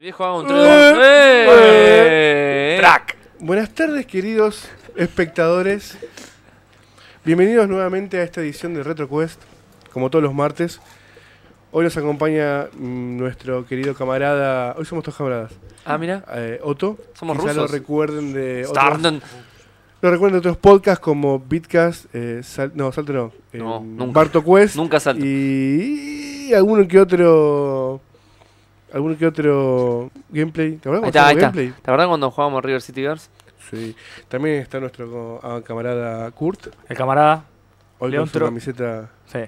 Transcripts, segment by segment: Viejo, haga un 3, 2, ¡Eh! Track. Buenas tardes, queridos espectadores. Bienvenidos nuevamente a esta edición de RetroQuest, como todos los martes. Hoy nos acompaña mm, nuestro querido camarada. Hoy somos dos camaradas. Ah, mira. eh, Otto. Somos Quizá rusos. lo recuerden Eh, de otros, Starden. lo recuerden de otros podcasts como Bitcast, eh, Sal- no, Salto no. eh, No, nunca. BartoQuest Nunca salto. Y, y alguno que otro. Alguno que otro gameplay. ¿Te acuerdas Ahí cuando está, ahí hacíamos está. gameplay? ¿Te acuerdas cuando jugábamos River City Girls? Sí. También está nuestro co- ah, camarada Kurt. El camarada. Hoy León con su Tro- camiseta. Sí.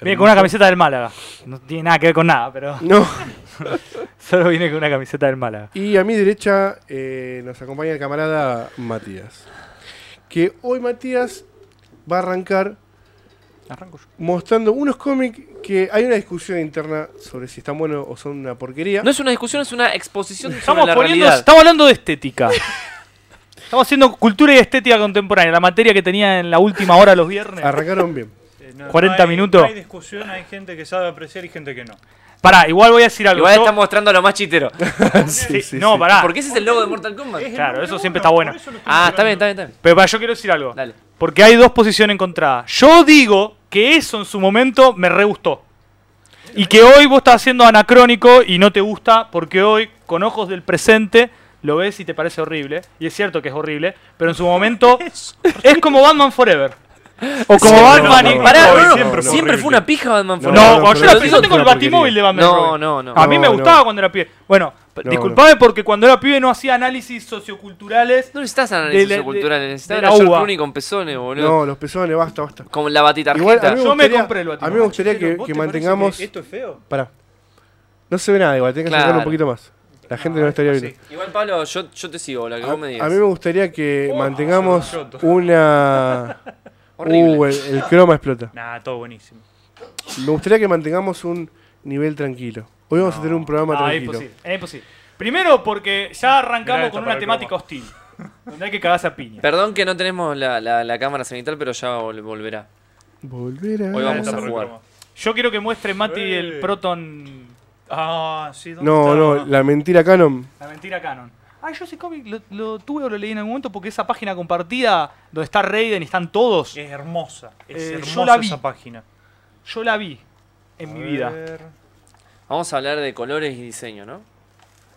Viene con una camiseta del Málaga. No tiene nada que ver con nada, pero No. solo viene con una camiseta del Málaga. Y a mi derecha eh, nos acompaña el camarada Matías. Que hoy Matías va a arrancar Arranco yo. mostrando unos cómics que hay una discusión interna sobre si están buenos o son una porquería. No es una discusión, es una exposición sobre Estamos, la poniendo- realidad. estamos hablando de estética. Estamos haciendo cultura y estética contemporánea, la materia que tenía en la última hora los viernes. Arrancaron bien. Eh, no- 40 no hay- minutos. No hay discusión, hay gente que sabe apreciar y gente que no. Pará, igual voy a decir algo. Igual Yo- Ah. está mostrando lo más chitero. sí, no, pará. Porque ese es el logo de Mortal Kombat. Es el Claro, número eso uno, siempre está bueno. por eso lo estoy Ah, está bien, llorando. está bien, está bien. Pero pará, yo quiero decir algo. Dale. Porque hay dos posiciones encontradas. Yo digo que eso en su momento me re gustó. Y que hoy vos estás haciendo anacrónico y no te gusta porque hoy, con ojos del presente, lo ves y te parece horrible. Y es cierto que es horrible, pero en su momento es, como Batman Forever. O como Sí, Batman no, y no, Pará, Hoy no, no, siempre siempre, fue fue una pija Batman No, No, Forever. no, cuando yo pero era eso pibe, yo es tengo el una batimóvil de Batman No, Forever. no, no. A mí me No, gustaba no. cuando era pibe. Bueno, p- No, disculpame porque cuando era pibe no hacía análisis socioculturales. No necesitas de la- análisis de- cultural, necesitas de la una George uva. Clooney con pezones, boludo. No, los pezones, basta, basta. Con la Igual, a batitarjeta. mí Yo me gustaría- compré el A mí me gustaría Pero, que, ¿vos que te parece mantengamos. que ¿Esto es feo? Pará. No se ve nada igual, tenés que Claro. acercarlo un poquito más. La gente no lo estaría viendo. sí. Igual, Pablo, yo, yo te sigo, la que A, vos me digas. a mí me gustaría Oh, que mantengamos se lo una. Horrible. Uh, el, el croma explota. Nah, todo buenísimo. Me gustaría que mantengamos un nivel tranquilo. Hoy vamos a tener un programa No, es tranquilo. Ah, imposible, es imposible. Primero porque ya Mirá arrancamos esta con para una el temática programa. hostil. Donde hay que cagarse a piña. Perdón que no tenemos la, la, la cámara cenital, pero ya vol- volverá. Volver Hoy a. vamos Está a por el jugar. cromo. Yo quiero que muestre Mati Eh. el Proton. Ah, sí, ¿dónde No, no, está? la mentira canon. La mentira canon. Ah, yo ese cómic lo, lo tuve o lo leí en algún momento porque esa página compartida donde está Raiden y están todos, Es hermosa. Es Eh, yo hermosa la vi. esa página. yo la vi en mi vida. Vamos a hablar de colores y diseño, ¿no?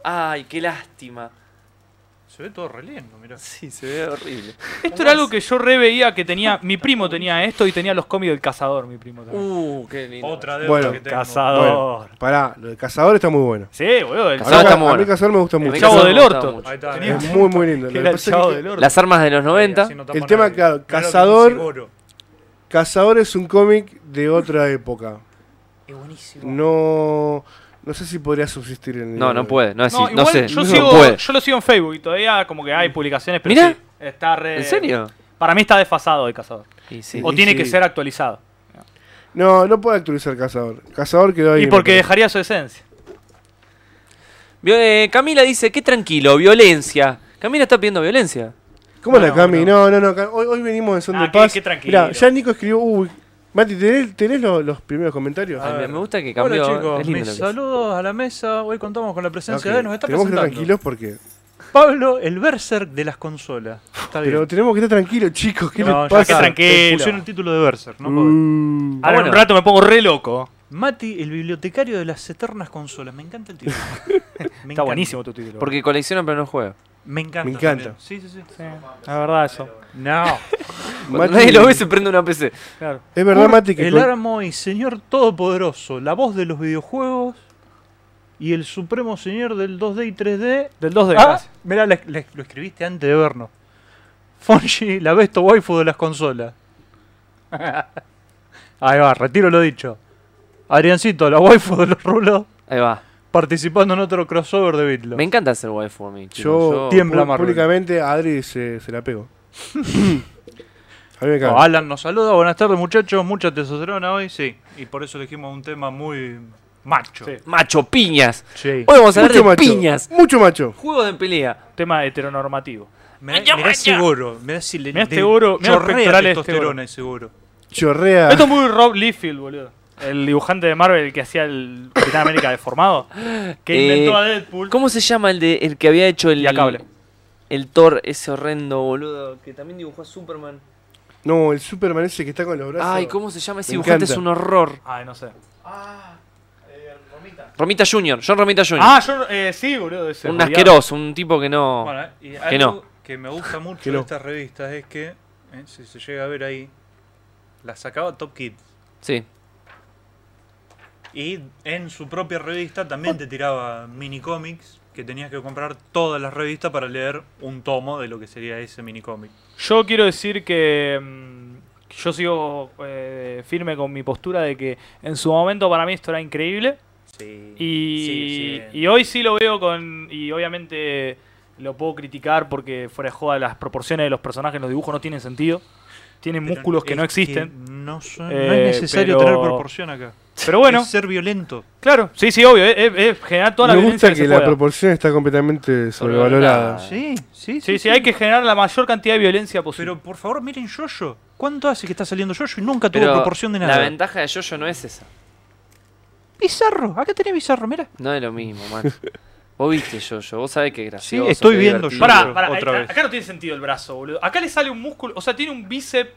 Ay, qué lástima. Se ve todo reliendo, mirá. Sí, se ve horrible. Esto era algo que yo re veía que tenía. Mi primo tenía esto y tenía los cómics del cazador, mi primo también. Uh, qué lindo. Otra deuda Bueno, que tengo. cazador. Bueno, pará, lo de cazador está muy bueno. Sí, boludo, el Cazador A mí- está a muy bueno. mí cazador me gusta El mucho. Chavo Cazador del me gustaba Orto. mucho. Ahí está. Tenía- Es muy, muy lindo. que Lo que era el pasa chavo es que del orto. Las armas de los 90. Así no tapa El tema, nadie. claro, Mirá lo que dice cazador- Goro. Cazador es un cómic de otra época. Es buenísimo. No. No sé si podría subsistir en el. No, no puede. No, es, No, no, igual sé. yo, no sigo- puede. yo lo sigo en Facebook y todavía como que hay publicaciones, pero Mirá. sí, está re... ¿En serio? Para mí está desfasado el cazador. Y sí. O Y tiene sí. que ser actualizado. No, no puede actualizar Cazador. Cazador quedó ahí. Y en porque el- dejaría su esencia. Vio- eh, Camila dice, qué tranquilo, violencia. Camila está pidiendo violencia. ¿Cómo No, la Cami? no. No, no, no. Cam- Hoy, hoy venimos en son Ah, de qué- paz. qué tranquilo. Mirá, ya Nico escribió. Uy, Mati, ¿tenés, tenés lo- los, primeros comentarios? Ay, me- me gusta que Hola cambió. chicos, es lindo mis lo que hace. saludos a la mesa. Hoy contamos con la presencia Ah, Ok, de nos está tenemos que estar presentando tranquilos porque. Pablo, el berserk de las consolas. Está bien. Pero tenemos que estar tranquilos, chicos. ¿Qué No, les ya pasa? está. tranquilo. Pusieron el título de Berserk, no jodas. Mm. Ahora en bueno. un rato me pongo re loco. Mati, el bibliotecario de las eternas consolas. Me encanta el título. Me Está encanta. buenísimo tu título. Porque colecciona pero no juega. Me encanta. Me encanta. también. Sí, sí, sí. La verdad eso. No. Cuando Mati- nadie lo ve, se prende una PC. Claro. Es verdad, Mati, que. el con- armo y señor todopoderoso, la voz de los videojuegos y el supremo señor del 2D y 3D. Del 2 de Ah, gracia. mirá, la- la- lo escribiste antes de vernos. Fonji, la besto waifu de las consolas. Ahí va, retiro lo dicho. Adriancito, la waifu de los rulos, Ahí va. participando en otro crossover de Bitlo. Me encanta hacer waifu a mí, chicos. Yo, Tiempo. tiembla pu- Marvel. públicamente a Adri se, se la pego. a mí me No, cago. Oh, Alan nos saluda, buenas tardes muchachos, mucha testosterona hoy, sí. Y por eso elegimos un tema muy macho. Sí. Macho, piñas. Sí. Hoy vamos a hablar mucho de macho. piñas. Mucho macho. Juegos de pelea. Tema heteronormativo. Mirá, mirá ese goro, mirá si le Mirá este de- goro, mirá los chorrea pectorales de este testosterona ese goro. Chorrea. Esto es muy Rob Liefeld, boludo. el dibujante de Marvel, el que hacía el Capitán América deformado, que Eh, inventó a Deadpool ¿Cómo se llama el de el que había hecho el y a Cable. el Thor ese horrendo boludo que también dibujó a Superman? No, el Superman ese que está con los brazos. Ay, ¿cómo se llama ese Me dibujante? encanta. Es un horror. Ay, no sé. Romita Jr., John Romita Jr. Ah, yo eh, sí, boludo. Ese, un boludeado. asqueroso, un tipo que no. Bueno, y algo Que que, no. me gusta mucho Que de no. estas revistas es que, eh, si se llega a ver ahí, las sacaba Top Kid. Sí. Y en su propia revista también te tiraba mini cómics que tenías que comprar todas las revistas para leer un tomo de lo que sería ese mini cómic. Yo quiero decir que mm, yo sigo eh, firme con mi postura de que en su momento para mí esto era increíble. Sí. Y, sigue siendo. y hoy sí lo veo con. Y obviamente lo puedo criticar porque fuera de joda las proporciones de los personajes en los dibujos no tienen sentido. Tienen Pero músculos que es no existen. no, son- Eh, no es necesario pero- tener proporción acá. Pero bueno, Es ser violento. claro, sí, sí, obvio. Es, es- es generar toda la Me violencia gusta que, que se la pueda. proporción está completamente Sobrevalorada. sobrevalorada. Sí, sí, Ah. Sí, sí, hay que generar la mayor cantidad de violencia posible. Pero por favor, miren Yoyo. ¿Cuánto hace que está saliendo Yoyo y nunca tuvo Pero proporción de La nada? ventaja de Yoyo no es esa. Bizarro, acá tenés bizarro, mira. No es lo mismo, man. vos viste Yoyo, vos sabés que es gracioso. estoy que es viendo divertido. Yoyo. Pará, Yo- pará, otra a- a- vez. acá no tiene sentido el brazo, boludo. Acá le sale un músculo, o sea, tiene un bíceps.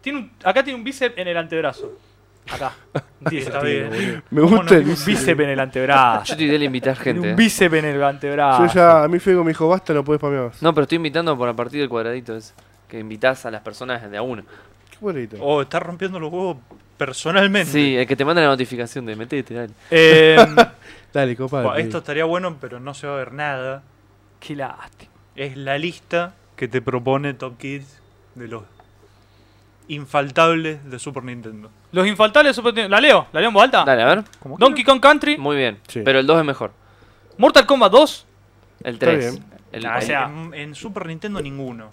Tiene un, acá tiene un bíceps en el antebrazo. Acá. No tiene Está sentido, bien. boludo. Me ¿Cómo gusta no? el Un bíceps en el antebrazo. Yo te idea de invitar Tiene gente. un eh. bíceps en el antebrazo. Yo ya, a mí Fego me dijo, basta, no puedes spamear más. No, pero estoy invitando por a partir del cuadradito ese. Que invitás a las personas de a uno. Qué bonito. Oh, está rompiendo los huevos personalmente. Sí, el que te manda la notificación de metete, dale. Eh, Dale, compadre. Buah, esto estaría bueno, pero no se va a ver nada. qué lástima. Es la lista que te propone Top Kids de los infaltables de Super Nintendo. Los infaltables de Super Nintendo. ¿La leo? ¿La leo en voz alta? Dale, a ver. Como Donkey Kong Country, Muy bien. Sí. Pero el 2 es mejor. Mortal Kombat 2. El Está 3. bien. El, Ah, el- o sea, en, en Super Nintendo ninguno.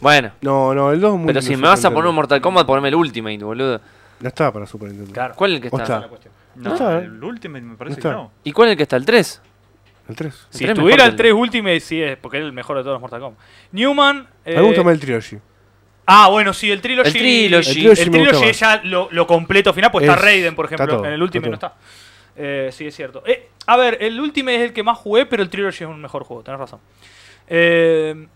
bueno. No, no, el 2 es muy Pero si me vas a poner un Mortal Kombat, poneme el Ultimate, boludo. No estaba para Super Nintendo. Claro. ¿Cuál es el que O está? está. No, No está, eh. el Ultimate me parece No está. que no. ¿Y cuál es el que está? ¿El 3? El 3. Si El tres estuviera mejor el que 3 Ultimate, sí es, porque es el mejor de todos los Mortal Kombat. Newman. eh, Me gusta más el Trilogy. Ah, bueno, sí, el Trilogy. El Trilogy. El El Trilogy me gusta Trilogy más. ya lo, lo completo final, pues está Es- Raiden, por está ejemplo. todo, en el último no está está. Eh, sí, es cierto. Eh, a ver, el último es el que más jugué, pero el Trilogy es un mejor juego, tenés razón. Eh,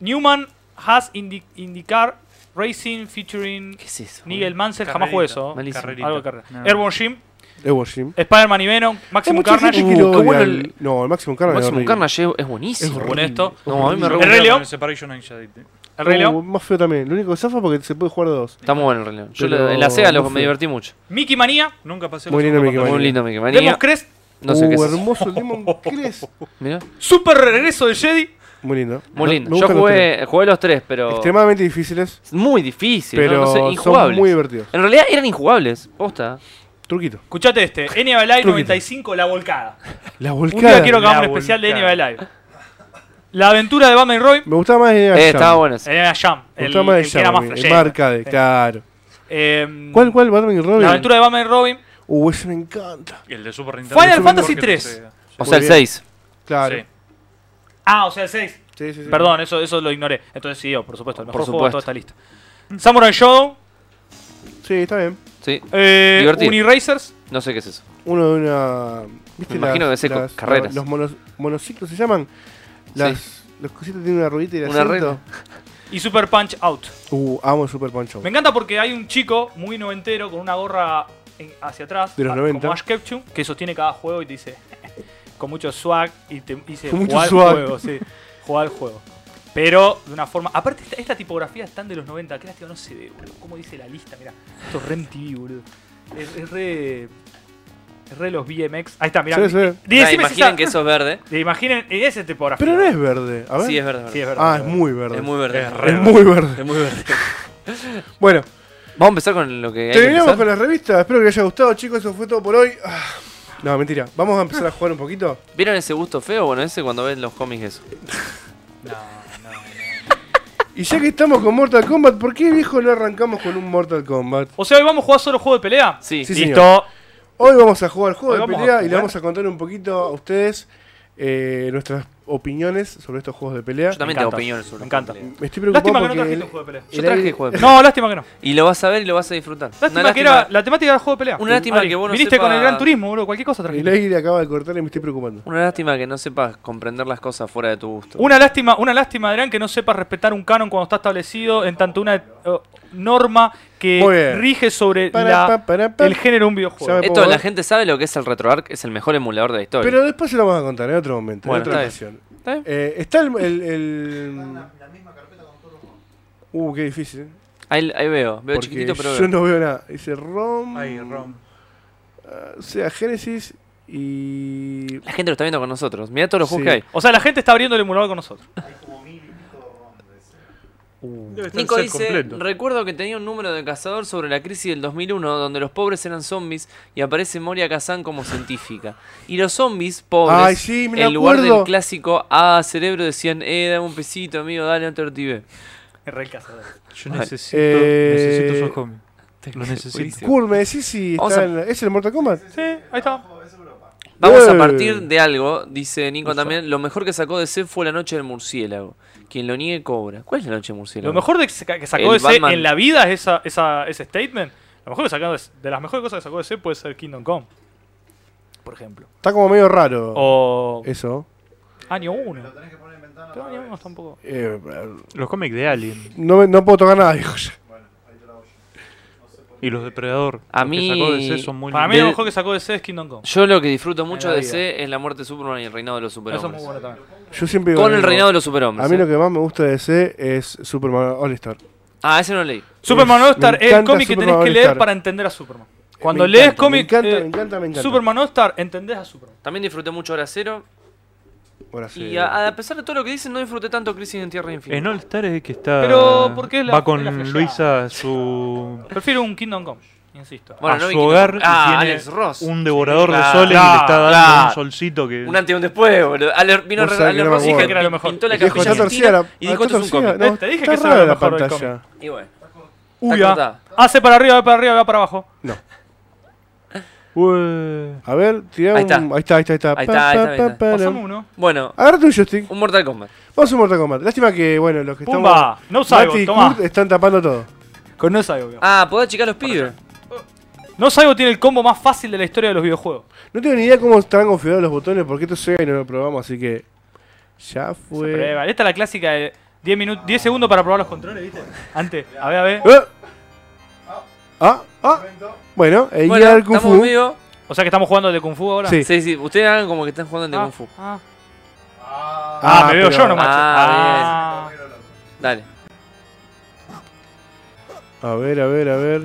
Newman has indi- indicar Racing featuring ¿Qué es eso? Nigel Mansell. Carrerita, Jamás jugué eso. malísimo. carrerita. Algo de carrera. No. Airborne Jim, Evo Jim. Spider-Man y Venom, Maximum mucha gente Carnage. que Uh, lo qué odia bueno al- el- No, el Maximum Carnage. es Máximo horrible. Carnage es es Es buenísimo. horrible. Con esto. No, a mí me Yo re me Rey quedo León. con el Separation Anxiety. El Rey Uh, León. Más feo también. Lo único que zafa porque se puede jugar de dos. Está muy bueno el reloj. Yo Pero- lo- en la Sega lo- Uf. me divertí mucho. Mickey Manía. Nunca pasé la Muy lindo segunda Mickey pantalla. Muy Manía. lindo, Mickey Demos Manía. Crest. No sé Uh, qué es. eso. hermoso el Demon Crest. Mirá. Super regreso de Jedi. Muy lindo. Muy Me- lindo. me Yo gustan los tres. jugué, jugué los tres, pero. Extremadamente difíciles, Es muy difícil, ¿no? pero no, sé, son injugables. muy divertidos. En realidad eran injugables, posta. Truquito. Escuchate este. NBA Live Truquito. 95, La Volcada. La Un día volcada. quiero que hagamos La un especial de NBA volcada. Live. La aventura de Batman y Roy. Me gustaba más de Eh, estaba bueno. ese. NBA Jam. Me El, gustaba más de el que era más Xiaomi, el flashero. marca de, Sí. claro. Mm. Em, ¿Cuál, cuál? Batman y Robin. La aventura de Batman y Robin. Uh, ese me encanta. Y el de Super Nintendo. Final Yo me Fantasy acuerdo que no 3. sé. O sea, el bien. 6. Claro. Sí. Ah, o sea, el 6. Sí, sí, sí. Perdón, eso, eso lo ignoré. Entonces sí, oh, por supuesto, el Por mejor juego de supuesto. toda esta lista. Samurai Shodown. Sí, está bien. Sí, Eh, Divertido. Uniracers. no sé qué es eso. Uno de una. ¿Viste Me imagino las- que hace las- carreras. Los monos- monociclos se llaman. Las, Los cositas tienen una ruedita y la Una rueda. Y Super Punch Out. Uh, amo Super Punch Out. Me encanta porque hay un chico muy noventero con una gorra en- hacia atrás. De los a- 90. Como Ash Ketchum, que sostiene cada juego y te dice. con mucho swag. Y te dice. Con mucho "Jugá al swag". juego, sí. Jugar al juego. Pero de una forma. Aparte, esta, esta tipografía es tan de los 90. Qué lástima no se ve, boludo. ¿Cómo dice la lista? Mirá. Esto es re MTV, boludo. Es, es re. Es re los BMX. Ahí está, mirá. Sí, sí. Decime Ah, si imaginen esa- que eso es verde. Eh, Imaginen, eh, esa tipografía. Pero no es verde. A ver. Sí, es verde. Sí, es verdad. ah, es muy verde. Es muy verde. Es Es re- muy verde. Es muy verde. Bueno, Vamos a empezar con lo que hay que terminamos empezar. con las revistas. Espero que les haya gustado, chicos. Eso fue todo por hoy. Ah. No, mentira. Vamos a empezar a jugar un poquito. ¿Vieron ese gusto feo? Bueno, ese cuando ven los cómics eso. No, no, no. Y ya que estamos con Mortal Kombat, ¿por qué viejo no arrancamos con un Mortal Kombat? O sea, hoy vamos a jugar solo juego de pelea. Sí. Sí, Listo. señor. Hoy vamos a jugar al juego Hoy de vamos a pelea y le jugar. vamos a contar un poquito a ustedes eh, nuestras opiniones sobre estos juegos de pelea. Yo también tengo encanta. opiniones sobre Me los encanta. juegos de Me estoy preocupado Lástima que no porque trajiste el- un juego de pelea. pelea. Yo traje juegos de pelea. No, lástima que no. Y lo vas a ver y lo vas a disfrutar. Lástima, Una que lástima- era la temática del juego de pelea. Una lástima Ari, que vos no Viniste con el sepas- Gran Turismo, boludo. Cualquier cosa el trajiste. aire acaba de cortar y me estoy preocupando. Una lástima que no sepas comprender las cosas fuera de tu gusto. Una lástima, una lástima, Adrián, que no sepas respetar un canon cuando está establecido en tanto una eh, norma Muy que bien. rige sobre Para, la- pa, para, pa. el género de un videojuego. Sabe- Esto, puedo la ver. gente sabe lo que es el RetroArch, es el mejor emulador de la historia. Pero después se lo vamos a contar en otro momento, Bueno, en otra está ocasión. ¿Está bien? Eh, está el. el- el- Uh, qué difícil. eh. Ahí, ahí veo, veo Porque chiquitito, pero yo veo. no veo nada. Dice ROM. Ahí, ROM. ah, O sea, Genesis y. La gente lo está viendo con nosotros. Mirá todos los juegos Sí. que hay. O sea, la gente está abriendo el emulador con nosotros. uh, Debe estar el Nico set dice, recuerdo que tenía un número de cazador sobre la crisis del 2001 donde los pobres eran zombies y aparece Moria Kazan como científica. Y los zombies, pobres, Ay, sí, me en lugar del acuerdo. clásico ah, cerebro decían, eh, dame un pesito, amigo, dale, no te lo tibé". Yo Ay. necesito, Eh, necesito esos cómics. Lo necesito. Buenísimo. Kurt, me decís si Vamos está a- en la- ¿Es el Mortal Kombat? Sí, ahí está. Vamos a Eh. partir de algo, dice Nico también, lo mejor que sacó de C fue la noche del murciélago. Quien lo niegue cobra. ¿Cuál es la noche del murciélago? Lo mejor de que saca- que sacó El ese Batman. en la vida es esa, esa- ese statement. Lo mejor que sacó de, de las mejores cosas que sacó de ese puede ser Kingdom Come. Por ejemplo. Está como medio raro. Oh. O Eso. Año 1. Pero Año 1 tampoco. Eh, Los cómics de Alien no, me- no puedo tocar nada, dijo ya. y los Depredador. A los mí- Que sacó DC son muy Para mí Del- lo mejor que sacó de ese es Kingdom Come. Yo lo que disfruto mucho la de vida. C es la muerte de Superman y el reinado de los Eso es muy superhombres. bueno también. Yo siempre digo Con lo el mismo. reinado de los superhombres. A mí eh. lo que más me gusta de DC es Superman Eh, All-Star. Ah, ese no leí. Superman Me All Star es el encanta cómic que tenés Superman que All leer Star. para entender a Superman. Cuando Me lees encanta, cómic Me encanta, eh, me encanta, me encanta. Superman All Star, entendés a Superman. También disfruté mucho Hora Cero. Ahora sí. Y a, a pesar de todo lo que dicen, no disfruté tanto Crisis en Tierra Infinita. En All Star es el que está. Pero, ¿por qué es la- va es con la flasheada? Luisa a su. Prefiero un Kingdom Come, insisto. Bueno, a no vi su quién- hogar. y Ah, tiene Alex Ross. Un devorador claro, de soles y le está dando claro. un solcito que. Un antes y un después, boludo. Ale- vino Vos sabés Ale que no me Ross y acuerdo. que era lo mejor. pintó la El viejo capilla está torcida Sistina la, y dijo esto está es un torcida, cómic. Este, no, Te dije está que eso era rara lo la mejor del pantalla. Y bueno, Uy, Está ah. cortada. hace para arriba, va para arriba, va para abajo. No. Ué. A ver, tirá Ahí un... está. Ahí está, ahí está, ahí está. Ahí está, ahí está, ahí está. Pasame uno. bueno, Agarrate un joystick. un Mortal Kombat. Vamos a un Mortal Kombat. Lástima que, bueno, los que Pumba, estamos... no salgo, Mati y tomá. Kurt eh. están tapando todo. Con No Saigo. creo. Ah, podés achicar los pibes. No Saigo tiene el combo más fácil de la historia de los videojuegos. No tengo ni idea cómo están configurados los botones porque esto llega y no lo probamos, así que... Ya Se fue... prueba. eh, Esta es la clásica de 10 minutos, 10 segundos para probar los controles, ¿viste? Antes, a ver, a ver. ¡Eh! Ah, ah. Bueno, el Bueno, guía del Kung estamos Fu. medio. O sea que estamos jugando de Kung Fu ahora. Sí. Sí, sí, ustedes hagan como que están jugando en Ah, Kung Fu. ah. Ah, Ah, me veo pero- yo nomás. che. Ah, Ah. Dale. A ver, a ver, a ver.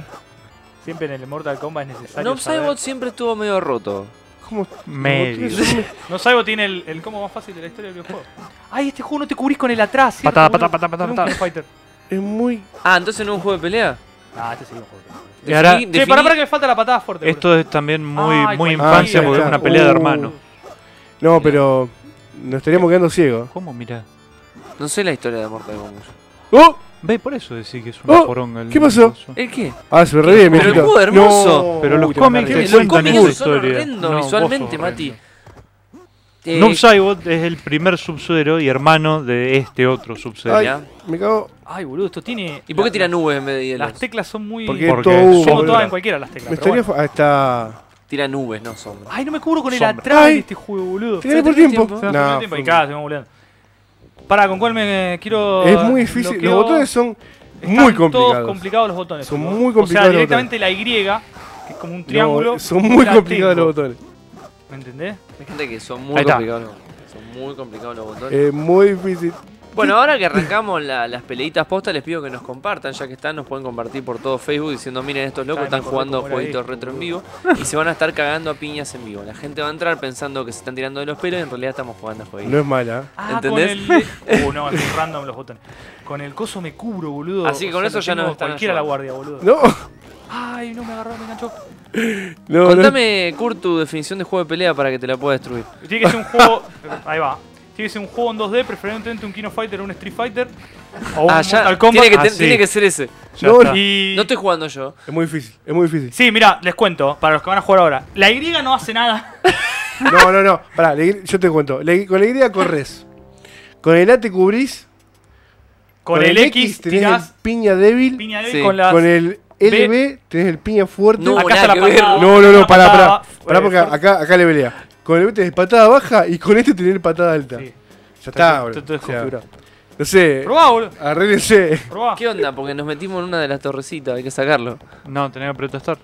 Siempre en el Mortal Kombat es necesario. No Saibot siempre estuvo medio roto. ¿Cómo? Medio. los botones son- No Saigo tiene el, el combo más fácil de la historia del videojuego. Ay, este juego no te cubrís con el atrás. ¿eh? ¿cierto, Patá, patá, patá, boludo? patá, Era un patá. King Fighter. Es muy... Ah, entonces no es un juego de pelea. Ah, este sí es un juego. Y ahora, Definí- Che, definí- pará, pará que me falta la patada fuerte. boludo. esto es también muy, Ay, muy cualquiera. infancia porque es Ahí está. una pelea de Uh. hermanos. No, pero... Nos estaríamos quedando ciegos. ¿Cómo? Mirá. No sé la historia de Mortal Kombat. ¡Oh! Ve, por eso decís que es una Oh, poronga. el- ¿qué pasó? coso. ¿El qué? Ah, se me reí, Pero el juego hermoso. Pero los Uy, te cómics mataste. que Los cuentan cómics esa son historia. horrendos No, vos visualmente, sos Mati. horrendo. Eh, Noob Saibot es el primer subsuero y hermano de este otro subsuero. Ay, ya. me cago. Ay, boludo, esto tiene. ¿Y por qué tira tiran nubes en vez de hielos? Las teclas son muy. Porque, Porque esto hubo, somos Tengo boludo. todas en cualquiera las teclas. Me pero estaría... bueno. Ah, está... Tira nubes, no sombras. Ay, no me cubro con el Sombra. atrás Ay. de este juego, boludo. Te gané por Se terminó tiempo. el Se Nah, me fue el tiempo. fue- Y cada, se me va volando. Pará, ¿con cuál me quiero.? es muy difícil. bloqueo? Los botones son Están muy Todos complicados. complicados los botones. Son boludo. muy complicados O los sea, directamente la Y, que es como un No, triángulo. son muy la complicados los tengo. botones. ¿Me entendés? Hay gente que son Ahí muy está. complicados los botones. Son muy complicados los botones. Es muy difícil. Bueno, ahora que arrancamos la- las peleitas postas, les pido que nos compartan. Ya que están, nos pueden compartir por todo Facebook diciendo: Miren, estos locos Ay, me están acordé jugando cómo era jueguitos esto, retro en vivo y se van a estar cagando a piñas en vivo. La gente va a entrar pensando que se están tirando de los pelos y en realidad estamos jugando a jueguitos. No es mala. ¿eh? Ah, ¿Entendés? con el. Uh, no, es random los botones. Con el coso me cubro, boludo. Así que con lo eso ya tengo nos están Cualquiera la ayudando. guardia, boludo. No, Ay, no me agarró, me enganchó. no, no. Contame, Kurt, tu definición de juego de pelea para que te la pueda destruir. Tiene que ser un juego. Ahí va. Tiene que ser un juego en 2D, preferentemente un Kino Fighter o un Street Fighter. O un Ah, ya. Mortal Kombat. Tiene que, Ah, ten- sí. tiene que ser ese. Ya No, está. Y. No estoy jugando yo. Es muy difícil. Es muy difícil. Sí, mira, les cuento, para los que van a jugar ahora. La Y no hace nada. No, no, no. Pará, la Y- yo te cuento. La Y- con la idea corres. Con el A te cubrís. Con, el X tenés tirás el piña débil. piña débil Sí. con las... con el LB tenés el piña fuerte. No, acá nada está la que ver. patada. No, no, no, la Eh, pará, patada. pará. Pará porque acá, acá le pelea. Con el tenés patada baja y con este tenés patada alta. Sí. Ya está, boludo. Está todo O sea, desconfigurado. no sé, Probá, boludo. arréglense. Probá. ¿Qué onda? Porque nos metimos en una de las torrecitas, hay que sacarlo. No, tenés que protestar.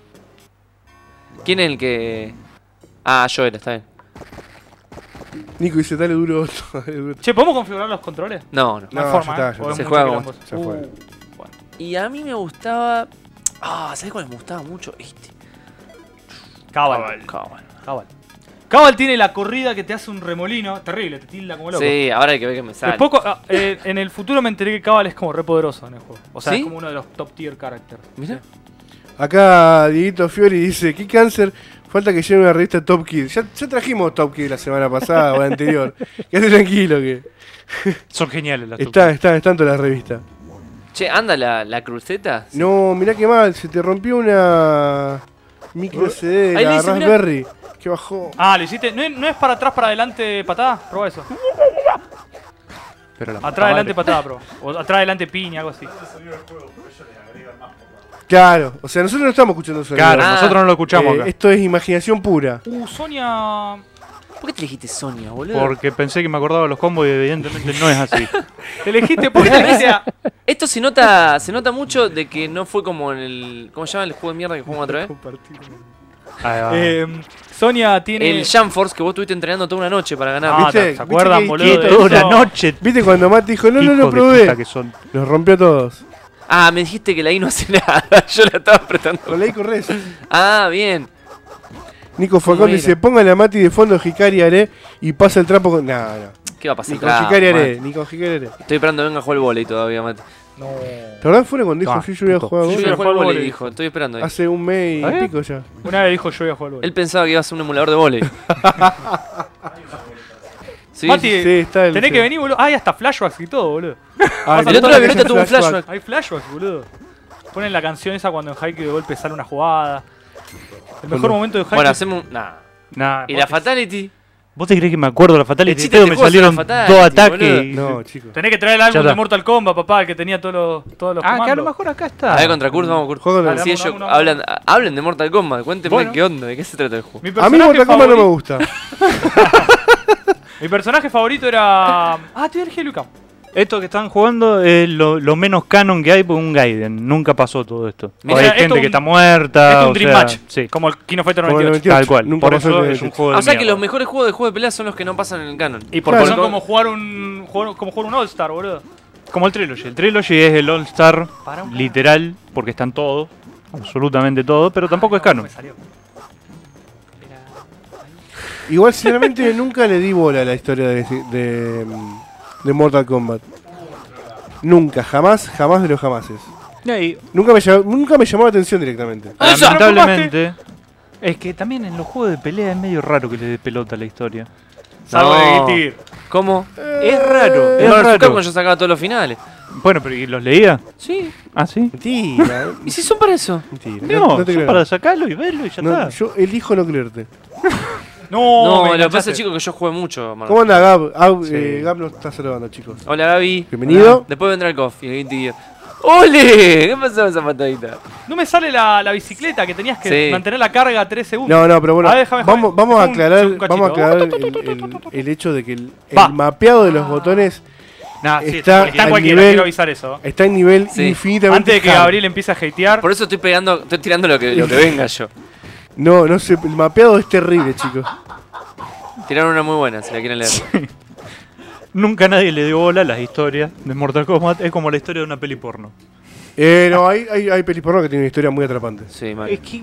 ¿Quién es el que.? Ah, yo era, está bien. Nico dice, dale duro. dale duro. Che, ¿podemos configurar los controles? No, no. No, hay ya está, ¿eh? ya está. Porque es Se mucho juega quilombo. como- ya fue. Uh, bueno. Y a mí me gustaba. Ah, ¿sabes cuál me gustaba mucho? Este. Cabal. Cabal. Cabal. Cabal tiene la corrida que te hace un remolino. Terrible, te tilda como loco. Sí, ahora hay que ver que me sale. Después, co- ah, eh, en el futuro me enteré que Cabal es como re poderoso en el juego. O sea, ¿Sí? es como uno de los top tier characters. Mirá. Acá Dieguito Fiori dice, ¿qué cáncer? Falta que lleve una revista Top Kid. Ya, ya trajimos Top Kid la semana pasada o la anterior. Quédate tranquilo que. Son geniales las Está, está, está en toda la revista. Che, ¿anda la, la cruceta? No, mirá qué mal, se te rompió una micro CD de Ahí le la dice, mirá. Raspberry. Qué bajó. Ah, lo hiciste. ¿No es, no es para atrás, para adelante, patada? Proba eso. Pero la puta Atrás, madre. adelante, patada, pro. O atrás, adelante, piña, algo así. Claro, o sea, nosotros no estamos escuchando sonido. Claro, Ah. nosotros no lo escuchamos Eh, acá. esto es imaginación pura. Uh, Sonia. ¿Por qué te dijiste Sonia, boludo? Porque pensé que me acordaba de los combos y evidentemente no es así. Te elegiste porque te elegiste Ah. a- Esto se nota, se nota mucho de que no fue como en el. ¿Cómo se llama el juego de mierda que jugamos otra vez? Ahí va. Eh, Em, Sonia tiene. El Jamforce que vos estuviste entrenando toda una noche para ganar. Ah, ¿Viste? ¿te- ¿se ¿Viste acuerdan, que- boludo? Qué de dura eso? noche, ¿Viste cuando Matt dijo, no, no lo hijos de puta probé? que son. Los rompió a todos. Ah, me dijiste que la I no hace nada. Yo la estaba apretando. Con la I corres. Ah, bien. Nico Facón Mira. dice, pongan a Mati de fondo Hikari Are y pasa el trapo con... No, no. ¿Qué va a pasar? Ni con Mate. Hikari Are, ni con Hikari Are. Estoy esperando que venga a jugar el volei todavía, Mate. ¿Te acordás fuera cuando dijo Ah, yo, yo voy a puto. jugar a Yo vos? voy a jugar jugar al al volei, vóley. dijo. Estoy esperando. ahí. Hace un mes ¿Ah, y bien? pico ya. Una vez dijo yo voy a jugar al Él pensaba que iba a ser un emulador de volei. sí. Mati, sí. Sí, está el... Tenés sí. que venir, boludo. Hay hasta flashbacks y todo, boludo. Ah, El otro tenés de Violeta que hacer tuvo un flashback. Hay flashbacks, boludo. Ponen la canción esa cuando en Haikyuu de golpe sale una jugada. El mejor Cuando- momento de Haikyuu. Bueno, hacemos un. Nah. Nah, ¿Y vos la te- Fatality? ¿Vos te crees que me acuerdo de la Fatality? El chiste Pedo, te este juega me sin salieron la dos Fatality, boludo. ataques. y- No, chicos. Tenés que traer el álbum está. de Mortal Kombat, papá, que tenía todos los, todos los Ah, que a lo comandos. mejor acá está. A ver, contra Kurt, vamos, Kurt. Juego de- Si Dale, ellos vamos, vamos, hablan, ah, hablen de Mortal Kombat, cuéntenme Bueno. qué onda, de qué se trata el juego. Mi A mí personaje, Mortal Kombat no me favori- gusta. mi personaje favorito era. Ah, tío, el Lucas. Esto que están jugando es lo, lo menos canon que hay por un Gaiden. Nunca pasó todo esto. Mira, O hay esto gente un- que está muerta. es o un Dream sea, Match. Sí, Como el Kino Fighter Como el 98. 98. tal cual. Nunca por pasó el eso es un 98. juego de Ah, o sea que mierda. los mejores juegos de juego de peleas son los que no pasan en el canon. Y por Claro, Son poco- como jugar un. jugar- como jugar un All-Star, boludo. Como el Trilogy. El Trilogy es el All Star Para un- literal, porque están todos, absolutamente todos, pero tampoco es Ay, no, canon. me salió. Era- Igual, sinceramente, nunca le di bola a la historia de, de, de Mortal Kombat. Nunca, jamás, jamás de los jamases. Y Nunca me, llamó, nunca me llamó la atención directamente. ¡Ah, se la lamentablemente. Es que también en los juegos de pelea es medio raro que le dé pelota a la historia. Salvo No. de Gitir. ¿Cómo? Eh, es raro. es Es raro. raro. yo sacaba todos los finales. Bueno, pero ¿y los leía? Sí. ¿Ah, sí? Mentira, eh. ¿Y si son para eso? mentira. no No, te son creo. para sacarlo y verlo y ya No, está. yo elijo no creerte. No, Oh, No, lo que me pasa, enganchaste. chicos, que yo jugué mucho. Marlon. ¿Cómo anda Gab? Au- Sí. eh, Gab nos está saludando, chicos. Hola, Gaby. Bienvenido. Hola. Después vendrá el coffee, el 20 ¡Ole! ¿Qué pasó con esa patadita? No me sale la, la bicicleta que tenías que Sí. mantener la carga 3 Uh. segundos. No, no, pero bueno, A ver, déjame, vamos, déjame. vamos a Un- aclarar, un cachito. vamos a aclarar el, el- el hecho de que el, el Va. mapeado de los botones Nah, Está- Está al en cualquiera, nivel- quiero avisar eso. está en nivel Sí. infinitamente Antes de que hard. Gabriel empiece a hatear. Por eso estoy pegando, estoy tirando lo que, lo que venga yo. No, no sé, el mapeado es terrible, chicos. Tiraron una muy buena, si la quieren leer. Nunca nadie le dio bola a las historias de Mortal Kombat. Es como la historia de una peli porno. Eh, no, hay, hay, hay pelis porno que tienen historias muy atrapantes. Sí, mal. Es que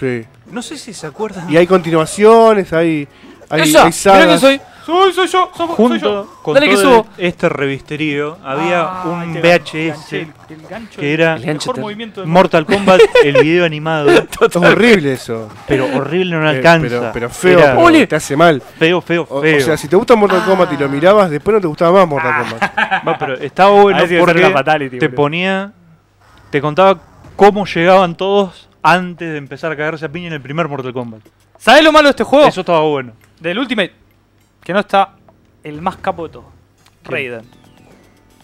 Sí. no sé si se acuerdan. Y hay continuaciones, hay. Hay, ¡Esa! hay sagas. Ah, Mirá que soy. Ah, Soy, soy yo, soy, soy Junto yo. con Dale que todo subo. este revisterío había Ah, un te VHS ganché, el gancho que del- era El el gancho mejor te- movimiento del Mortal Kombat, el video animado, Es horrible eso. pero horrible no Eh, alcanza. pero, pero feo, Era pero ¡Ole! te hace mal. feo, feo, O, o feo. sea, si te gusta Mortal Kombat y lo mirabas, después no te gustaba más Mortal Kombat. Va, pero estaba bueno A ver si va a ser porque una fatality, te boludo. ponía, te contaba cómo llegaban todos antes de empezar a cagarse a piña en el primer Mortal Kombat. ¿Sabes lo malo de este juego? Eso estaba bueno. Del Ultimate. Que no está el más capo de todos. Raiden.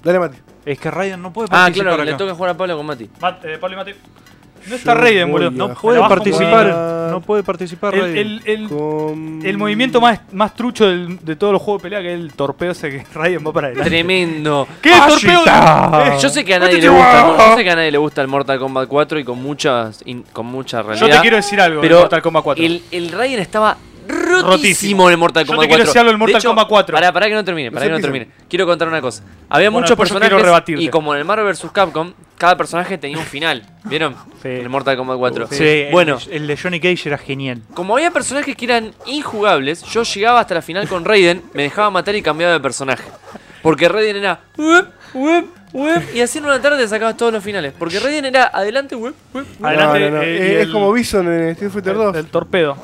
Dale, Mati. Es que Raiden no puede Ah, participar claro, que le acá. toca jugar a Pablo con Mati. Mat- eh, Pablo y Mati. No Yo está Raiden, voy boludo. a Me No jugar puede la bajo un poquito. participar. No puede participar El, Raiden. el- el- Con... el movimiento más, más trucho del- de todos los juegos de pelea que es el torpeo ese que Raiden va para adelante. Tremendo. ¿Qué torpeo? Eh, Yo sé que a nadie le gusta, yo sé que a nadie le gusta el Mortal Kombat 4 y con muchas in- con mucha Yo realidad. te quiero decir algo pero del Mortal Kombat 4. El, el Raiden estaba rotísimo, Rotísimo. en el Mortal Yo Kombat 4. te quiero decir algo del Mortal Kombat 4. Pará, pará que no termine, pará se que no pisan. termine. Quiero contar una cosa. Había Bueno, muchos después yo quiero personajes rebatirte. y como en el Marvel vs. Capcom, cada personaje tenía un final. ¿Vieron? Sí. En el Mortal Kombat 4. Sí, el- Bueno, el de Johnny Cage era genial. como había personajes que eran injugables, yo llegaba hasta la final con Raiden, me dejaba matar y cambiaba de personaje. Porque Raiden era "Uep, uep, uep", y así en una tarde sacabas todos los finales. Porque Raiden era adelante, uep, uep, uep. Adelante, No, no, no. eh, y Eh, es el- como Bison en Street Fighter 2. El, el torpedo.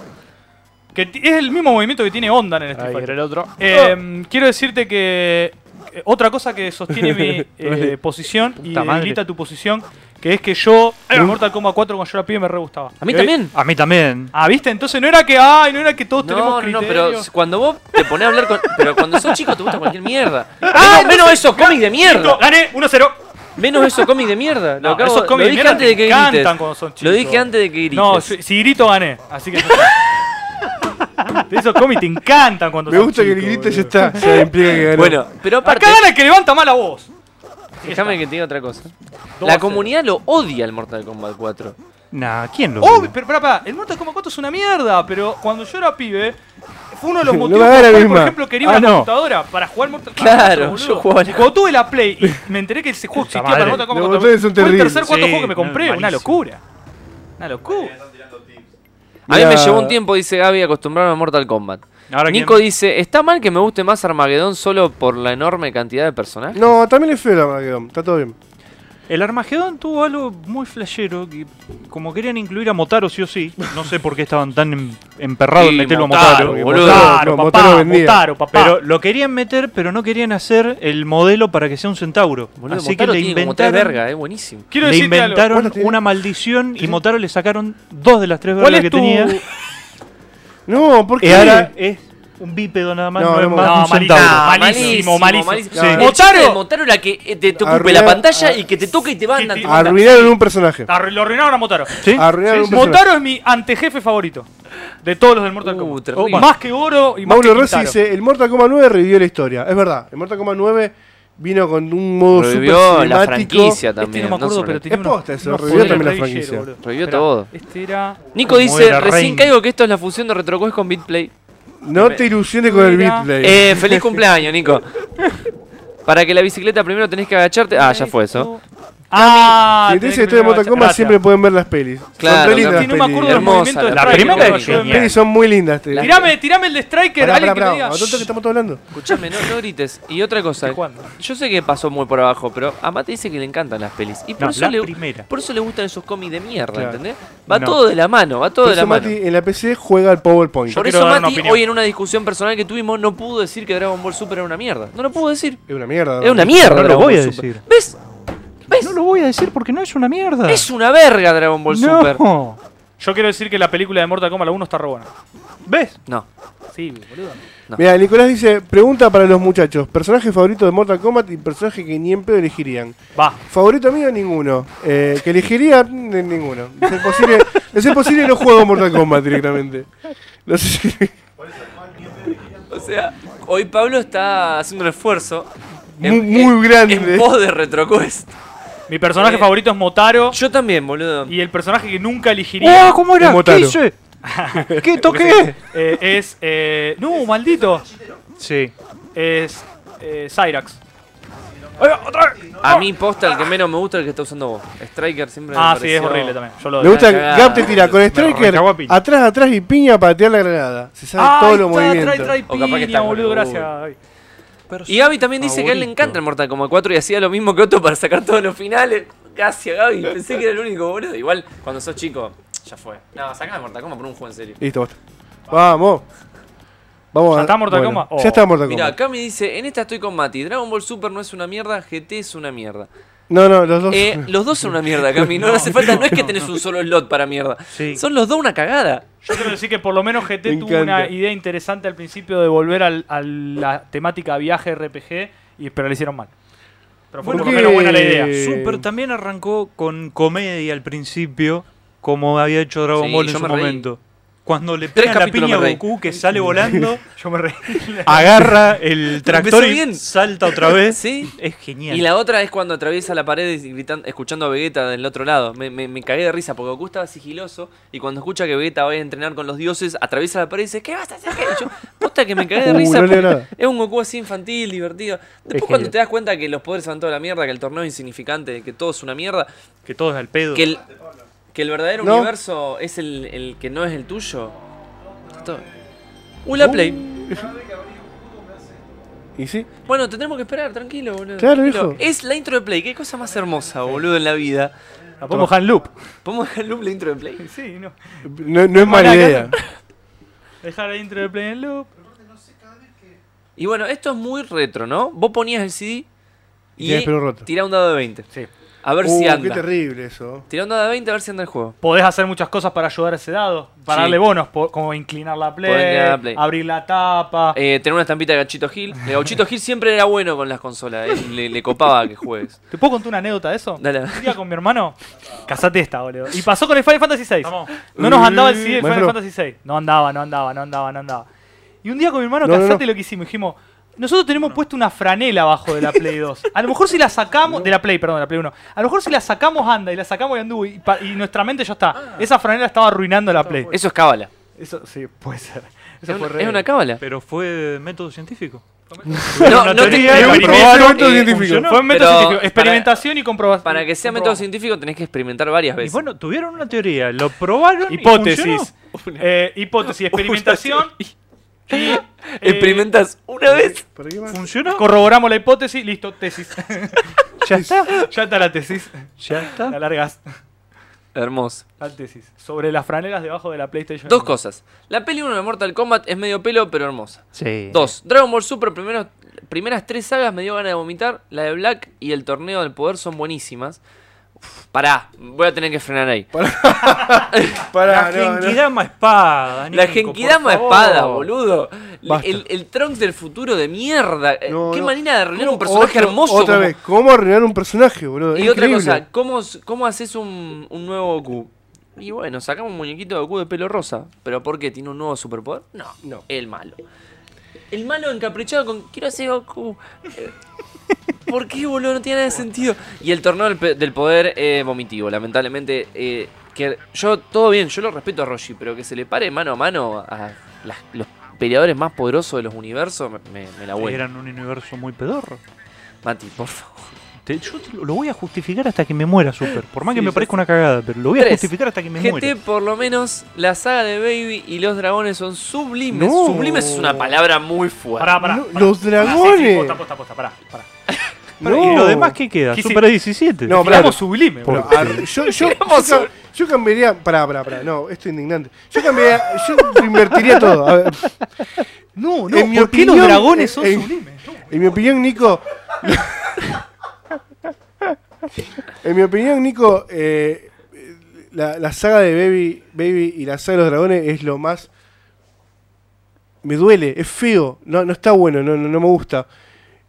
Que ti- es el mismo movimiento que tiene Onda en el Street Ahí Fighter. era el otro. Eh, Quiero decirte que eh, otra cosa que sostiene mi eh, Vale. posición y Puta madre. debilita tu posición, que es que yo en Mortal Kombat 4 cuando yo la pibe me re gustaba. A mí Y hoy- también. A mí también. Ah, ¿viste? Entonces no era que, ay, no era que todos No, tenemos no, no, criterios. pero cuando vos te pones a hablar con. Pero cuando sos chico te gusta cualquier mierda. Ah, Menos, menos esos cómics de Listo, mierda. gané 1-0. Menos esos cómics de mierda. Lo, No, acabo- esos lo cómics de dije mierda antes te de que encantan grites. cuando son Lo chicos. dije antes de que grites. No, si, si grito gané, así que... De Esos cómics te encantan cuando Me sos gusta que el chico, grito ya boludo. está. Se implica que ganó. bueno, pero aparte. Acá gana el que levanta más la voz. Déjame que te diga otra cosa. Dos a La cero. comunidad lo odia al Mortal Kombat 4. Nah, ¿quién lo Oh, vio? pero pará, pará, el Mortal Kombat 4 es una mierda, pero cuando yo era pibe, fue uno de los No motivos me haga la por los cuales, por misma. ejemplo, quería Ah, una no. computadora para jugar Mortal Kombat 4. Claro, yo boludo. jugaba la- Cuando tuve la Play y me enteré que ese juego Puta existía para madre, Mortal Kombat los 4. botones son fue el tercer terribles. cuarto Sí, juego que me no, compré, una malísimo. locura. Una locura. A mí me Mirá. llevó un tiempo, dice Gaby, acostumbrarme a Mortal Kombat. Ahora Nico quién- dice, ¿está mal que me guste más Armageddon solo por la enorme cantidad de personajes? No, también es feo la Armagedón. Está todo bien. El Armagedón tuvo algo muy flashero que como querían incluir a Motaro sí o sí, no sé por qué estaban tan em- emperrados en Sí, meterlo a Motaro, Motaro. boludo. Motaro, No, papá, Motaro vendía. Motaro, papá. Pero lo querían meter, pero no querían hacer el modelo para que sea un centauro. Boludo, Así Motaro que le tiene como tres inventaron, verga, eh, buenísimo. Quiero le decirte algo. inventaron Bueno, tiene- una maldición y Motaro le sacaron dos de las tres ¿Cuál vergas es que tu...? tenía. No, ¿por qué? Y ahora es un bípedo nada más, No, no, es no, más no, un malísimo. centauro. malísimo, malísimo. Sí. El chiste Motaro- de Motaro era que eh, te, te ocupe Arruinar- la pantalla y que te toque y te manda. que te te- manda. Arruinaron un personaje. Arru- Ah, Lo arruinaron a Motaro. ¿Sí? Arruinaron un personaje. Motaro es mi antejefe favorito de todos los del Mortal Uh, Kombat. terrible. más que Oro y más Mauro que Rossi Quintaro. dice, el Mortal Kombat 9 revivió la historia. Es verdad, el Mortal Kombat 9 vino con un modo Revivió super la cinemático. franquicia Este también. no me acuerdo, solo- pero tenía Es unos- posta eso, unos revivió poderes también la re villeros, franquicia. boludo. Revivió Esperá, todo. Este era... Nico Como dice, era recién Rain". caigo que esto es la fusión de RetroQuest con BitPlay. No te ilusiones con el Mira. beatplay. Eh, feliz cumpleaños, Nico. Para que la bicicleta primero tenés que agacharte. Ah, ya fue eso. Ah, si entendés tenés que la historia de mirar Mortal la Kombat bacha. siempre pueden ver las pelis. Claro, son re lindas claro. las Sí, no me acuerdo pelis. del Hermosa movimiento de la Striker, primera boludo. es Yo- Las genial. pelis son muy lindas. te- Tirame, tirame el de Striker, Pará, pará, alguien que me pará. diga. ¿A nosotros que estamos hablando? Escuchame, no, no grites. Y otra cosa, Estoy jugando. yo sé que pasó muy por abajo, pero a Mate dice que le encantan las pelis. Y por, No, eso, la le, primera. por eso le gustan esos cómics de mierda, Claro. ¿entendés? Va No. todo de la mano, va todo Por de la eso mano. Mati en la PC juega al PowerPoint. por eso quiero dar una Mati, opinión. hoy en una discusión personal que tuvimos, no pudo decir que Dragon Ball Super era una mierda. No lo pudo decir. Es una mierda. Es una mierda. No lo Dragon voy Ball a Super. decir. ¿Ves? ¿Ves? No lo voy a decir porque no es una mierda. Es una verga Dragon Ball no. Super. Yo quiero decir que la película de Mortal Kombat la 1 está re buena. ¿Ves? No. Sí, boludo. No. Mira, Nicolás dice, pregunta para los muchachos, personaje favorito de Mortal Kombat y personaje que ni en pedo elegirían. Va. Favorito mío, ninguno. Eh, que elegiría, n- ninguno. De ser posible, de ser posible no juego Mortal Kombat directamente. No sé si- O sea, hoy Pablo está haciendo un esfuerzo. Muy- muy grande. En pos de RetroQuest. Mi personaje Eh. favorito es Motaro Yo también, boludo. y el personaje que nunca elegiría. ¡Oh, cómo Es era! Motaro. ¿Qué hice? ¿Qué toqué? Eh, es. Eh, no, maldito. Sí. Es. Eh, Cyrax. A mí posta el que menos me gusta es el que está usando vos. Striker siempre me Ah, sí, es pareció- horrible también. Yo lo Me odio. gusta que cagada, Gap te tira con me Striker, arrancaba piña. atrás, atrás y piña para tirar la granada. Se sabe Ah, todos ahí los está, movimientos. Trae, O capaz que trae piña, está boludo, con el gracias. Ay. Y Gaby también dice que a él le Favorito. encanta el Mortal Kombat 4 y hacía lo mismo que Otto para sacar todos los finales. Gracias, Gaby. Pensé que era el único, boludo. Igual, cuando sos chico, ya fue. No, sacame Mortal Kombat por un juego en serio. Listo, basta. Vamos. Vamos ¿Ya a- está Mortal bueno, Kombat? Ya Oh. está Mortal Mira, Kombat. acá me dice, en esta estoy con Mati. Dragon Ball Super no es una mierda, GT es una mierda. No, no, los dos. Eh, los dos son una mierda, Cami. No, hace falta, no es que tenés un solo slot para mierda. Sí. Son los dos una cagada. Yo quiero decir que por lo menos Me GT tuvo una encanta. idea interesante al principio de volver al- a la temática viaje RPG, y, pero le hicieron mal. Pero fue ¿Por por lo menos qué? buena la idea. Eh, Super también arrancó con comedia al principio, como había hecho Dragon Sí, Ball en yo su me reí. momento. Cuando le Tres pegan la capítulos piña a me reí. Goku que sale volando, Yo me reí. agarra el tractor empezó y bien. salta otra vez. Sí. Es genial. Y la otra es cuando atraviesa la pared y gritan- escuchando a Vegeta del otro lado. Me, me- me cagué de risa porque Goku estaba sigiloso y cuando escucha que Vegeta va a entrenar con los dioses, atraviesa la pared y dice, ¿qué vas a hacer? ¿Qué? Y Yo, posta que me cagué de Uh, risa no porque leo nada. es un Goku así infantil, divertido. Después Es cuando genial. te das cuenta que los poderes son toda la mierda, que el torneo es insignificante, que todo es una mierda, Que todo es al pedo. que el, que el verdadero No. universo es el, el que no es el tuyo. Esto- Uh, la play. ¿Y sí? Bueno, tendremos que esperar, tranquilo, boludo. Claro, tranquilo. hijo. Es la intro de Play, qué cosa más hermosa, boludo, en la vida. La pongo Han Loop. ¿Podemos dejar loop la intro de Play? Sí, no. No, no es mala Mala idea. Dejar la intro de Play en Loop. Y bueno, esto es muy retro, ¿no? Vos ponías el CD Y y tenías pelo roto. tirá un dado de 20. Sí. A ver si Uh, qué anda. terrible eso. Tirá un dado de 20 a ver si anda el juego. Podés hacer muchas cosas para ayudar a ese dado. Para Sí. darle bonos, po- como inclinar la play, Podés inclinar la play. abrir la tapa. Eh, tener una estampita de Gachito Gil. El Gachito Gil siempre era bueno con las consolas. eh, Le, le copaba que juegues. ¿Te puedo contar una anécdota de eso? Dale. Un día con mi hermano, casate esta, boludo. Y pasó con el Final Fantasy VI. Vamos. No nos andaba el CD del Final Mm, Maestro. Fantasy VI. No andaba, no andaba, no andaba, no andaba. Y un día con mi hermano, No, no, casate no. lo que hicimos. Dijimos, nosotros tenemos puesto una franela abajo de la Play 2. A lo mejor si la sacamos. De la Play, perdón, de la Play 1. A lo mejor si la sacamos anda y la sacamos y anduvo. Y, pa- y nuestra mente ya está. Esa franela estaba arruinando la Play. Eso es cábala. Eso sí, puede ser. Es Eso fue una, re- es una cábala. Pero fue método científico. No, una no te- teoría, eh, lo probaron, eh, método científico. funcionó. Fue un método Pero científico. para- Experimentación y comprobación. Para que sea método científico tenés que experimentar varias Y veces. bueno, tuvieron una teoría, lo probaron. y Hipótesis. funcionó. Eh, hipótesis, experimentación. y, eh, Experimentas una vez. ¿Para qué más? Funcionó. Corroboramos la hipótesis, listo, tesis. Ya está. ya está la tesis. Ya está. La largas. Hermoso. La tesis. Sobre las franelas debajo de la PlayStation. Dos cosas. La peli 1 de Mortal Kombat es medio pelo, pero hermosa. Sí. Dos. Dragon Ball Super, primeros- primeras tres sagas me dio ganas de vomitar. La de Black y el Torneo del Poder son buenísimas. Uf, pará, voy a tener que frenar ahí. Pará, La no, no. Genkidama espada. La Nico, Genkidama por favor. espada, boludo. Basta. El, el Trunks del futuro de mierda. Eh, No, Qué no. manera de arruinar un Otro- personaje hermoso. Otra como- vez, ¿cómo arruinar un personaje, boludo? Y Es otra increíble. cosa, ¿cómo, cómo haces un, un nuevo Goku? Y bueno, sacamos un muñequito de Goku de pelo rosa. ¿Pero por qué? ¿Tiene un nuevo superpoder? No, No. El malo. El malo encaprichado con quiero hacer Goku. Eh, ¿Por qué, boludo? No tiene nada de sentido. Y el torneo del, pe- del poder eh, vomitivo, lamentablemente. eh, que yo, todo bien, yo lo respeto a Roshi, pero que se le pare mano a mano a las- los peleadores más poderosos de los universos, me, me- me la vuelve. Eran un universo muy pedorro. Mati, por favor. Te- yo te lo, lo voy a justificar hasta que me muera, Super. Por más que Sí, me ya parezca una cagada, pero lo voy a Tres. justificar hasta que me GT, muera. por lo menos, la saga de Baby y los dragones son sublimes. No. Sublimes es una palabra muy fuerte. Pará, pará. No, pará. los Ah, sí, sí, dragones. posta, posta, posta, pará, pará. ¿Y No. lo demás qué queda? ¿Qué Super 17. No, Miramos pará. sublime, Pero boludo. ar- yo, yo, Digamos, yo, yo cambiaría. Pará, pará, pará. No, esto es indignante. Yo cambiaría. Yo invertiría todo. A ver, No, no, En mi ¿por qué los opinión, dragones son eh, sublimes? No. en mi opinión, Nico. en mi opinión, Nico. eh, la, la saga de Baby, Baby y la saga de los dragones es lo más. Me duele, es feo. No, no está bueno, no, no, no me gusta.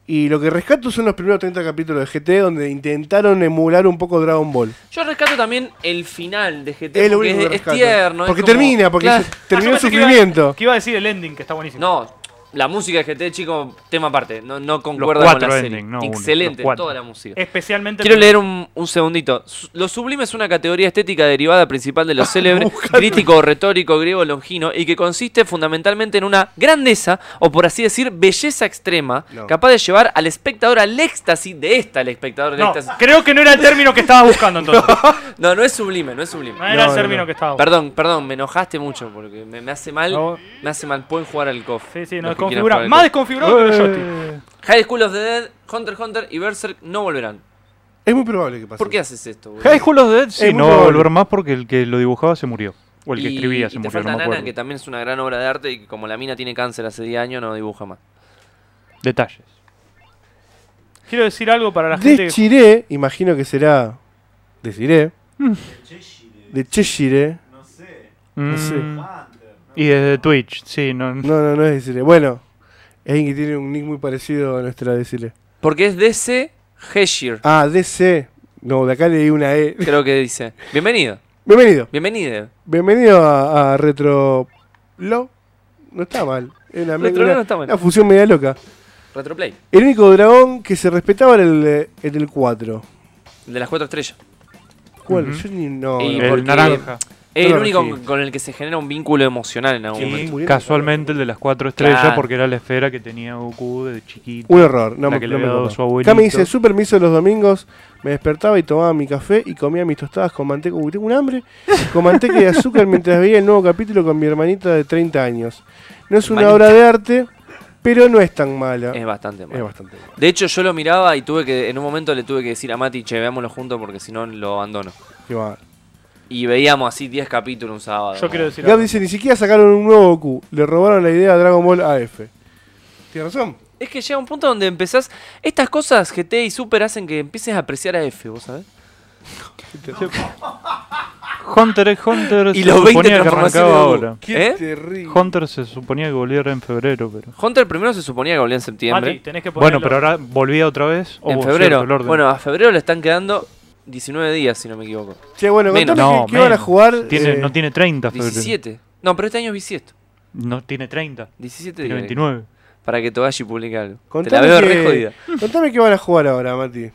Y lo que rescato son los primeros 30 capítulos de GT donde intentaron emular un poco Dragon Ball. Yo rescato también el final de GT. Es lo porque único es, que es rescato. tierno. es Porque como- termina, porque Claro. se- terminó Ah, el yo pensé que iba- sufrimiento. Que iba a decir el ending, que está buenísimo. No, la música de GT, chico, tema aparte. No, no concuerda cuatro con la serie. ending, no uno, Excelente, los cuatro. toda la música. Especialmente. Quiero leer un, un segundito. Su- Lo sublime es una categoría estética derivada principal de lo célebre, crítico o retórico griego longino y que consiste fundamentalmente en una grandeza, o por así decir, belleza extrema, No. capaz de llevar al espectador al éxtasis de esta, el espectador del No, éxtasis. creo que no era el término que estabas buscando entonces. No, no es sublime, no es sublime. No era No, el no, término no. que estabas buscando. Perdón, perdón, me enojaste mucho porque me, me hace mal. No. Me hace mal, pueden jugar al COF. Sí, sí, los no que quieran desconfigura. jugar al Más CoF. desconfigurado que los joystick. High School of the Dead, Hunter x Hunter y Berserk no volverán. Es muy probable que pase. ¿Por qué haces esto? boludo? High School of the Dead, sí, muy no va a probable. volver más porque el que lo dibujaba se murió. O el que Y- escribía y se te murió, falta no me Nana, acuerdo. que también es una gran obra de arte y que como la mina tiene cáncer hace 10 años no dibuja más. Detalles. Quiero decir algo para la gente. De que- Chiré, imagino que será de Chiré. De Cheshire. Mm, sé. Y desde Twitch, sí, no. No, no, no es de Chiré. Bueno, es alguien que tiene un nick muy parecido a nuestra de Chiré. Porque es DC Heshir, Ah, DC. No, de acá leí una E. creo que dice. Bienvenido, Bienvenido. bienvenido. Bienvenido a, a Retro. Lo. No está mal. Es una, Retro una- no está mal. una fusión media loca. Retroplay, El único dragón que se respetaba era el, eh, en el 4. el de las cuatro estrellas. ¿Cuál? Ujú. Yo ni. No. Y no. El porque- naranja. Es el Claro, único sí. con- con el que se genera un vínculo emocional en algún Sí. momento. muriendo. Casualmente el de las cuatro estrellas, Claro. porque era la esfera que tenía Goku de chiquito. Un error, no La me, que no le había me dado copa. su abuelito. Acá me dice, súper me hizo los domingos, me despertaba y tomaba mi café y comía mis tostadas con manteca, uy, tengo un hambre, con manteca y azúcar mientras veía el nuevo capítulo con mi hermanita de 30 años. No es una Hermanita. obra de arte, pero no es tan mala. Es Es, bastante malo. bastante mala. De hecho, yo lo miraba y tuve que, en un momento le tuve que decir a Mati, che, veámoslo juntos porque si no lo abandono. Qué mal. Y veíamos así 10 capítulos un sábado. Yo quiero decir Gab algo. dice, ni siquiera sacaron un nuevo Goku, le robaron la idea a Dragon Ball AF. Tienes razón. Es que llega un punto donde empezás. Estas cosas GT y Super hacen que empieces a apreciar a F, ¿vos sabés? Hunter x Hunter Y se los 20 suponía transformaciones que arrancaba de Goku. ahora. Qué ¿Eh? terrible. Hunter se suponía que volviera en febrero, pero. Hunter primero se suponía que volvía en Mati, oh, septiembre. tenés que ponerlo. Bueno, pero ahora volvía otra vez. o en vos, febrero. cierto, el orden. Bueno, a febrero le están quedando 19 días, si no me equivoco. Che, bueno, Menos. contame No, qué, qué van a menos. jugar. Tiene- eh, no tiene 30 febrero. 17. No, pero este año es bisiesto. No tiene 30. 17 Tiene días. 29. Para que Togashi publique algo. contame Te la veo qué- re jodida. Contame qué van a jugar ahora, Mati.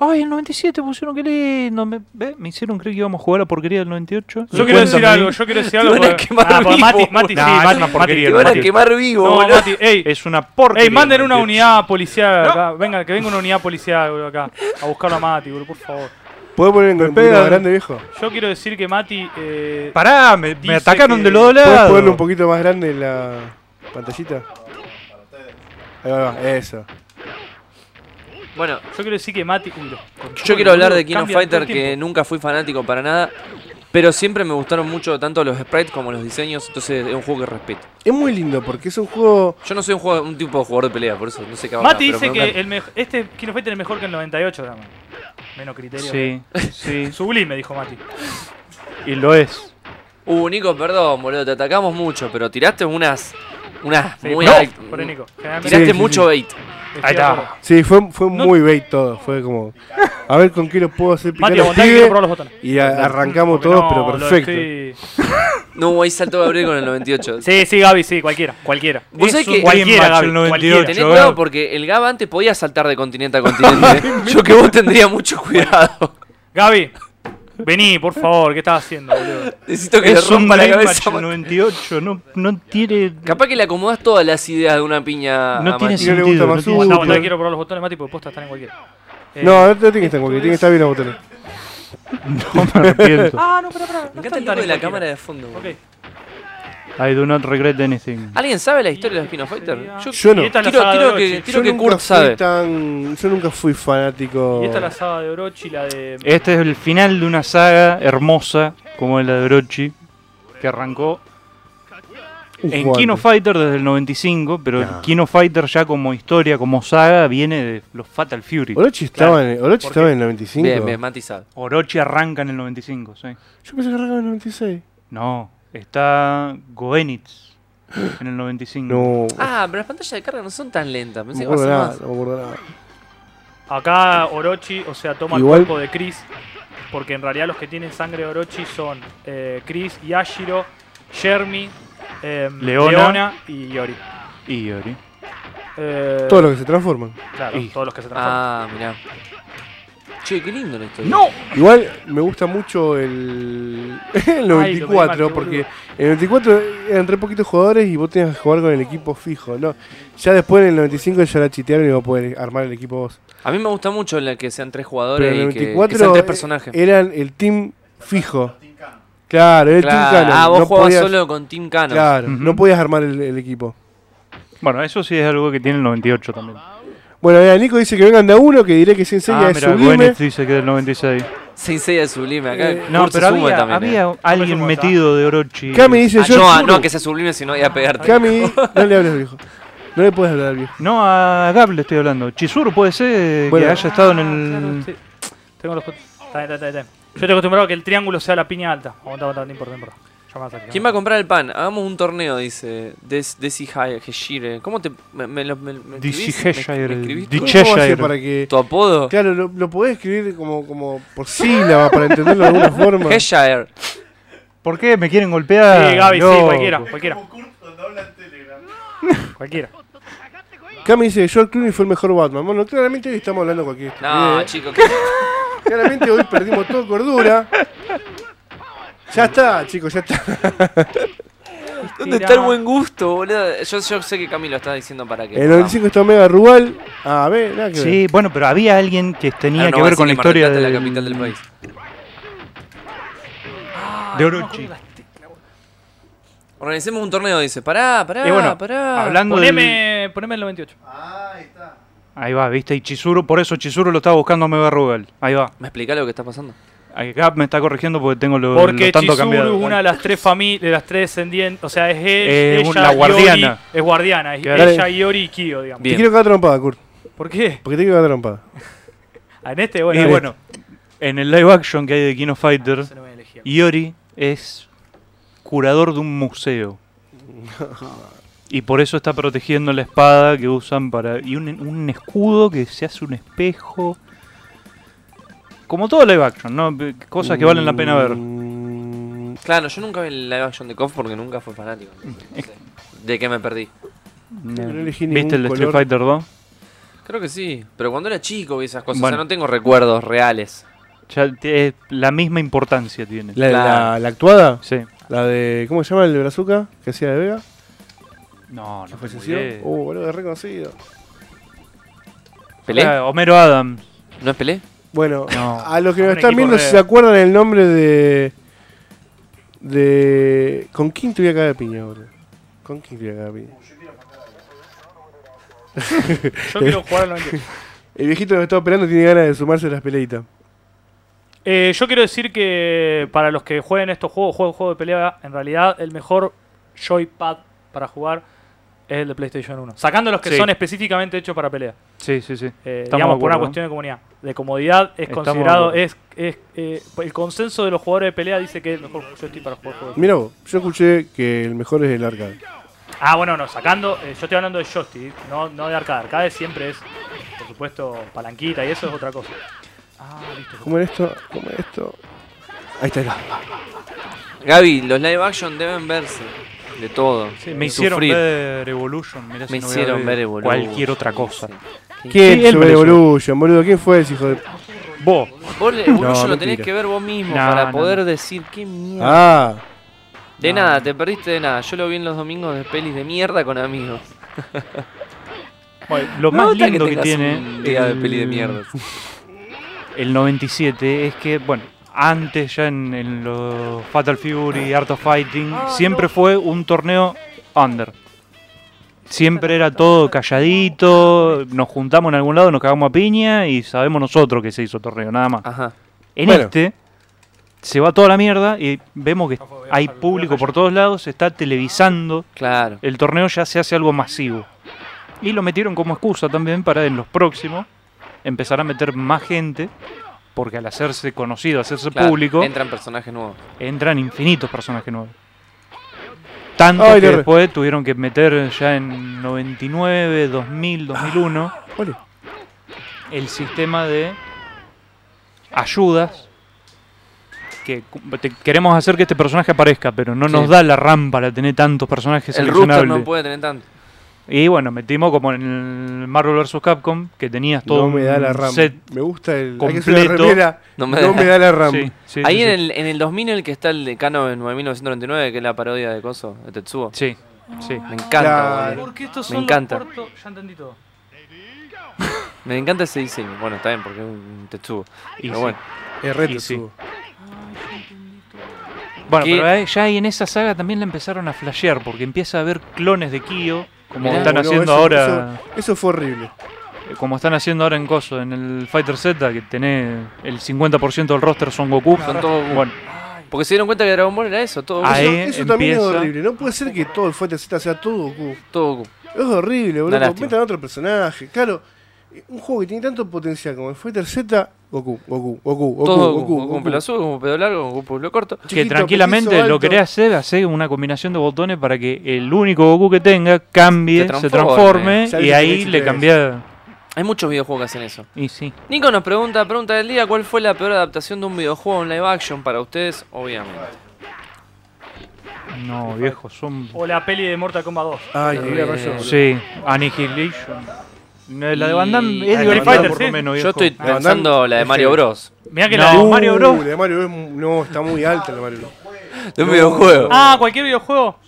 Ay, el 97 pusieron que lindo. Me, ve, me hicieron creer que íbamos a jugar a porquería del 98. Yo quiero decir Cuéntame. algo, yo quiero decir algo. van a porque- quemar Ah, porque vivo, Mati, boludo. Mati, sí, No, es Mati, una Mati, porquería, Te el van a Mati. quemar vivo, No, boludo. Mati, ey, Es una porquería. ey, manden una 98. unidad policial acá. Venga, que venga una unidad policial boludo, acá. A buscar a Mati, boludo, por favor. ¿Puedo poner en pegan. contexto grande, viejo? Yo quiero decir que Mati. eh, Pará, me, me Dice atacaron que- de los dos ¿Puedes lados. ponerle un poquito más grande la pantallita? Ahí va, ahí va, eso. Bueno, yo quiero decir que Mati. uy, los- Yo quiero hablar de King of Cambia todo el Fighter que tiempo. nunca fui fanático para nada, pero siempre me gustaron mucho tanto los sprites como los diseños, entonces es un juego que respeto. Es muy lindo porque es un juego. Yo no soy un, juego, un tipo de jugador de pelea, por eso no sé qué hago Mati acá, dice pero me que encanta. el mej- este King of Fighter es mejor que el 98, dama. Menos criterio. Sí, sí. Sublime, dijo Mati. Y lo es. Uh, Nico, perdón, boludo, te atacamos mucho, pero tiraste unas... unas Sí, muy no, alt- por ahí, Nico. Generalmente Tiraste Sí, sí, mucho sí. bait. estoy Ahí de está. acuerdo. Sí, fue, fue No- muy bait todo. Fue como. A ver con qué lo puedo hacer picar Mati, al aguantá que pibe, quiero probar los botones. Y a- arrancamos Porque todos, no, pero lo perfecto. estoy- eh, No, ahí saltó Gabriel con el 98. Sí, sí, Gaby, sí, cualquiera, cualquiera. Vos sabés Es un que- buen Cualquiera, macho Gaby, el Tenés 98. cuidado porque el Gab antes podía saltar de continente a continente. ¿eh? Yo que vos tendría mucho cuidado. Gaby, vení, por favor, ¿qué estás haciendo, boludo? Necesito que le Es un rompa la buen cabeza. macho el 98. No, no tiene. Capaz que le acomodás todas las ideas de una piña No a tiene Mati. Y no le gusta sentido. más no Uh, tiene uno. No, sentido. no, pero- quiero probar los botones, Mati, porque posta están en cualquiera. Eh, No, no tiene que estar en cualquier, tiene que estar bien los botones. No me arrepiento. Ah, no, pará, pará. no Me encanta están el logo de la tan en cualquiera. cámara de fondo. boludo. Ok. I do not regret anything. ¿Alguien sabe la historia de los King of Fighter? Sería- Yo no. Y esta es la Tiro- saga tiro de que- Orochi. Creo Kurt fui sabe. tan- yo nunca fui fanático. Y esta es la saga de Orochi, la de... Este es el final de una saga hermosa como la de Orochi, que arrancó un en jugante. Kino Fighter desde el 95, pero el Kino Fighter ya como historia, como saga, viene de los Fatal Fury. Orochi estaba, en, Orochi estaba en el 95. Bien, bien, Mati sabe. Orochi arranca en el 95, sí. Yo pensé que arrancaba en el 96. Mm. No, está Goenitz en el 95. No. Ah, pero las pantallas de carga no son tan lentas. no me Pensé que iba a acuerdo ser más. nada, no me acuerdo nada. Acá Orochi, o sea, toma Igual- el cuerpo de Chris, porque en realidad los que tienen sangre de Orochi son eh, Chris, Yashiro, Jeremy, em, Leona. y Yori. Y Yori. Eh, Todos los que se transforman. Claro, Y- todos los que se transforman. Ah, mirá. Che, qué lindo la historia. ¡No! Igual me gusta mucho el, el lo que 94, marca, porque boludo. en el 94 eran re poquitos jugadores y vos tenías que jugar con el equipo fijo, ¿no? Ya después en el 95 ya la chitearon y vos podés armar el equipo vos. A mí me gusta mucho la que sean tres jugadores Pero en el y que- que, sean 94 tres personajes. eran el team fijo. Claro, era el Claro. team Canon. Ah, vos no jugabas podías, solo con Team Canon. Claro, Ujú. no podías armar el, el equipo. Bueno, eso sí es algo que tiene el 98 también. Bueno, mira, Nico dice que vengan de a uno, que diré que se enseña ah, es mira, sublime. Goenitz dice que del 96. Seis de sublime acá. Eh, No, Kurt se pero suma había, también, eh. había alguien sumo, metido de Orochi. Cami dice Ah, yo. no, ah, juro- no, que sea sublime, si no iba a pegarte. Cami, no le hables, viejo. No le puedes hablar bien. No, a Gab le estoy hablando. Chisur puede ser Bueno. que haya estado en Ah, claro, el. sí. Tengo los. co- Está bien, está bien, está bien. Yo estoy acostumbrado a que el triángulo sea la piña alta. Aguanta, aguanta, no importa, no importa. Ya me va a salir. ¿Quién va a comprar el pan? Hagamos un torneo, dice Des, Desihashire. ¿Cómo te. me, me, lo- me- me escribís? ¿Me- Desihashire. me escribís Dich- tu, ¿Cómo va a ser Cheshire. para que. tu apodo? Claro, lo, lo podés escribir como, como por sílaba para entenderlo de alguna forma. Heshire. ¿Por qué? ¿Me quieren golpear? Sí, Gaby, sí, Loco. cualquiera, cualquiera. cualquiera. Cami dice: George Clooney fue el mejor Batman. Bueno, claramente hoy estamos hablando cualquier. No, estupidez. chicos. ¿qué- Claramente hoy perdimos toda cordura. Ya está, chicos, ya está. ¿Dónde está el buen gusto, boludo? Yo, yo sé que Camilo está diciendo para que. En el perdamos. 95 está Omega Rural. A ver, nada que ver. Sí, bueno, pero había alguien que Ah, tenía no, que va a ver ser con la Mar del historia Plata es del- la capital del país. de Orochi. Organicemos un torneo, dice. Pará, pará, Y bueno, pará. hablando del- Poneme, poneme el 98. Ahí va, viste, y Chizuru, por eso Chizuru lo estaba buscando a Mega Rugal. Ahí va. ¿Me explica lo que está pasando? Ahí Gab me está corrigiendo porque tengo lo, Porque lo tanto cambiado. Chizuru es una de las tres familias, de las tres descendientes. O sea, es él, Eh, ella, un- la guardiana. Iori- es guardiana. Es Claro. ella, Iori y Kyo, digamos. Te Bien. quiero quedar trompada, Kurt. ¿Por qué? Porque te quiero quedar trompada. Ah, En este, bueno. Y en bueno, en el live action que hay de Kino Fighter, este. No me elegí. Iori es curador de un museo. Y por eso está protegiendo la espada que usan para. Y un, un escudo que se hace un espejo. Como todo live action, ¿no? B- Cosas que valen la pena ver. Mm, Claro, yo nunca vi el live action de KOF porque nunca fui fanático. entonces no sé ¿De qué me perdí? no elegí ningún ¿Viste el de Street color. Fighter 2? Creo que sí. Pero cuando era chico vi esas cosas. Bueno. O sea, no tengo recuerdos reales. Ya te- la misma importancia tiene. La, Claro. la- la actuada, Sí. la de. ¿Cómo se llama el de Brazuca? Que hacía de Vega. No, no. Falleció. eh. miré. Uh, boludo, es reconocido. ¿Pelé? Ah, Homero Adams. ¿No es Pelé? Bueno, No. a los que nos Un están equipo viendo, re- si se acuerdan el nombre de. de. ¿Con quién te voy a cagar de piña, boludo? ¿Con quién te voy a cagar de piña? Yo quiero jugar al 98. El viejito que me está operando tiene ganas de sumarse a las peleitas. Eh, yo quiero decir que para los que jueguen estos juegos, juegos, juegos de pelea, en realidad el mejor joypad para jugar es el de PlayStation 1. Sacando los que Sí. son específicamente hechos para pelea. Sí, sí, sí. Eh, digamos, Estamos de por una acuerdo, cuestión de comunidad. De comodidad es Estamos de considerado, acuerdo. es, es eh, el consenso de los jugadores de pelea dice que es el mejor joystick para jugar juegos. Mira vos, yo escuché que el mejor es el arcade. Ah, bueno, no, sacando, eh, yo estoy hablando de joystick, no, no de arcade. Arcade siempre es, por supuesto, palanquita y eso es otra cosa. Ah, listo. ¿Cómo era esto? ¿Cómo era esto? Ahí está, acá. Gaby, los live action deben verse. De todo. Sí, me hicieron Sufrir. ver Evolution. mirá si Me no hubiera hicieron ver visto Evolution. Cualquier otra cosa. Sí. ¿Quién Sí, él hizo el mereció. Evolution, boludo? ¿Quién fue ese hijo de.? Vos. Vos el Evolution lo mentira. tenés que ver vos mismo No, para no, poder no. decir qué mierda. Ah, de no. nada, te perdiste de nada. Yo lo vi en los domingos de pelis de mierda con amigos. Lo Me más gusta que lindo que, tengas tiene. un día de peli de mierda. El 97 es que, bueno, antes ya en, en los Fatal Fury, Art of Fighting, siempre fue un torneo under. Siempre era todo calladito, nos juntamos en algún lado, nos cagamos a piña y sabemos nosotros que se hizo torneo, nada más. Ajá. En Bueno. este se va toda la mierda y vemos que hay público por todos lados, se está televisando Claro. el torneo ya se hace algo masivo. Y lo metieron como excusa también para en los próximos empezar a meter más gente, porque al hacerse conocido, hacerse claro. público, Entran personajes nuevos. entran infinitos personajes nuevos. Tanto Ay, que le re- después tuvieron que meter ya en 99, 2000, 2001 ole. el sistema de ayudas que cu- te- queremos hacer que este personaje aparezca, pero no nos Sí. da la rampa para tener tantos personajes El router seleccionables. no puede tener tanto. Y bueno, metimos como en el Marvel vs. Capcom, que tenías todo no me da la un RAM. set. Me gusta el. hay que hacer completo. una remera. No No me me, da- da la RAM. Sí, sí, Ahí sí, en, sí. El, en el 2000 el que está el decano en 1999, que es la parodia de Coso, de Tetsuo. Sí, sí. Me encanta, Claro. boludo. Porque estos Me son encanta. los cortos, ya entendí todo. Me encanta ese diseño. Bueno, está bien, porque es un Tetsuo. Y Pero sí. bueno. Es reto, Y sí. subo. Bueno, Que- pero ahí- ya ahí en esa saga también la empezaron a flashear, porque empieza a haber clones de Kyo, como Mirá. están No, haciendo eso- ahora. eh, Eso, eso fue horrible. Como están haciendo ahora en Coso, en el Fighter Z, que tenés el 50% del roster son Goku. Son todos Goku. Bueno, Porque se dieron cuenta que Dragon Ball era eso, todo Ahí eso eso también es empieza- horrible. No puede ser que todo el Fighter Z sea todo Goku. Todo Goku. Es horrible, Una boludo. lástima. Metan a otro personaje. Claro, eh, un juego que tiene tanto potencial como el Fighter Z, Goku, Goku, Goku, Goku, Todo Goku, Goku, con pelo azul, con pelo largo, con pelo corto. que Chiquito, tranquilamente petizo, lo alto. querés hacer, hacer una combinación de botones para que el único Goku que tenga cambie, Se se transforme. transforme, Ya viste y que ahí existe le eso. cambia. Hay muchos videojuegos que hacen eso. Y sí. Nico nos pregunta, pregunta del día, ¿cuál fue la peor adaptación de un videojuego en live action para ustedes? Obviamente. No, viejo, son. O la peli de Mortal Kombat 2. Ay, llegué a Eh, rayos, boludo. Sí, Annihilation. No, La de Van Damme Y- es Street divertida Fighter, por lo sí. menos, Yo viejo. estoy Ah, Van pensando Damme. la de Mario Bros. Mirá que No. la de Uh, Mario Bros. la de Mario es mu- no, está muy alta la de Mario Bros. De un videojuego. Ah, cualquier videojuego.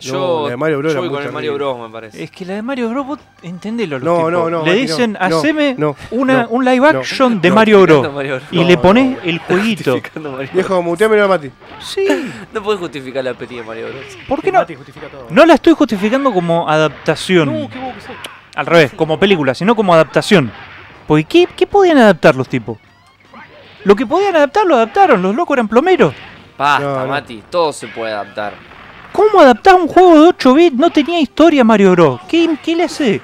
Yo, la de Mario yo Bros era voy muy con el Mario terrible. Bros, me parece. Es que la de Mario Bros, vos entendelo. los No, tipos. no, no, Le Mati, dicen, no, no, haceme no, una, no, un live no, action de no. Mario Bros. Mario Bros. Y No, le no, pones el jueguito. Justificando Mario Bros. Viejo, muteamelo a Mati. Sí, No puedes justificar la peli de Mario Bros. ¿por qué no? Mati justifica todo. No la estoy justificando como adaptación. No, qué huevo que soy. Al revés, como película, sino como adaptación. Porque ¿qué, qué podían adaptar los tipos? Lo que podían adaptar lo adaptaron, los locos eran plomeros. Basta, No, no. Mati, todo se puede adaptar. ¿Cómo adaptar un juego de 8 bits? No tenía historia Mario Bros. ¿Qué, qué le hace?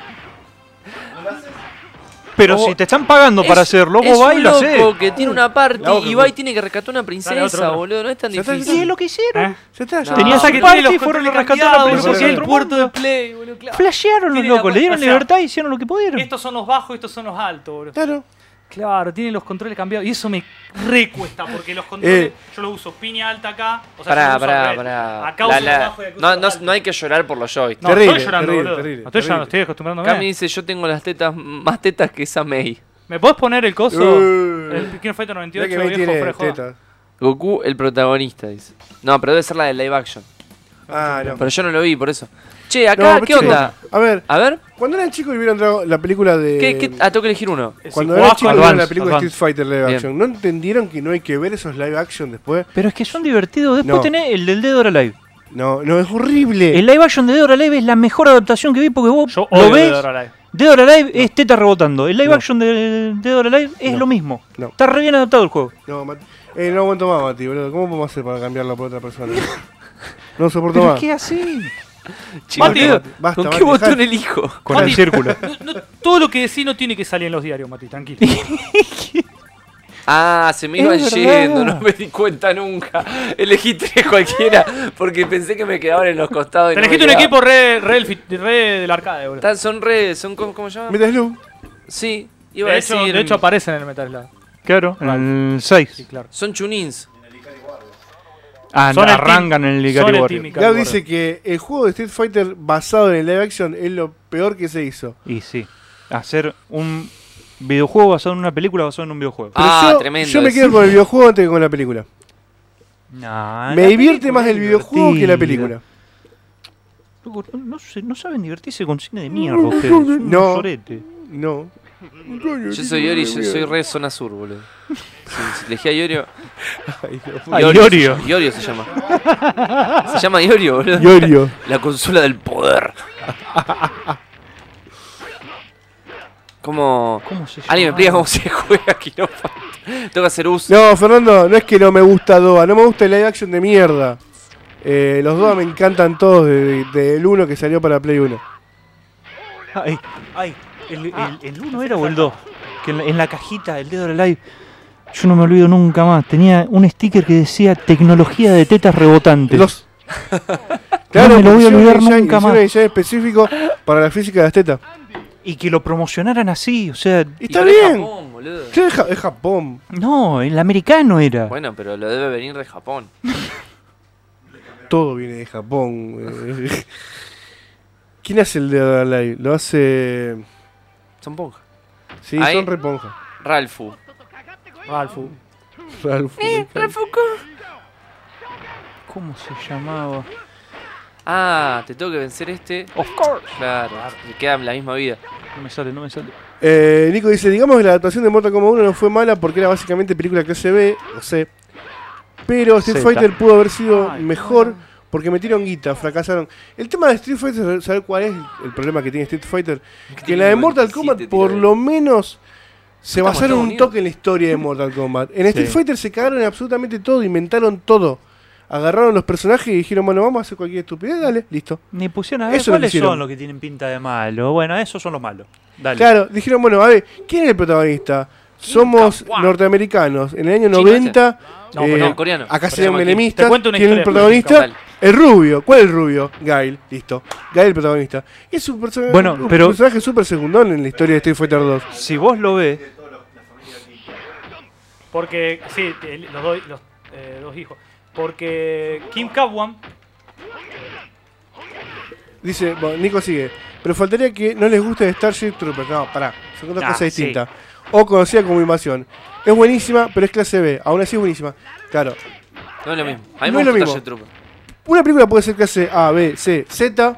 Pero Vos- Oh, si te están pagando para Es- hacerlo, es vos vas y un lo hacés. loco que tiene una parte La boca, y va y Julio. tiene que rescatar una princesa, otro, otro. boludo. No es tan Ya está, difícil. Y es lo que hicieron. ¿Eh? Ya está, ya No. Tenían Pasa su que parte y fueron a rescatar a la cambiados, princesa porque del el otro mundo. de Play, boludo. claro. Flashearon los Tiene la locos, le vuelta, dieron o sea, libertad y hicieron lo que pudieron. Estos son los bajos, estos son los altos, boludo. Claro. Claro, tiene los controles cambiados. Y eso me recuesta, porque los controles. Yo los uso piña alta acá. O sea, yo Pará, los uso pará, al revés. pará. Acá La- uso la- los bajos y acá uso no, los no, altos. no hay que llorar por los joysticks. No, Terrible, estoy llorando, terrible, boludo. terrible, no estoy llorando, terrible. estoy acostumbrándome. Cami dice, yo tengo las tetas, más tetas que esa May. ¿Me podés poner el coso? Uh. el King Fighter Mirá 98, que Mati viejo, tiene fuera de joda. teta. Goku, el protagonista, dice. No, pero debe ser la de live action. Ah, no. Pero yo no lo vi, por eso. Che, No, acá, pero ¿qué chicos, onda? A ver, A ver, cuando eran chicos y vieron Drago- la película de... ¿qué, qué- ah, tengo que elegir uno. Es Cuando un eran guajo, chicos vieron Advance, la película Advance. Street Fighter live Bien. action. ¿No entendieron que no hay que ver esos live action después? Pero es que son divertidos. Después No. tenés el del Dead or Alive. No, no, es horrible. El live action de Dead or Alive es la mejor adaptación que vi porque vos Yo lo odio ves. Dead or Alive. Dead or Alive es teta rebotando. El live No. action de Dead or Alive es No. lo mismo. No. Está re bien adaptado el juego. No, Mati. Eh, no aguanto más, Mati, boludo. ¿Cómo podemos hacer para cambiarlo por otra persona? No soporto Pero más. es que así. Chicos, Mati, ¿con- basta, ¿Con Mati, qué botón dejá- elijo? Con Mati, el círculo. no- no- todo lo que decís no tiene que salir en los diarios, Mati, tranquilo. Ah, se me Es iban verdad. yendo, no me di cuenta nunca. Elegí tres cualquiera porque pensé que me quedaban en los costados. y Te no me elegiste un quedaba. equipo re, re, del fi- re del arcade, boludo. Tan- son re, son como- ¿cómo se llama? Metal Slug. Sí, iba a De hecho, decir. de hecho aparecen en el Metal Slug. Claro, en el 6. Sí, claro. son chunins. Ah, Son el team- arrancan en el son Ligari el Warrior. team Icarus Gab Warrior. dice que el juego de Street Fighter basado en el live action es lo peor que se hizo. Y sí. Hacer un videojuego basado en una película basado en un videojuego. Ah, yo, tremendo Yo me eso. quedo con el videojuego antes que con la película. No, me Ah, la divierte película más es el videojuego que la divertida. película. Loco, No, no sé, no saben divertirse con cine de mierda ustedes. son unos No. sorete. No. Yo soy Yori, yo soy re zona sur, boludo. Si- si elegí a Iorio. Ah, Iorio. Iorio. Iorio se llama. Se llama Iorio, boludo. Yorio. La consola del poder. ¿Cómo? ¿Cómo se llama? ¿Alguien me explica cómo se juega Quirofact? Tengo que hacer uso. No, Fernando, no es que no me gusta Doa, no me gusta el live action de mierda. Eh, los Doa me encantan todos, de- de- del 1 que salió para Play 1. Ay, ay, el, el, Ah. 1 era o el 2. Que en la, en la cajita, el dedo del live. Yo no me olvido nunca más. Tenía un sticker que decía tecnología de tetas rebotantes. Los. me lo voy a hicieron olvidar un design- nunca hicieron más. un design específico para la física de las tetas. Y que lo promocionaran así. O sea, Y está con el bien. Japón, boludo. Sí, Es, Ja- es Japón. no, el americano era. Bueno, pero lo debe venir de Japón. Todo viene de Japón. eh. ¿Quién hace el de Adalai? Lo hace. Son ponja. Sí, Ahí. son reponja. Ralfu. Ralfu. Eh, Ralph. ¿Cómo se llamaba? Ah, te tengo que vencer este. Of course. Claro, te queda la misma vida. No me sale, no me sale. Eh, Nico dice, digamos que la adaptación de Mortal Kombat 1 no fue mala porque era básicamente película que se ve, o sé. Pero Street Zeta. Fighter pudo haber sido Ay, mejor porque metieron guita, fracasaron. El tema de Street Fighter, ¿sabes cuál es el problema que tiene Street Fighter? Que en la de este Mortal Kombat 27 por tiro lo menos se Estamos basaron todos un unidos. toque en la historia de Mortal Kombat. En Street Sí. Fighter se cagaron en absolutamente todo, inventaron todo. agarraron los personajes y dijeron, bueno, vamos a hacer cualquier estupidez, dale, listo. Ni pusieron a ver Eso lo cuáles hicieron. son. Son los que tienen pinta de malo. Bueno, esos son los malos. Dale. Claro, dijeron, bueno, a ver, ¿quién es el protagonista? Somos Kang-wak. norteamericanos. En el año Chino, 90, No, perdón, coreano. acá Pero serían llama aquí. menemistas. Te cuento una tiene un historia. protagonista. Dale. El rubio. ¿Cuál es el rubio? Gail, listo. Gail el protagonista. Es un, perso- Bueno, un pero- personaje súper segundón en la historia de Street Fighter 2. Si vos lo ves, Porque, sí, el- los, doy- los, eh, dos hijos. Porque Kim Kabwan, Dice, bueno, Nico sigue. Pero faltaría que no les guste Starship Troopers. No, pará. Son dos Ah, cosas sí. distintas. O conocida como invasión. Es buenísima, pero es clase B. Aún así es buenísima. Claro. No es lo mismo. A mí No me es gusta lo mismo. Starship Trooper. Una película puede ser clase A, B, C, Z.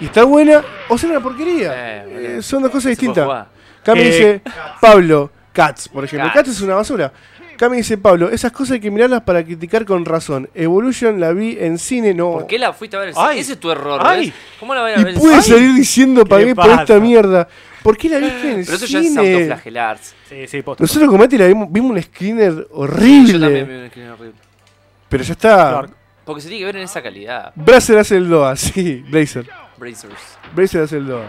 Y está buena. O ser una porquería. Eh, boludo. Eh, son dos cosas Se puede distintas. jugar. Cami Eh, dice, Pablo, Cats, por ejemplo. Cats. Cats es una basura. Cami dice, Pablo, esas cosas hay que mirarlas para criticar con razón. Evolution la vi en cine, no. ¿Por qué la fuiste a ver? el cine? Ay. Ese es tu error, Ay. ¿ves? ¿Cómo la van a Y ver? el puede cine? salir diciendo pagué por esta pasa? mierda. ¿Por qué la viste en el Pero eso ya cine? es autoflagelarse. Sí, sí, posta. Nosotros con Mati la vimos, vimos un screener Yo también horrible. vi un screen horrible. Pero ya está. Clark. Porque se tiene que ver en esa calidad. Bracer hace el DOA, sí, Blazer. Brazers. Blazer hace el DOA.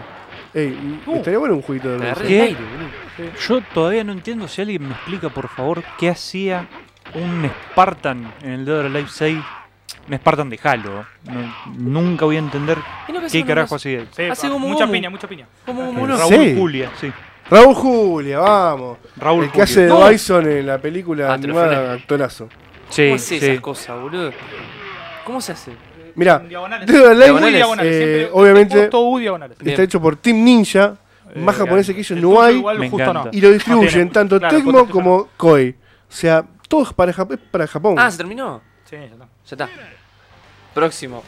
Ey, Uh. estaría bueno un jueguito de Me Bracer. agarré ¿Qué? el aire, boludo. yo todavía no entiendo si alguien me explica, por favor, qué hacía un Spartan en el Dead or Alive 6. Un Spartan de Halo. ¿eh? No- nunca voy a entender Y no que sea qué una carajo cosa- hacía. Sí, Hace pa- como mucha Gomu. piña, mucha piña. ¿Cómo, cómo no? Raúl Sí. Julia, sí. Raúl Julia, vamos. Raúl el que hace de Julia. Bison en la película Ah, te lo animada, frené. actorazo. Sí, ¿Cómo hace sí. esas cosas, boludo? ¿Cómo se hace? Mirá, Diagonales. Dead or Alive, Diagonales. Muy diagonales, eh, siempre obviamente- justo U diagonales. Bien. está hecho por Team Ninja, más bien. japoneses que ellos El no tuyo hay. igual Me justo encanta. no. Y lo distribuyen No tiene- tanto claro, Tecmo contexto- como Koi. O sea, todo es para, Jap- es para Japón. Ah, se terminó. Sí, ya está. Ya está. Próximo.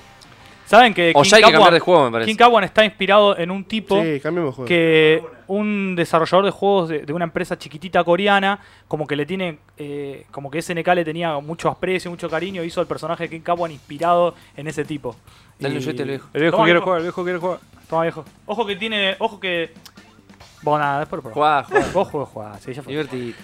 Saben Eh, que O Kim ya hay que Kabwan- cambiar de juego, me parece. Kim Kabwan está inspirado en un tipo sí, cambiamos de juego. que un desarrollador de juegos de, de una empresa chiquitita coreana, como que le tiene, eh, como que SNK le tenía mucho aprecio, mucho cariño, hizo el personaje de Kim Kabwan inspirado en ese tipo. Dale Y- un joystick al viejo. El viejo Toma, quiere viejo. jugar, el viejo quiere jugar. Toma, viejo. Ojo que tiene, ojo que... Bueno, nada, después lo probamos. Jugá, jugá. Vos jugás, jugás, sí, ya fue. Divertido.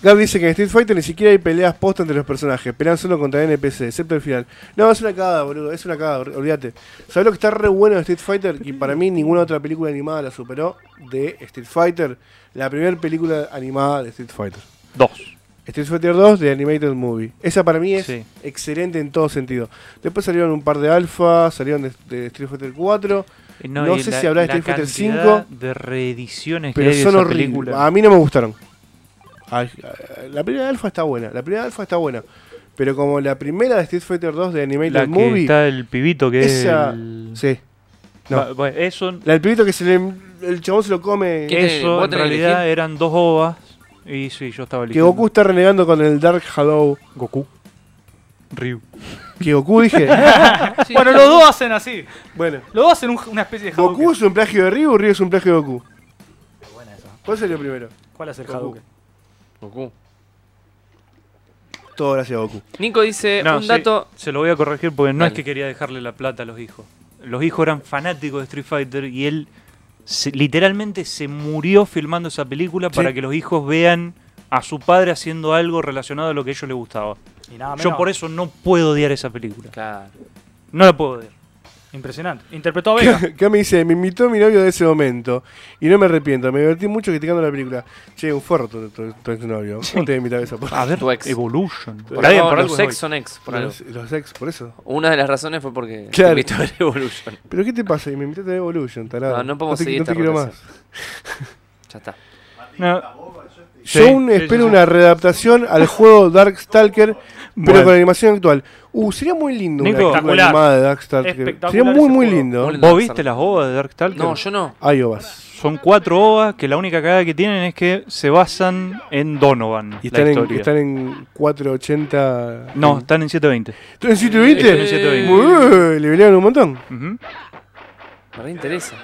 Gab dice que en Street Fighter ni siquiera hay peleas posta entre los personajes, pelean solo contra NPC, excepto el final. No, es una cagada, boludo, es una cagada, ol- olvídate. ¿Sabes lo que está re bueno de Street Fighter? Y para mí ninguna otra película animada la superó de Street Fighter, la primera película animada de Street Fighter. Dos. Street Fighter 2 de Animated Movie. Esa para mí es Sí. excelente en todo sentido. Después salieron un par de alfa, salieron de, de Street Fighter 4, Eh, No y sé la- si habrá de la Street Fighter cantidad 5, de reediciones que pero hay de son esa horribles. película. A mí no me gustaron. Ay, eh, la primera de alfa está buena, la primera de alfa está buena. Pero como la primera de Street Fighter 2 de Animated La que Movie, está el pibito que esa... es el- Sí. no. Va- va- eso La del pibito que se le, el chabón se lo come... ¿Qué? tenés- eso vos en tenés que realidad eran dos ovas y sí, yo estaba Que eligiendo. Goku está renegando con el Dark Hollow. Goku. Ryu. Que Goku dije... Sí. Bueno, los dos hacen así. bueno. Los dos hacen un- una especie de Hadouken. Goku es un plagio de Ryu, Ryu es un plagio de Goku. ¿Cuál salió primero? ¿Cuál es el Goku. Hadouken? Goku. Todo gracias a Goku. Nico dice No, Eh, un sí, dato. se lo voy a corregir porque no Dale. es que quería dejarle la plata a los hijos. Los hijos eran fanáticos de Street Fighter y él se- literalmente se murió filmando esa película Sí. para que los hijos vean a su padre haciendo algo relacionado a lo que a ellos les gustaba. Y nada menos. Yo por eso no puedo odiar esa película. Claro. No la puedo odiar. Impresionante. Interpretó a Vega. Acá me dice, me invitó mi novio de ese momento. Y no me arrepiento, me divertí mucho criticando la película. Che, un forro tu, tu- tu ex novio. ¿Cómo te invitaba a esa A porra? ver, Tu ex. Evolution. Por algo, por algo los es ex son ex. Por algo. Los, los ex, por eso. Una de las razones fue porque Claro. te invitó a ver Evolution. ¿Pero qué te pasa? Y me invitaste a Evolution, tarado. No, no podemos te, seguir no te esta quiero más. relación. Ya está. hoy. No, Yo Sí, aún sí, sí, espero sí. una readaptación al juego Darkstalker, pero Bueno. con animación actual. Uh, sería muy lindo Nico, una película espectacular. animada de Darkstalker. Sería Espectacular muy, ese muy juego. lindo. Muy lindo. ¿Vos viste las ovas de Dark Talker? No, yo no. Ay, Obas. Son cuatro ovas que la única cagada que tienen es que se basan en Donovan. Y la están en, historia. están en 480... No, están en 720. ¿Están en 720? Eh, 720. Muy bien, le pelearon un montón. Ujú. Me reinteresa.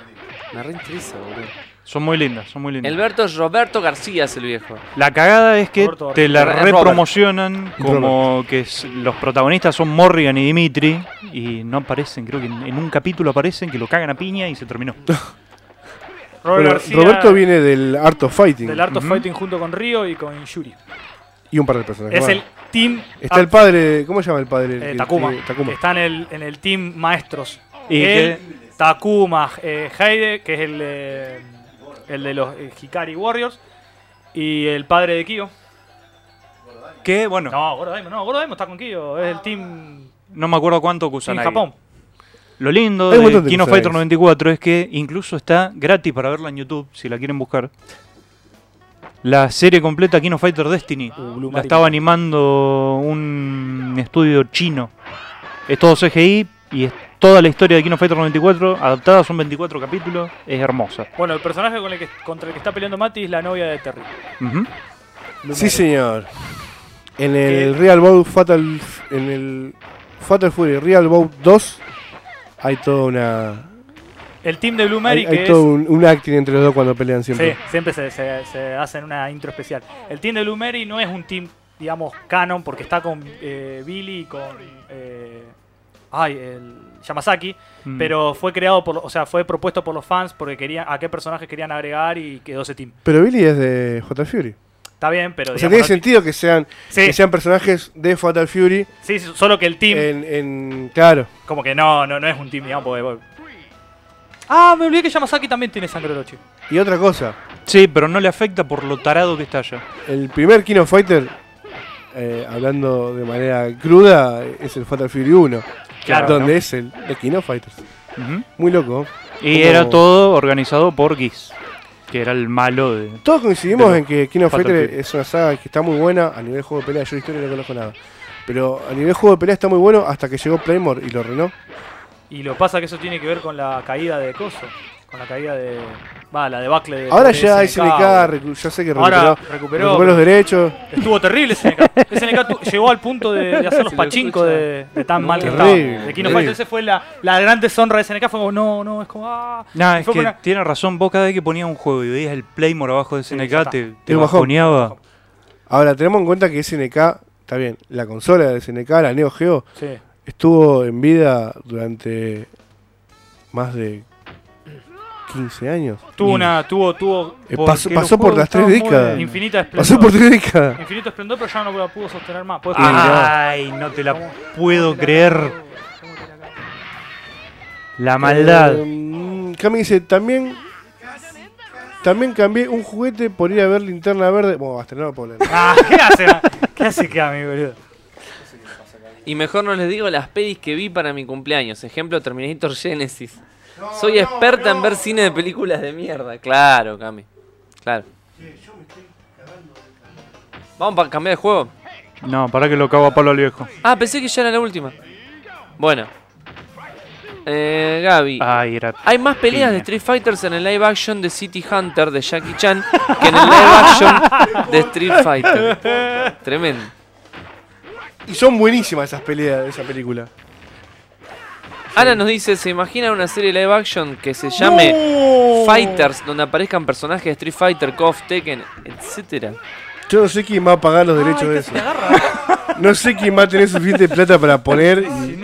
Me reinteresa, boludo. Son muy lindas, son muy lindas. Alberto es Roberto García es el viejo. La cagada es que Roberto te la Robert. repromocionan como que s- los protagonistas son Morrigan y Dimitri y no aparecen, creo que en, en un capítulo aparecen que lo cagan a piña y se terminó. Robert Bueno, García Roberto viene del Art of Fighting. del Art of Ujú. Fighting junto con Río y con Yuri. Y un par de personajes. Es más. el team. Está el padre. ¿Cómo se llama el padre? El eh, que- Takuma. que- Takuma. que Está en el, en el team maestros. Y Él, Takuma, eh, Heide, que es el, eh, el de los eh, Hikari Warriors. Y el padre de Kyo. Que, bueno, No, Goro Daimon, no, Goro Daimon está con Kyo. Es el team no me acuerdo cuánto en Kusanagi. Japón. Lo lindo Hay un montón de de Kino Kusanagis. Fighter 94 es que incluso está gratis para verla en YouTube, si la quieren buscar. La serie completa Kino Fighter Destiny. Uh, Blue la Marine. estaba animando un estudio chino. Es todo CGI y es toda la historia de Kino Fighter 94 adaptada, son 24 capítulos, es hermosa. Bueno, el personaje con el que, contra el que está peleando Mati es la novia de Terry. Ujú. Sí, señor. En el Real Bout Fatal. En el Fatal Fury Real Bout 2 hay toda una. El team de Blue Mary, Hay, hay que es. todo un, un acting entre los dos cuando pelean Sí, siempre. siempre se, se- se hacen una intro especial. El team de Blue Mary no es un team, digamos, canon, porque está con eh, Billy y con. eh, ay, el Yamazaki. Mm. Pero fue creado por. O sea, fue propuesto por los fans porque querían. A qué personajes querían agregar y quedó ese team. Pero Billy es de Fatal Fury. Está bien, pero. O sea, tiene digamos, no- sentido que sean, sí, que sean personajes de Fatal Fury. sí, sí, solo que el team. En, en- claro. como que no, no, no es un team, digamos, porque. Ah, me olvidé que Yamazaki también tiene sangre de Orochi. Y otra cosa, Sí, pero no le afecta por lo tarado que está ya. el primer Kino Fighter, eh, hablando de manera cruda, es el Fatal Fury 1. Claro, Donde ¿no? es el de Kino Fighters. Ujú. Muy loco. Y Como- era todo organizado por Giz, que era el malo de... Todos coincidimos De en que King of Fatal Fighter Fury. es una saga que está muy buena a nivel juego de pelea. Yo de historia no conozco nada. Pero a nivel juego de pelea está muy bueno hasta que llegó Playmore y lo renó. Y lo pasa que eso tiene que ver con la caída de Coso. Con la caída de. Va, la debacle de. Ahora de ya SNK, SNK, boludo. recu- ya sé que recuperó, Ahora recuperó, recuperó los derechos. Estuvo terrible SNK. SNK tu- llegó al punto de, de hacer los pachinko de, de tan mal que estaba. Terrible, De Kino terrible. Fighter. Esa fue la, la gran deshonra de SNK. Fue como, no, no, es como. Ah. Nah, Y es fue que por una- tiene razón, vos cada vez que ponías un juego y veías el Playmore abajo de SNK ya está. te, te Un bajón. bajoneaba. Ahora, tenemos en cuenta que SNK, está bien, la consola de SNK, la Neo Geo, Sí. estuvo en vida durante más de 15 años. Tuvo una. Tuvo. tuvo Eh, Porque pasó los pasó por juegos las tres estaban muy décadas. bien. infinita esplendor. Pasó por tres décadas. Infinito esplendor, pero ya no la pudo sostener más. Ah, Puedo Ay, no te la puedo creer. La maldad. Eh, Cami dice, también... También cambié un juguete por ir a ver Linterna Verde. Bueno, va a estrenar por Ah, ¿qué hace? ¿Qué hace que a mí, boludo? Y mejor no les digo las pelis que vi para mi cumpleaños. Ejemplo, Terminator Genesis. Soy experta en ver cine de películas de mierda. Claro, Cami. Claro. Vamos para cambiar de juego. No, para que lo cago a Pablo al viejo. Ah, pensé que ya era la última. Bueno. Eh, Gaby. Ay, era. Hay más peleas de Piña. Street Fighters en el live action de City Hunter de Jackie Chan que en el live action de Street Fighter. Tremendo. Y son buenísimas esas peleas de esa película. Ana nos dice, ¿se imagina una serie live action que se llame Fighters, donde aparezcan personajes de Street Fighter, KOF, Tekken, etcétera? Yo no sé quién va a pagar los derechos de eso. No sé quién va a tener suficiente plata para poner y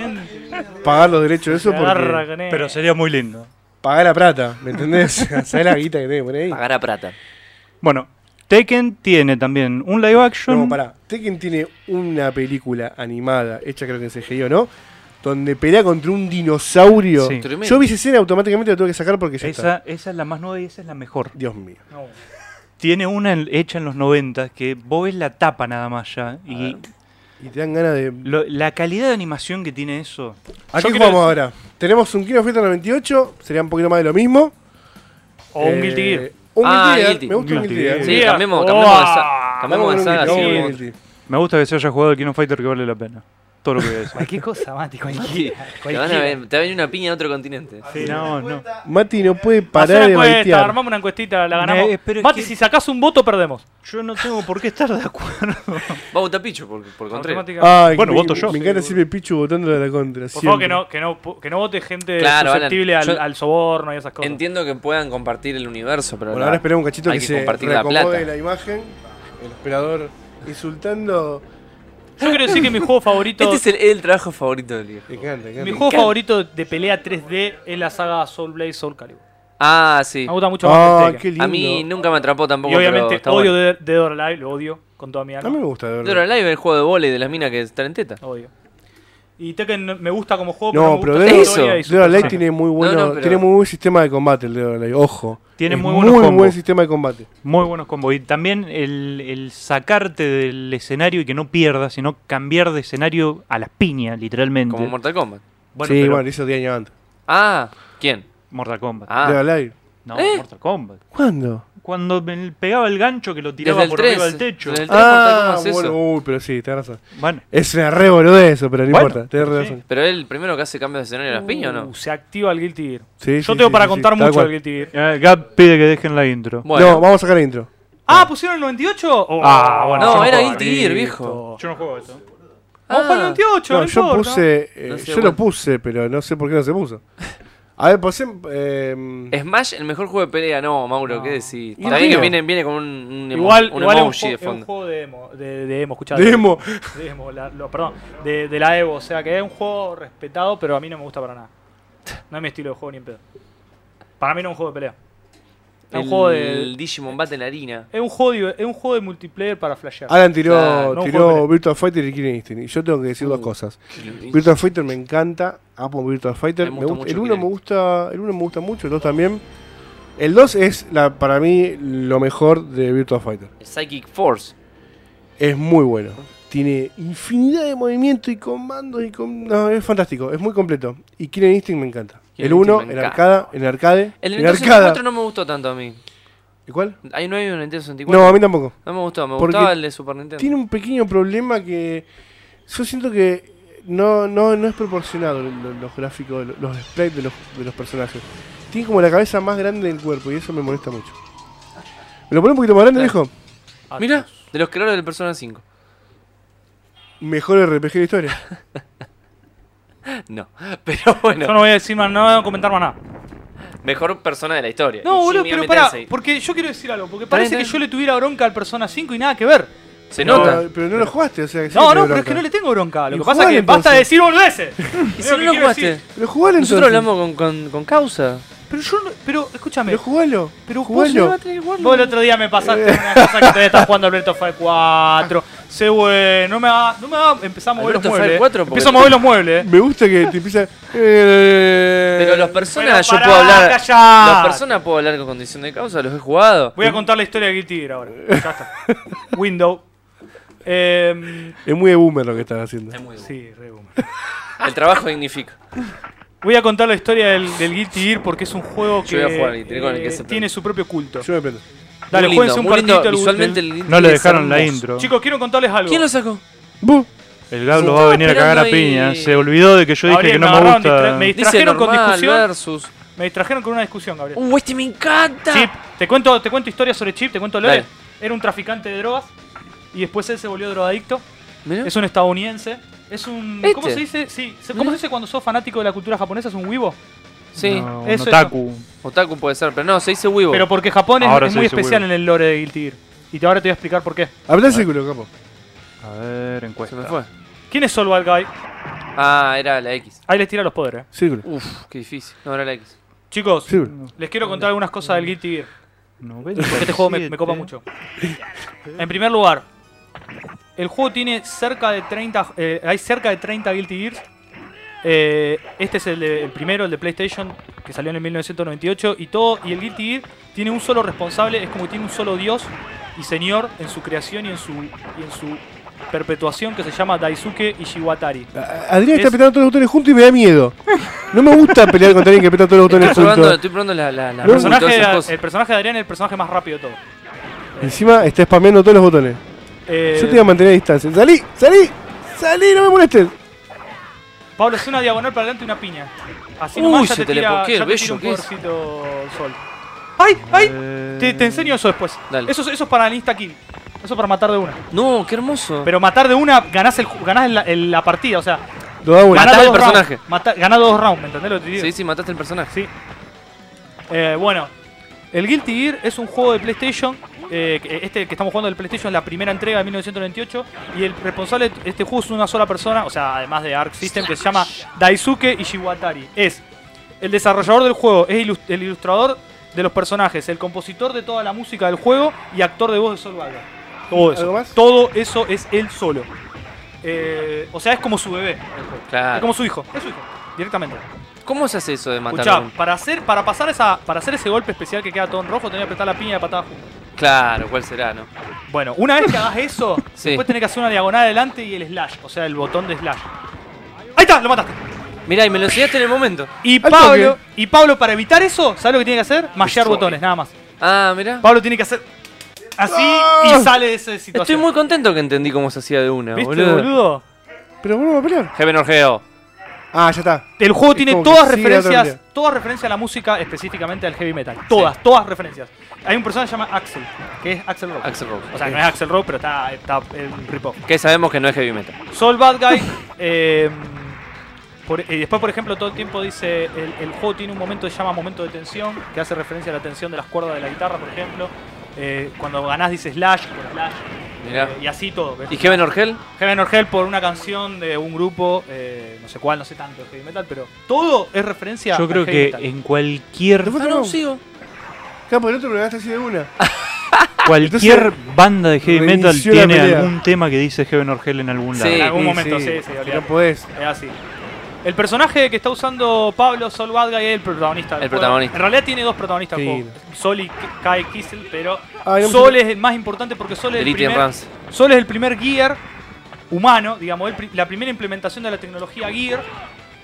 pagar los derechos de eso Me agarra porque con él. Pero sería muy lindo. pagar la plata, ¿me entendés? ¿Sabés la guita que tenés que poner ahí? Pagar a plata. Bueno, Tekken tiene también un live action. No, pará. Tekken tiene una película animada, hecha creo que en CGI o no, donde pelea contra un dinosaurio. Sí. Tremendo. Yo vi esa escena, automáticamente la tuve que sacar porque ya está. Esa, esa es la más nueva y esa es la mejor. Dios mío. No. Tiene una en- hecha en los 90 que vos ves la tapa nada más ya. Y Ah. Y te dan ganas de... lo- la calidad de animación que tiene eso. ¿A Yo qué quiero- jugamos ahora? Tenemos un Kino Fighter 98, sería un poquito más de lo mismo. O un Guilty Gear. Eh, Un Ah, Guilty Gear, Guilty. me gusta un Guilty Guilty Gear. Gear. Sí, Mira. cambiemos, cambiemos de, Uah. sa- cambiamos de Vamos saga. con un sí. Guilty, sí. vamos con un Guilty. Me gusta que se haya jugado el Kino Fighter que vale la pena. Todo lo que voy a decir. Cualquier cosa, Mati, Sí. cualquiera. Te, van a ver- te va a venir una piña de otro continente. no, no. Mati no puede Hacer parar una de encuesta, baitear. armamos una encuestita, la ganamos. Eh, pero es Mati, que- si sacás un voto, perdemos. Yo no tengo por qué estar de acuerdo. Vamos a Pichu, por, por contrario. Automáticamente. Ay, Bueno, me- voto yo. Me encanta siempre Pichu votando a la contra. Por siempre. favor, que no, que, no, pu- que no vote gente Claro, Alan, susceptible al, yo- al soborno y esas cosas. Entiendo que puedan compartir el universo, pero Bueno, la- ahora esperamos un cachito hay que, que, se compartir la plata. reacomode la imagen. El operador insultando. Yo quiero decir que mi juego favorito. Este es el, el trabajo favorito del viejo. Me encanta, me Mi encanta. juego fablado de pelea 3D es la saga Soul Blade Soul Calibur. Ah, sí. Me gusta mucho más que Ah, Tekken. qué lindo. A mí nunca me atrapó tampoco. Y pero obviamente está odio bueno. Dead- Dead or Alive, lo odio. con toda mi A mí alma. me gusta de Dead or verdad. Alive es el juego de volei de las minas que están en teta. Odio. Y Tekken no- me gusta como juego, pero No, no me pero gusta Dead su Eso. historia y Dead su or Alive personaje. tiene muy bueno, No, no, pero- tiene muy buen sistema de combate el Dead or Alive, ojo. Tiene Es muy buenos combos. buen sistema de combate. Muy buenos combos. Y también el, el sacarte del escenario y que no pierdas, sino cambiar de escenario a las piñas, literalmente. Como Mortal Kombat. Bueno, sí, pero- bueno, hizo 10 años antes. Ah, ¿quién? Mortal Kombat. Dead Ah, or Alive. No, ¿Eh? Mortal Kombat. ¿Cuándo? Cuando me pegaba el gancho que lo tiraba desde el por 3. arriba del techo. Desde el 3 Ah, Mortal Kombat es bueno, eso. uy, pero sí, tenés razón. Bueno, Es una re boludez eso, pero no Bueno, importa, tenés sí. razón. Pero él el primero que hace cambio de escenario de las piñas, ¿o no? Uh, Se activa el Guilty Gear. Sí, Yo sí, tengo sí, para sí, sí, contar tal mucho cual. del Guilty Gear. eh, Gab pide que dejen la intro. Bueno, No, vamos a sacar la intro. Ah, pusieron el 98. Oh, Ah, bueno, No, yo era juego Guilty Gear, viejo. Yo no juego esto. Vamos para el 98, no, No, yo importa. puse. eh, No se yo aguanta. lo puse, pero no sé por qué no se puso. A ver, pues. Eh, Smash, el mejor juego de pelea, no, Mauro, ¿qué decís? Y Está bien tío. que viene, viene con un, un, emo- Igual, un igual es, un emoji ju- de es un fondo. juego de emo, de, de emo, escuchá. Demo. De emo, la- lo- perdón, de, de la Evo. O sea, que es un juego respetado, pero a mí no me gusta para nada. No es mi estilo de juego ni en pedo. Para mí no es un juego de pelea. Es un juego El de. Digimon Battle Arena. Es un juego de, es un juego de multiplayer para flashear. Alan tiró, Ah, no tiró juego, Virtua Fighter y Killing Instinct. Y yo tengo que Uh, decir dos cosas. Virtua Virtua Fighter me encanta. Amo Virtua Fighter. Me Me gusta gusta- mucho el 1 Killing. me gusta. El 1 me gusta mucho, el 2 también. El 2 es la, para mí lo mejor de Virtua Fighter. Psychic Force. Es muy bueno. Tiene infinidad de movimientos y comandos y com- no, es fantástico, es muy completo. Y Killing Instinct me encanta. Killing el 1 Instinct en me arcada, en arcade, El en Nintendo arcada. 64 no me gustó tanto a mí. ¿Y cuál? Ahí no hay un Nintendo 64. No, a mí tampoco. No me gustó, me Porque gustaba el de Super Nintendo. Tiene un pequeño problema que yo siento que no, no, no es proporcionado lo- lo- los gráficos, lo- los sprites de los, de los personajes. Tiene como la cabeza más grande del cuerpo y eso me molesta mucho. ¿Me lo pone un poquito más grande, Claro. viejo? Ah, Mira, de los creadores del Persona 5. Mejor RPG de historia. No, pero bueno, Yo no voy a decir más, no voy a comentar más nada. Eh, mejor persona de la historia. No, Y Shin boludo, pero Megami pará, Tensei. porque yo quiero decir algo, porque Está bien, parece que está yo le tuviera bronca al Persona 5 y nada que ver. Se No, nota. pero no lo jugaste, o sea que sí No, que te no, bronca. pero es que no le tengo bronca. Lo Y que pasa es jugale, que basta de entonces. decir boludeces. ¿Y Es si lo no que lo quiero jugaste? decir. Pero jugalo entonces. Nosotros hablamos con, con, con causa. Pero yo no, pero escúchame. Pero jugalo. Pero jugalo. vos, vos el otro día me pasaste una cosa que todavía estás jugando al Breath of Fire 4. Se bueno, no me hagas, no me hagas, empezá a mover Al los Breath of Fire muebles. 4 porque- Empiezo a mover los muebles. eh. Me gusta que te empieza. Pero los Pero personas Pero yo puedo eh. pará, hablar. callá. Los personas puedo hablar con condición de causa, los he jugado. Voy a contar la historia de Guilty Gear ahora. Ya está. Window. Em, Es muy de boomer lo que estás haciendo. sí, re boomer. El trabajo dignifica. Voy a contar la historia del, del Guilty Gear porque es un juego que, Yo voy a jugar al Guilty Gear con el que eh, se- tiene su propio culto. Yo me prendo. Dale, muy jueguense lindo, un muy lindo. partidito al- Visualmente del- el No le es dejaron la hermoso. intro. Chicos, quiero contarles algo. ¿Quién lo sacó? Bu. El Gab Sí. lo va a venir a Estaba cagar a esperando piña. y- Se olvidó de que yo dije Gabriel, que me no me agarraron, distra- gusta. me Dice distrajeron con normal discusión. versus. Me distrajeron con una discusión, Gabriel. ¡Uh, este me encanta! Chip, te cuento, te cuento historias sobre Chip, te cuento Lore. Dale. Era un traficante de drogas y después él se volvió drogadicto. Mirá. Es un estadounidense. Es un. ¿Cómo ¿Eh? Este. se dice? Sí. se- Mirá. ¿Cómo se dice cuando sos fanático de la cultura japonesa? ¿Es un wibo? Sí, No, un eso, otaku. Otaku puede ser, pero no, se dice Weibo. Pero porque Japón es, Ahora es se muy dice especial wibo. en el lore de Guilty Gear. Y te- ahora te voy a explicar por qué. Apretá el círculo, capo. A ver, se encuesta. me fue. ¿Quién es Solval Guy? Ah, era la X. Ahí les tira los poderes. eh. Círculo. Uf, qué difícil. No, era la X. Chicos, Círculo. les quiero contar algunas cosas del Guilty Gear. 97. Porque este juego me, me copa mucho. En primer lugar, el juego tiene cerca de 30. eh, hay cerca de 30 Guilty Gears. Eh, este es el, de- el primero, el de PlayStation, que salió en el 1998. Y todo. Y el Guilty Gear tiene un solo responsable, es como que tiene un solo dios y señor en su creación y en su, y en su perpetuación que se llama Daisuke Ishiwatari. A- Adrián está Es- apretando todos los botones juntos y me da miedo. No me gusta pelear contra alguien que aprieta todos los Estoy botones probando, juntos. estoy probando la, la, la No, El Rose y personaje, todas de, esas cosas. el personaje de Adrián es el personaje más rápido de todo. Encima está spameando todos los botones. Eh, Yo te voy a mantener a distancia. ¡Salí! ¡Salí! ¡Salí! ¡No me molestes! Pablo, hace una diagonal para adelante y una piña. Así Uy, nomás ya se te tira, telepoqué, ya te bello tira un que es. podercito sol. ¡Ay! ¡Ay! Te, te enseño eso después. Dale. Ah. Eso, eso es para el insta kill. Eso para matar de una. No, qué hermoso. Pero matar de una ganás, el, ju- ganás la, el- la partida, o sea, Lo da uno. Ganá- ganás al dos personaje. rounds. Mata- ganás dos rounds, ¿me entendés lo que te digo? sí, sí, mataste el personaje. Sí. Eh, bueno, el Guilty Gear es un juego de PlayStation. eh, que- este que estamos jugando del PlayStation es la primera entrega de 1998. Y el responsable de este juego es una sola persona, o sea, además de Arc System, que se llama Daisuke Ishiwatari. Es el desarrollador del juego, es ilus- el ilustrador de los personajes, el compositor de toda la música del juego y actor de voz de Sol Vaga. Todo eso. ¿Algo más? Todo eso es él solo. Eh, o sea, es como su bebé. Es Claro. como su hijo. Es su hijo. Directamente. ¿Cómo se hace eso de matar a Escuchá, un- para hacer, para pasar esa, para hacer ese golpe especial que queda todo en rojo, tenés que apretar la piña de patada junta. Claro, ¿cuál será, no? Bueno, una vez que hagas eso, Sí. después tenés que hacer una diagonal adelante y el slash, o sea, el botón de slash. Ahí está, lo mataste. Mirá, y me lo enseñaste en el momento. Y toque. Pablo, y Pablo para evitar eso, ¿sabes lo que tiene que hacer? Mashear botones, nada más. Ah, mirá. Pablo tiene que hacer así y sale de esa situación. Estoy muy contento que entendí cómo se hacía de una, ¿Viste, boludo. boludo? Pero vamos a pelear. Heaven or Hell. Ah, ya está. El juego tiene como que todas sigue la otra referencias, pelea. todas referencias a la música, específicamente al heavy metal. Todas, todas referencias. Hay un personaje que se llama Axel, que es Axel Rock. Axel Rose. O sea, no es Axel Rock, pero está, está en rip-off. Que sabemos que no es heavy metal. Soul Bad Guy. eh, por- y después, por ejemplo, todo el tiempo dice. El, el juego tiene un momento que se llama momento de tensión, que hace referencia a la tensión de las cuerdas de la guitarra, por ejemplo. Eh, cuando ganás dice slash, por slash. Mirá. eh, y así todo. ¿ves? ¿Y Heaven or Hell? Heaven or Hell por una canción de un grupo, eh, no sé cuál, no sé tanto de heavy metal, pero todo es referencia Yo al creo heavy que metal. en cualquier Después Ah, no, Ah, tenemos- sigo. Capo, el otro me lo ganaste así de una. cualquier banda de heavy metal reinició la tiene pelea. algún tema que dice Heaven or Hell en algún lado. En Sí. algún momento, sí, sí, No olvidate. podés. Es así. El personaje que está usando Pablo Sol Bad Guy es el protagonista. del El juego. protagonista. En realidad tiene dos protagonistas. del Sí. juego. Sol y Kai Kissel, pero Ah, digamos Sol que- es el más importante porque Sol es The el Lithium primer, Rams. Sol es el primer Gear humano, digamos, el pri- la primera implementación de la tecnología Gear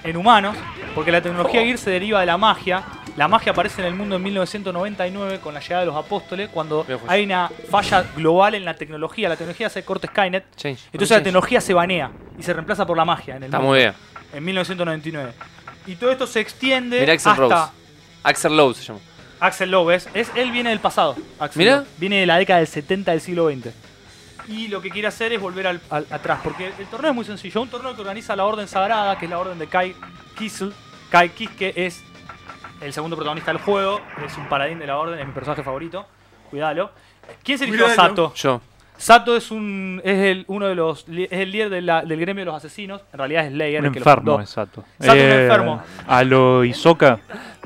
en humanos, porque la tecnología Gear se deriva de la magia. La magia aparece en el mundo en 1999 con la llegada de los apóstoles, cuando Mira, pues. hay una falla global en la tecnología. La tecnología se corta Skynet, Change. entonces la Change. tecnología se banea y se reemplaza por la magia en el Está mundo muy bien. en 1999. Y todo esto se extiende Mirá Axel hasta Rose. Axel Lowe se llama. Axel Lowe. Es, es- él viene del pasado. Axl Mirá. Lowe. Viene de la década del 70 del siglo XX. Y lo que quiere hacer es volver al- al- atrás, porque el torneo es muy sencillo. Un torneo que organiza la Orden Sagrada, que es la Orden de Kai Kissel. Kai Kiske es el segundo protagonista del juego. Es un paladín de la Orden, es mi personaje favorito. Cuidalo. ¿Quién se eligió a Cuidalo. Sato? Yo. Sato es un es el, uno de los li- es el líder de la- del gremio de los asesinos. En realidad es Slayer. Un el que lo enfermo, fundó. exacto. Sato es un enfermo. A lo Isoka.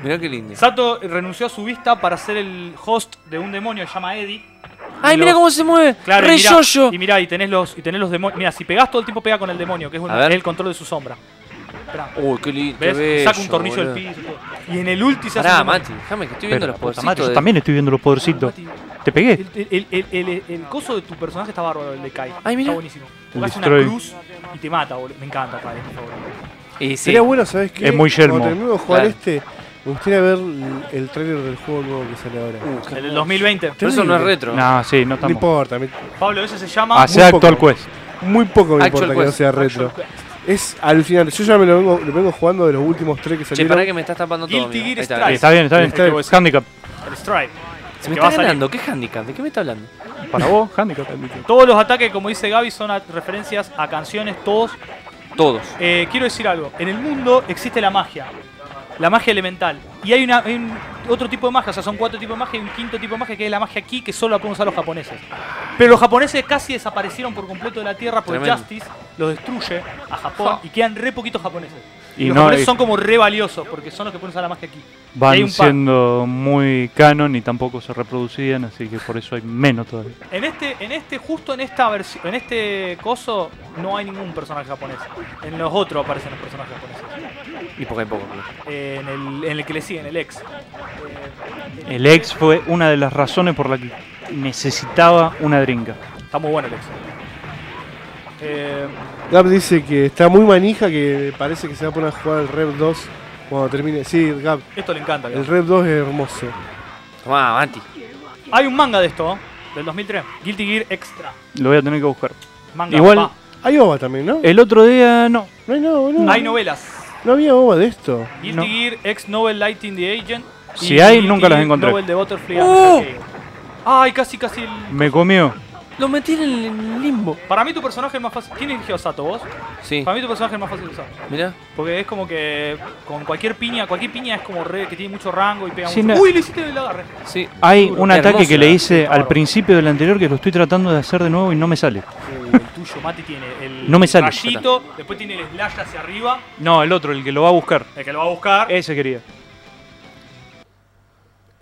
Mirá qué lindo. Sato renunció a su vista para ser el host de un demonio que se llama Eddie. Ay, Y mira los- cómo se mueve. Claro, Re y mirá, yo-yo. Y mirá, y tenés los, y tenés los demonios. Mira, si pegás todo el tiempo pega con el demonio, que es un- A ver. el control de su sombra. Esperá. Uy, qué lindo. ¿Ves? qué Saca un bello, tornillo del boludo. piso. Y en el ulti se hace Pará, un demonio. Mati, déjame que estoy viendo Pero, los la puta podercitos. madre, Yo de- también estoy viendo los podercitos. Te eh. pegué. El, el- el- el- el- el coso de tu personaje está bárbaro, el de Kai. Ay, mirá. Está buenísimo. Porque hace una Destroy. cruz y te mata, boludo. Me encanta, Kai, por favor. Y sí. Sería bueno, ¿sabes qué? Es muy yermo. Cuando terminemos de jugar Claro. este, me gustaría ver el- el trailer del juego nuevo que sale ahora. Uh, qué El del hermoso. 2020. Pero eso no es retro. No, sí, no no estamos. importa, me- Pablo, ese se llama. Hace Muy actual poco. quest. muy poco me Actual importa que no Quest. sea retro. Es alucinante. Yo ya me lo vengo, lo vengo jugando de los últimos tres que Che, pará salieron. que me estás tapando todo. Guilty mira. Gear Ahí está, Strive. gracias. Está bien, está bien. Está bien. Handicap. El Stripe. Se El me que va está a salir. ganando. ¿Qué handicap? ¿De qué me está hablando? Para vos, handicap. Todos los ataques, como dice Gaby, son a- referencias a canciones, todos. Todos. Eh, quiero decir algo. En el mundo existe la magia. La magia elemental. Y hay, una, hay un- otro tipo de magia. O sea, son cuatro tipos de magia y un quinto tipo de magia que es la magia aquí, que solo la pueden usar los japoneses. Pero los japoneses casi desaparecieron por completo de la Tierra porque Tremendo. Justice los destruye a Japón y quedan re poquitos japoneses. Y Y los no, japoneses y- son como re valiosos porque son los que pueden usar la magia aquí. Y hay Van un par. siendo muy canon y tampoco se reproducían, así que por eso hay menos todavía. En este, en este, justo en esta versión, en este coso no hay ningún personaje japonés. En los otros aparecen los personajes japoneses. Y porque hay poco. Eh, en, el, en el que le sigue, en el ex. El ex fue una de las razones por la que necesitaba una drinka. Está muy bueno el ex. Eh, Gab dice que está muy manija, que parece que se va a poner a jugar el Rev 2 cuando termine. Sí, Gab, esto le encanta. el digamos. Rev 2 es hermoso. Tomá, Mati. Hay un manga de esto, ¿no? del 2003. Guilty Gear Extra. Lo voy a tener que buscar. Manga. Igual- papá. Hay OVA también, ¿no? El otro día, no. No hay no, boludo. Eh, Hay novelas. No había OVA de esto. Guilty No. Gear Ex Novel Lighting the Agent. y Si hay, Guilty nunca las Gear encontré. Uh. Novel de Butterfly. and ¡Oh! Arcade. Ay, casi, casi. el- Me comió. Lo metí en el limbo. Para mí tu personaje es más fácil. ¿Quién eligió a Sato vos? Sí. Para mí tu personaje es más fácil de usar. Mirá. Porque es como que con cualquier piña, cualquier piña es como re, que tiene mucho rango y pega Sí, mucho. no- Uy, le hiciste el agarre. Sí. Hay un Hermosa. ataque que le hice bárbaro. al principio del anterior que lo estoy tratando de hacer de nuevo y no me sale. El tuyo, Mati, tiene el No me sale. rayito, después tiene el slash hacia arriba, No, el otro, el que lo va a buscar. el que lo va a buscar. Ese quería.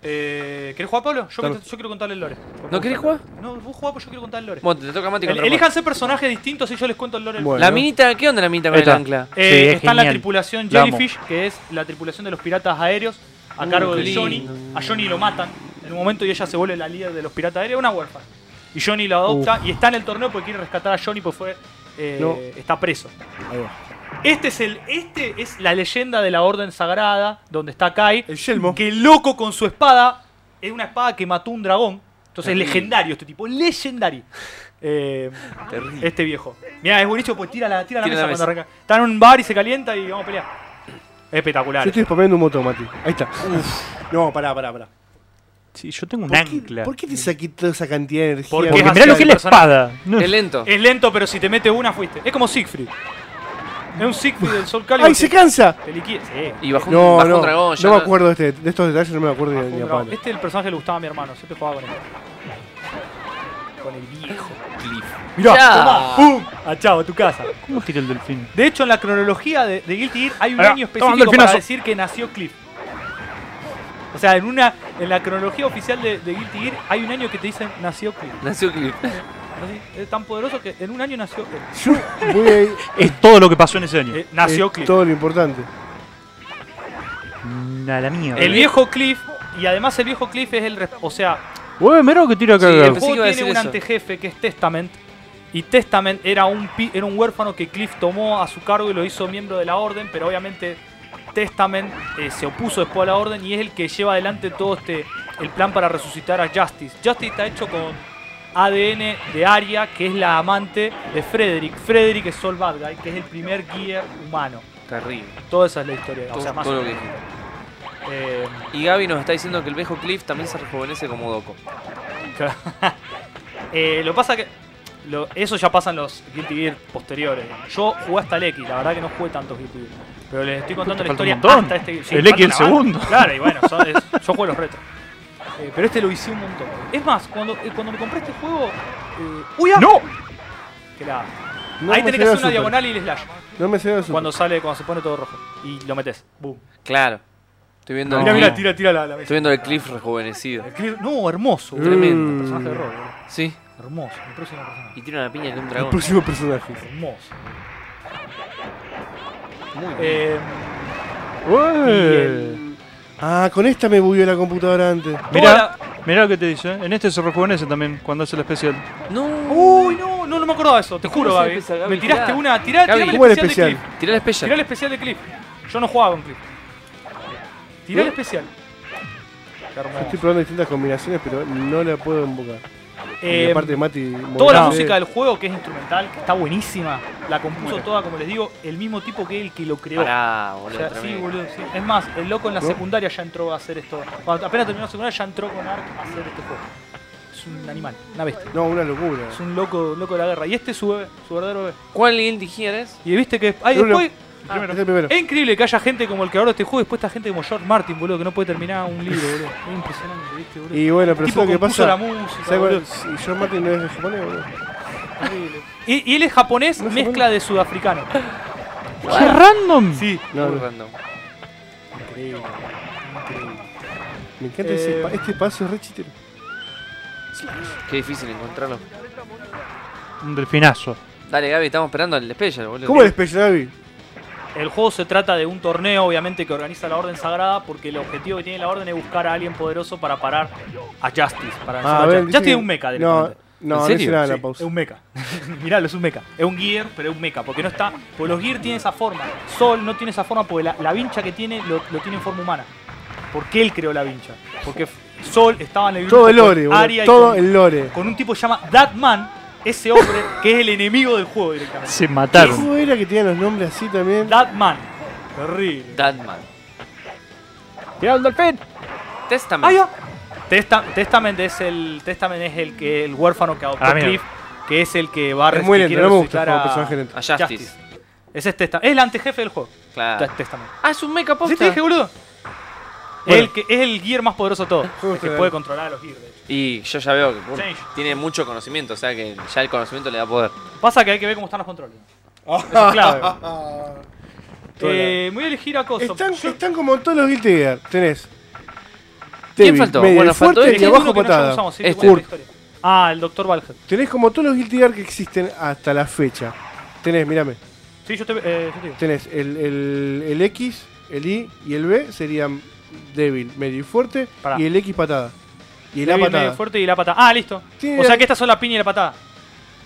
Eh, ¿Querés jugar, Pablo? Yo, Dale. yo quiero contarle el lore. ¿No querés jugar? No, vos jugá, pues yo quiero contar el lore. Bueno, te toca a Mati El- contra Juan. Elíjanse personajes distintos y yo les cuento el lore. del Bueno. La minita, ¿qué onda la minita con Ahí el está. ancla? Eh, Sí, es está la genial. tripulación La amo. Jellyfish, que es la tripulación de los piratas aéreos, a Uh, cargo qué de Johnny. lindo. A Johnny lo matan en un momento y ella se vuelve la líder de los piratas aéreos, una huérfana. Y Johnny la adopta y está en el torneo porque quiere rescatar a Johnny porque fue, eh, No. está preso. Ahí va. Este es, el, este es la leyenda de la Orden Sagrada, donde está Kai, El yelmo. que loco con su espada, es una espada que mató un dragón. Entonces es legendario este tipo, legendario. Eh, Terrible. este viejo. Mira, es buenísimo, pues tira la, tira la Tira mesa la cuando mesa. arranca. Está en un bar y se calienta y vamos a pelear. Espectacular. Yo estoy spameando un moto, Mati. Ahí está. No, pará, pará, pará. Sí, yo tengo un ¿Por qué, ancla. por qué te saqué toda esa cantidad de energía? Porque Porque es mirá lo así que es la el personaje. espada. No, Es lento. Es lento, pero si te mete una fuiste. Es como Siegfried. Es un Siegfried del Sol Calibur. ¡Ay, se cansa! Te liquida- sí. Y bajó, un- No, bajó no. un dragón. ya no me acuerdo de, este- de estos detalles, no me acuerdo ni, Fue ni un a dragón. palo. Este es el personaje que le gustaba a mi hermano. Siempre jugaba con él. Con el viejo. Mirá. Tomá, ¡Pum! A chavo, a tu casa. ¿Cómo tira el delfín? De hecho, en la cronología de, de Guilty Gear hay un Ahí va, año tomando el específico para finazo. decir que nació Cliff. O sea, en una en la cronología oficial de, de Guilty Gear hay un año que te dicen nació Cliff. Nació Clip. Así, Es tan poderoso que en un año nació él. Voy a ir- Es todo lo que pasó en ese año. Eh, nació es Cliff. Todo lo importante. mm, A la mierda. El viejo Cliff, y además el viejo Cliff es el... res- O sea, Ué, mirá lo que tira acá. Sí, acá. el Pensé que juego iba a tiene un decir eso. antejefe que es Testament. Y Testament era un, pi- era un huérfano que Cliff tomó a su cargo y lo hizo miembro de la orden, pero obviamente Testament eh, se opuso después a la orden y es el que lleva adelante todo este el plan para resucitar a Justice. Justice está hecho con ADN de Arya, que es la amante de Frederick. Frederick es Sol Bad Guy, que es el primer guía humano. Terrible. Toda esa es la historia. o Todo, sea, más todo lo o que menos. dijiste. Eh, Y Gaby nos está diciendo que el viejo Cliff también se rejuvenece como Doco. Eh, lo pasa que. lo- eso ya pasa en los Guilty Gear posteriores. Yo jugué hasta el X, la verdad que no jugué tantos Guilty Gear. Pero les estoy contando Te la falta un historia montón. hasta este El falta X una el banda. segundo. Claro, y bueno, son- es- yo juego los retos. Eh, pero este lo hice un montón. Es más, cuando, eh, cuando me compré este juego. eh, ¡Uy, ah! ¡No! Que la- No Ahí me tenés que llega hacer una super. diagonal y el slash. No me llega super. Cuando sale, cuando se pone todo rojo. Y lo metes. Boom. Claro. Estoy viendo, No. el, Mira, clip, mira, tira, tira la, la mesa. estoy viendo el Cliff rejuvenecido. El clip- No, hermoso. boludo. Tremendo. Mm. Personaje de Robert. Sí. Hermoso. Mi próximo personaje. Y tiene una piña que un El dragón. próximo personaje. Hermoso. Muy bien. Eh, Ué. y el- Ah, con esta me bugueó la computadora antes. Mirá, toda mirá lo que te dice. En este se rejuvenece también cuando hace el especial. No. la- Uy, no, no, no me acordaba de eso, te ¿Cómo juro, se Gaby. empieza, Gaby? Me tiraste Tirá. una, tirá, Gaby. tirame ¿Cómo el era especial, especial? de Cliff. Tirá el especial. Tirá el especial de Cliff. Yo no jugaba con Cliff. Tirá el ¿Eh? especial. Qué hermoso. Estoy probando distintas combinaciones, pero no la puedo embocar. Eh, y aparte, Mati. toda la movilizé- música del juego que es instrumental, que está buenísima, la compuso toda, como les digo, el mismo tipo que el que lo creó. Pará, O boludo. sea, sí, tremendo. boludo, sí. Es más, el loco en la ¿No? secundaria ya entró a hacer esto. Cuando apenas terminó la secundaria ya entró con Ark a hacer este juego. Es un animal, una bestia. No, una locura. Es un loco, un loco de la guerra. Y este es su, bebé, su verdadero bebé. ¿Cuál Guilty Gear es? Y viste que. ay, Bruno. después. Eh, Ah, es el primero. Es increíble que haya gente como el creador de este juego y después está gente como George Martin, boludo, que no puede terminar un libro, boludo. Es impresionante, viste, boludo. Y bueno, pero el tipo ¿sabes lo que compuso pasa? la música, ¿Sabes boludo. cuál? Si John Martin no es de japonés, boludo. Increíble. Y, y él es japonés, No es mezcla de sudafricano. ¡Qué random! Sí. No, Muy no. random. Me encanta ese Eh, pa- este paso, es re chitero. Qué difícil encontrarlo. Un delfinazo. Dale, Gaby, estamos esperando el especial, boludo. ¿Cómo el Special Navi? El juego se trata de un torneo, obviamente, que organiza la Orden Sagrada, porque el objetivo que tiene la Orden es buscar a alguien poderoso para parar a Justice. Para vencer a Ah, a ver, Justice. dice Justice que- es un mecha, No, directamente. ¿En no, no serio? dice nada en Sí, Ah, la pausa. Es un mecha. Miralo, es un mecha. Es un gear, pero es un mecha. Porque no está. Porque los gear tienen esa forma. Sol no tiene esa forma porque la, la vincha que tiene lo, lo tiene en forma humana. ¿Por qué él creó la vincha? Porque Sol estaba en el grupo Todo el lore, con boludo. Arya y Todo con, el lore. con un tipo que se llama That Man, ese hombre que es el enemigo del juego directamente. Se ¿Qué mataron. juego era que tenía los nombres así también? That Man. Terrible. Dadman. ¡Tirá el delfín! Testament. Ah, ya. Testa- Testament es el Testament es el que el huérfano que adoptó Ah, mira. Cliff, que es el que va a Es res- muy lento, que quiere no me gusta resucitar como personaje lento. A Justice. Ese es Testament. Es el antejefe del juego. Este Claro. Ta- Testament. Ah, es un mecha ¿Sí posta. te dije, boludo? Bueno. El que es el gear más poderoso de todos. Juego El que está puede bien. controlar a los gear, de hecho. Y yo ya veo que bueno, Sí. tiene mucho conocimiento, o sea que ya el conocimiento le da poder. Pasa que hay que ver cómo están los controles. Eso es clave. Eh, me voy a elegir a Coso. Están, Yo- están como todos los Guilty Gear. Tenés ¿Quién Débil, faltó? media, Bueno, el faltó fuerte este. y hay abajo uno que no patada. usamos, sí, te Este. cuento la historia. Ah, el doctor Valheim. Tenés como todos los Guilty Gear que existen hasta la fecha. Tenés, mírame, Sí, yo te, eh, yo te digo. tenés el, el- el X, el Y y el B serían débil, medio y fuerte. Pará. Y el X patada. Y el A Débil, patada. medio fuerte y la patada. Ah, listo. Tiene- o sea que estas son la piña y la patada. O sea,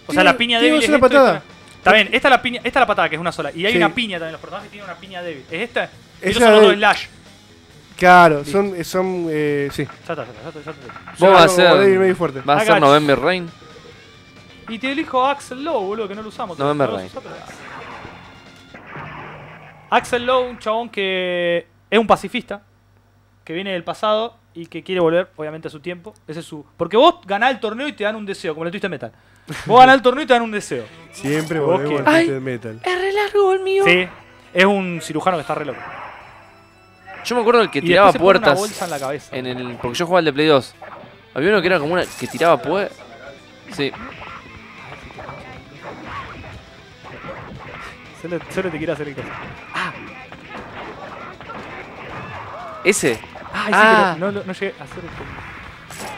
Tiene- la piña tiene débil que es ser la esto y patada. esta. Está bien, esta es la piña, esta es la patada que es una sola. Y hay Sí. una piña también, los personajes tienen una piña débil. ¿Es esta? Y Esa Estos son los es- dos Lash. Claro, son, son eh, sí. Ya está, ya está, ya está, ya está. Vos vas a Como débil, medio y ser. fuerte. ¿Vas a Agacho. ser November Rain? Y te elijo a Axel Lowe, boludo, que no lo usamos. No me lo reí. usás, pero- Axel Lowe, un chabón que es un pacifista, que viene del pasado y que quiere volver, obviamente, a su tiempo. Ese es su. Porque vos ganás el torneo y te dan un deseo, como el Twisted Metal. Vos ganás el torneo y te dan un deseo. Siempre Ok. volvemos Ay. al Twisted metal. Es re largo el mío. Sí. Es un cirujano que está re loco. Yo me acuerdo del que Y tiraba después se pone una puertas. bolsa en la cabeza. en el. Porque yo jugaba al de Play 2. Había uno que era como una. que tiraba puertas. Sí. Solo, solo te quiere hacer el caso. Ay, Ese. sí, Ah. pero no, no, no llegué a hacer el caso.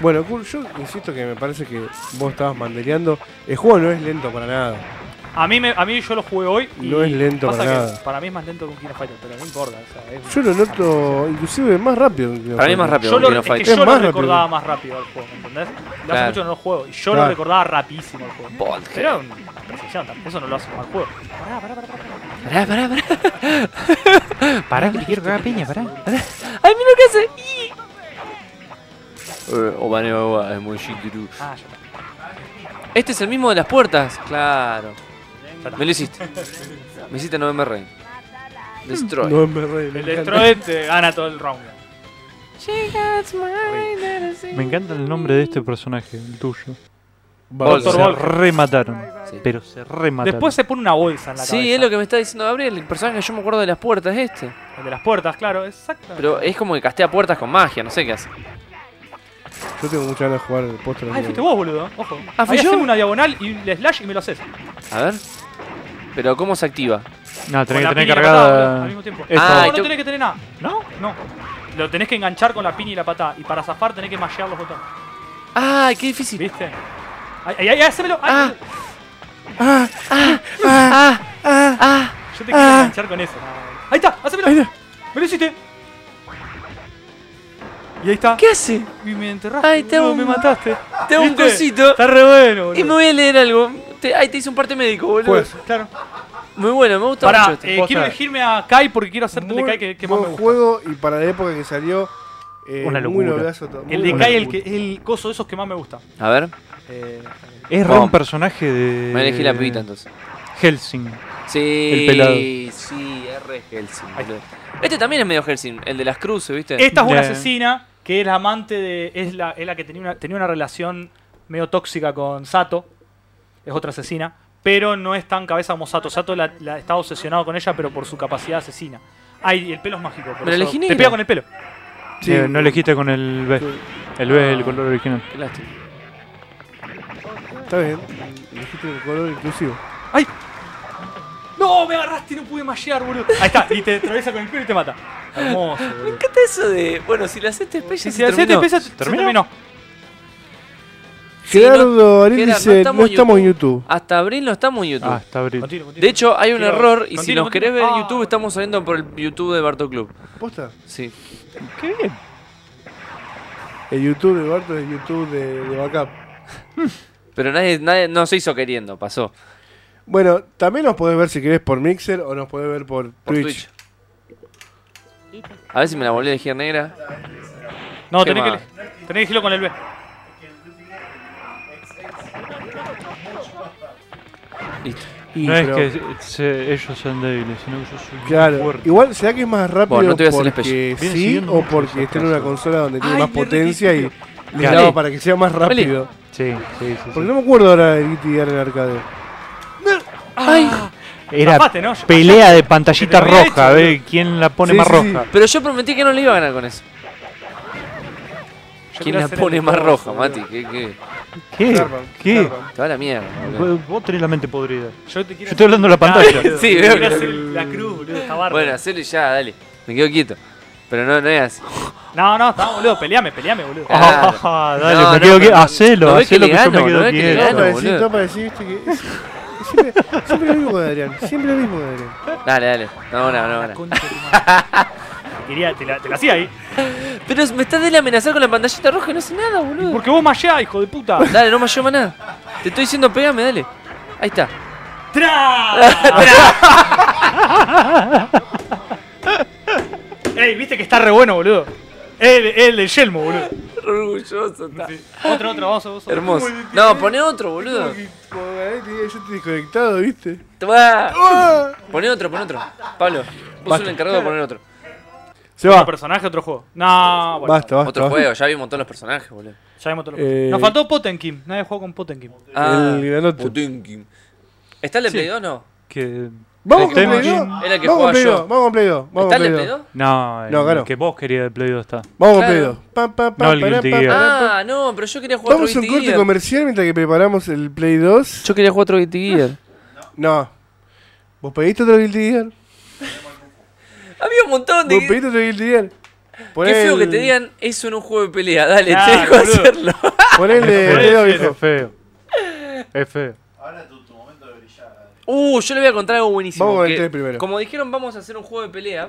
Bueno, Kurt, yo insisto que me parece que vos estabas mandereando. El juego no es lento para nada. A mí, me, a mí yo lo jugué hoy. Y No es lento pasa para que nada. Para mí es más lento que un King of Fighters, pero no importa. o sea, es- Yo lo noto inclusive más rápido. creo. Para mí es más rápido Yo lo, que King es of que Fighters. yo Es lo más rápido. recordaba más rápido al juego, ¿me entendés? Lo hace Claro. mucho que no lo juego. Y yo lo Claro. recordaba rapidísimo al juego. Bolge. Pero era un precisión, tampoco eso no lo hace mal juego. Pará, pará, pará, pará. Pará, pará, pará. Pará, que le quiero cagar piña, pará. ¡Ay, mira lo que hace! ¡Ih! Eh, Obaneo, oba, es muy shikuru. Ah, ya está. Este es el mismo de las puertas. Claro. Ya está. Me lo hiciste. Me hiciste November Rain. Destroy. No me re- me El encanta. Destroyed te gana todo el round. Me encanta el nombre de este personaje, el tuyo. Bolsa. Se Volker. remataron. Sí. Pero se remataron. Después se pone una bolsa en la cabeza. Sí, es lo que me está diciendo Gabriel. El personaje que yo me acuerdo de las puertas es este. El de las puertas, claro, exacto. Pero es como que castea puertas con magia, no sé qué hace. Yo tengo muchas ganas de jugar el postre. Ay, fuiste vos, boludo. Ojo. Ah, fui Ahí yo. haceme una diagonal y un slash y me lo haces. A ver. Pero ¿cómo se activa? No, Con tenés que la tener piña y la patada, boludo, cargada. al mismo tiempo. Ah, esta. y no, no tú- tenés que tener nada. ¿No? No. Lo tenés que enganchar con la piña y la patada. Y para zafar tenés que mashear los botones. ¡Ay, Ah, qué difícil! ¿Viste? Ay, ay, ay, hacémelo. ay, Ah. ¡Ah! ¡Ah! ¡Ah! Yo te quiero enganchar con eso. Ahí está, hacémelo. Me lo hiciste. Y ahí está. ¿Qué hace? Y me enterraste. Ay, te hago boludo, me un- mataste. Te hago un ¿Viste? cosito. Está re bueno, boludo. Y me voy a leer algo. Te- ay, te hice un parte médico, boludo. Pues, Claro. Muy bueno, me gusta mucho Pará, este. eh, quiero Posta. elegirme a Kai porque quiero hacerte el de Kai que, que más me buen gusta. juego y para la época que salió. eh, Una Muy locura. novedoso todo. El Muy de buena Kai el que, locura. es el coso de esos que más me gusta. A ver, Eh, Es re Vamos. un personaje de. me elegí la pibita entonces. Helsing. Sí, El pelado. sí, R Helsing. boludo. Este también es medio Helsing, el de las cruces, ¿viste? esta es una Bien. asesina que es la amante de. Es la, es la que tenía una, tenía una relación medio tóxica con Sato. Es otra asesina. Pero no es tan cabeza como Sato. Sato la, la- está obsesionado con ella, pero por su capacidad asesina. Ay, y el pelo es mágico. por Me lo eso- elegí te negra. pega con el pelo. Sí. Eh, no elegiste con el B. El B es el color original. Qué lástima. Está bien. Elegiste el color inclusivo. ¡Ay! ¡No! Me agarraste y no pude mashear, boludo. Ahí está, y te atraviesa con el pelo y te mata. Hermoso, Me boludo. encanta eso de. Bueno, si la haces te Si especie. se hace te pesa, se ¿Terminó? terminó. Sí, Gerardo no- Ariel Gerard, dice: no No estamos en YouTube. Hasta abril no estamos en YouTube. Ah, está abriendo. Continúo, continúo. de hecho, hay un Quiero- error y si continúo, nos querés ver continúo. en Ah, YouTube, bueno. estamos saliendo por el YouTube de Barto Club. ¿Posta? Sí. Qué bien. El YouTube de Barto es el YouTube de, de Backup. Pero nadie, nadie no se hizo queriendo, pasó. Bueno, también nos podés ver si querés por Mixer o nos podés ver por, Por Twitch. Twitch. A ver si me la volví a elegir negra. No, ¿Qué tenés que, más? ele- tenés que elegirlo con el B. Listo. Y, No es pero- que se- ellos sean débiles, sino que yo soy muy Claro, fuerte. igual será que es más rápido Bueno, no te voy a hacer el porque Viene sí siguiendo o mucho porque esa está en una frase. consola donde tiene Ay, más le potencia y le Gané. daba para que sea más rápido. Sí, sí, sí. sí. Porque no me acuerdo ahora de Guilty Gear en el arcade. ¡Ay! Era Zafaste, ¿no? pelea de pantallita Que te lo había roja, a hecho, ver quién la pone Sí, más sí, sí. roja. Pero yo prometí que no le iba a ganar con eso. Yo ¿Quién quería la hacer pone el de más todos, roja, boludo. Mati? ¿Qué, qué? ¿Qué? Starman, ¿Qué? Starman. Te va la mierda, boludo. Vos- Vos tenés la mente podrida. Yo te quiero Yo estoy hablando de la pantalla. Sí, veo Quiero que- hacer la cruz, boludo. Está bárbaro. Bueno, hacelo y ya, dale. Me quedo quieto. Pero no, no es así. No, no, está, boludo, peleame, peleame, boludo. Ah, Ah, dale, No, me no, quedo pero- quieto. Hacelo, ¿no ves que hacelo le que, yo gano? me quedo ¿No ves que le quieto. gano? Todo para decir, boludo. todo para decir, viste, que es- siempre, siempre lo mismo con Adrián. Siempre lo mismo con Adrián. Dale, dale. No, no, no. La no. concha de tu madre. Quería, te la, te la hacía ahí. Pero me estás del amenazar con la pantallita roja y no sé nada, boludo. Porque vos mallá, hijo de puta. Dale, no me llama nada. Te estoy diciendo pegame, dale. Ahí está. ¡Tra! Ey, viste que está re bueno, boludo. El, el del yelmo, boludo. Orgulloso está. Otro, otro, vamos, vamos. Hermoso. No, poné otro, boludo. Porque como Adrián te diga, Yo estoy desconectado, ¿viste? Tomá. Poné otro, poné otro. Pablo, vos sos el encargado de poner otro. Se Otro va. personaje, otro juego. No, bueno. Basta, basta. Otro basta. juego, ya vimos todos los personajes, boludo. Ya vimos otro Eh, Nos faltó Potenkim. Nadie jugó con Potenkim. Ah, El granote. Putinkin. ¿Está el de Sí. Play 2 no? Que- Vamos con Tengo Play un- 2. Era que Vamos con jugaba Play yo. 2. Vamos con Play 2. Vamos ¿Está con el de Play Play 2. 2? No, el No, claro. que vos querías del Play 2 está. Vamos con Claro. Play 2. Pa, pa, pa, No el pa, Guilty pa, Gear. pa, pa. Ah, no, pero yo quería jugar Vamos a otro un Guilty corte Gear. comercial mientras que preparamos el Play 2. Yo quería jugar otro Guilty Gear. No. ¿Vos pediste otro Guilty Gear? Había un montón ¿Vos de. pediste otro Guilty Gear? Pon Qué feo el- Ah, que te digan eso en un juego de pelea. Dale, Claro, tenés que boludo. hacerlo. Pon el de Es Play 2, feo, es viejo. feo. Es feo. Uh, yo le voy a contar algo buenísimo. Vamos con el que tres primero. Como dijeron, vamos a hacer un juego de pelea.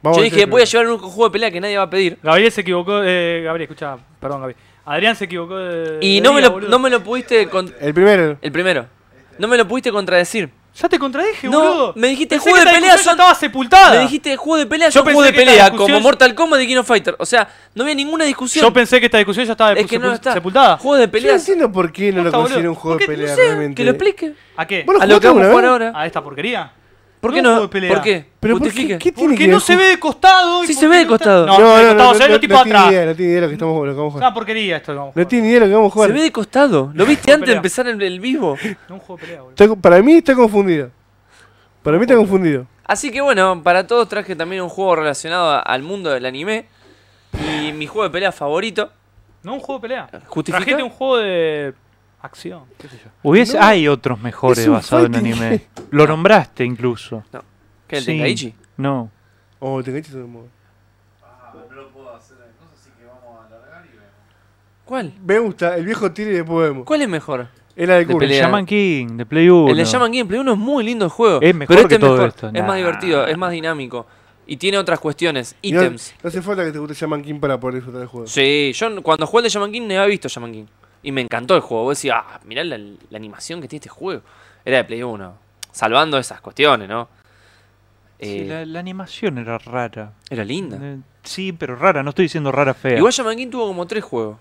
Vamos yo al dije, tres voy a primero. llevar un juego de pelea que nadie va a pedir. Gabriel se equivocó. Eh, Gabriel, escucha, perdón, Gabriel. Adrián se equivocó de. Y de no me, día, lo, boludo. no me lo pudiste. con- El primero. El primero. No me lo pudiste contradecir. Ya te contradije, No, boludo. me dijiste, Pensé juego que de esta pelea discusión son- ya estaba sepultada. Me dijiste juego de pelea, Yo yo juego de pensé que esta pelea, discusión como es- Mortal Kombat de King of Fighter. O sea, no había ninguna discusión. Yo pensé que esta discusión ya estaba es que no sepul- está. sepultada. Juego de Yo no pelea. entiendo por qué no lo Posta, considero boludo. un juego ¿Por de qué? No pelea sé, realmente. que lo explique. ¿A qué? Bueno, A lo que vamos a ¿Jugaste jugar alguna ahora. ¿A esta porquería? ¿Por qué no, no? juego de pelea. ¿Por qué? Pero por Justifique. qué, ¿qué tiene Porque que no ver se con- ve de costado. y Sí se porque ve de no está- costado. No, no, de costado, se ve lo tipo no tiene atrás. idea, no tiene idea lo que estamos, lo que vamos a Una jugar. porquería esto. que vamos a No jugar. tiene idea lo que vamos a Se jugar. ve de costado. ¿Lo viste antes de pelea. empezar el, el vivo? No un juego de pelea, boludo. Está- para mí está confundido. Para mí está confundido. Así que bueno, para todos traje también un juego relacionado a- al mundo del anime. Y mi juego de pelea favorito. No un juego de pelea. ¿Justifica? Trajiste un juego de acción, qué sé yo. Hubiese, hay otros mejores Es un basados en fighting anime. Lo nombraste incluso. ¿Qué es el Sí. Tenkaichi? No. Oh, te enganchas en el modo. ¿Cuál? Me gusta, el viejo tira y después vemos. ¿Cuál es mejor? Es la de De Curry. pelea. Shaman King, de Play 1. El de Shaman Gameplay 1 es muy lindo el juego. Es mejor pero este que es todo mejor. esto. Es Nah. más divertido, es más dinámico. Y tiene otras cuestiones, Y No, ítems. no hace falta que te guste Shaman King para poder disfrutar del juego. Sí, yo n- cuando jugué el de Shaman King no había visto Shaman King. Y me encantó el juego. Vos decís, ah, mirá la, la animación que tiene este juego. Era de Play 1. Salvando esas cuestiones, ¿no? Sí, Eh, la, la animación era rara. Era linda. Eh, Sí, pero rara, no estoy diciendo rara fea. Igual Shaman King tuvo como tres juegos.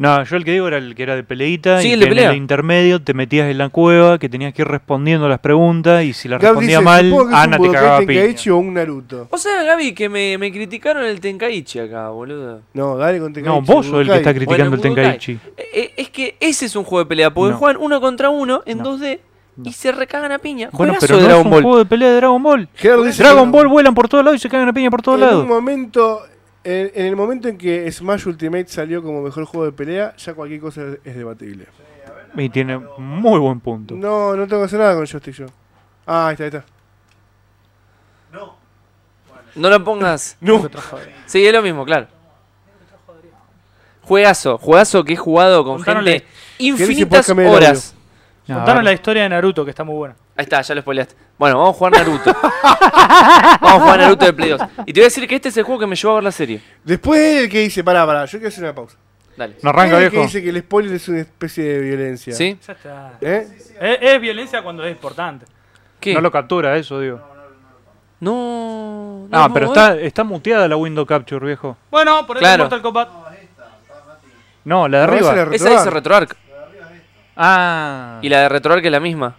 No, yo el que digo era el que era de peleita Sí, y el de que pelea. en el intermedio te metías en la cueva, que tenías que ir respondiendo las preguntas y si las Gab respondía dice, mal, supongo que es un Ana te Budokai cagaba piña. Tenkaichi o un Naruto. O sea, Gaby, que me, me criticaron el Tenkaichi acá, boludo. No, dale con Tenkaichi. No, vos sos el que Budokai. está criticando Bueno, el Tenkaichi. Eh, eh, es que ese es un juego de pelea, porque No. juegan uno contra uno en No. 2D y No. se recagan a piña. Bueno, Juegazo pero no de es Dragon un Ball. juego de pelea de Dragon Ball. Gerardo dice Dragon que- Ball vuelan por todos lados y se cagan a piña por todos en lados. un momento, en, en el momento en que Smash Ultimate salió como mejor juego de pelea, ya cualquier cosa es, es debatible. Y tiene muy buen punto. No, no tengo que hacer nada con el joystick yo. Ah, ahí está, ahí está. No lo pongas. No. Sí, es lo mismo, claro. Juegazo, juegazo que he jugado con Contaronle. gente dice infinitas Podcast Medio horas. A Contanos ver. la historia de Naruto, que está muy buena. Ahí está, ya lo spoileaste. Bueno, vamos a jugar Naruto. vamos a jugar Naruto de Play 2. Y te voy a decir que este es el juego que me llevó a ver la serie. Después es el que dice, pará, pará, yo quiero hacer una pausa. Dale. No arranca, Es el que viejo. dice que el spoiler es una especie de violencia. ¿Sí? Ya está. ¿Eh? Es, es violencia cuando es importante. ¿Qué? No lo captura eso, digo. No. no, Ah, no, pero eh. está, está muteada la window capture, viejo. Bueno, por eso Claro. Mortal Kombat. No, la de No, arriba. esa es Esa dice RetroArc. Ah. Y la de RetroArc es la misma.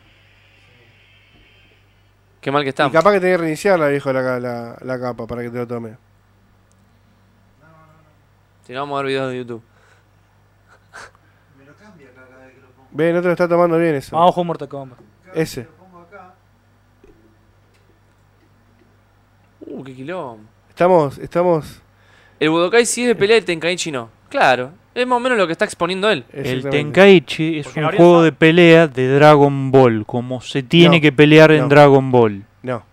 Qué mal que Y estamos. capaz que tenés que reiniciarla, viejo, la, ca- la, la capa para que te lo tome. Si no, vamos a ver videos de YouTube. Ve, no te lo está tomando bien eso. Vamos a jugar Mortal Kombat. Ese. Uh, qué quilombo. Estamos, estamos. El Budokai sí es de pelea y el Tenkaichi no. Claro. Es más o menos lo que está exponiendo él. El exactamente. Tenkaichi es Porque un Gabriel juego sabe. de pelea de Dragon Ball, como se tiene No, que pelear en no. Dragon Ball. No.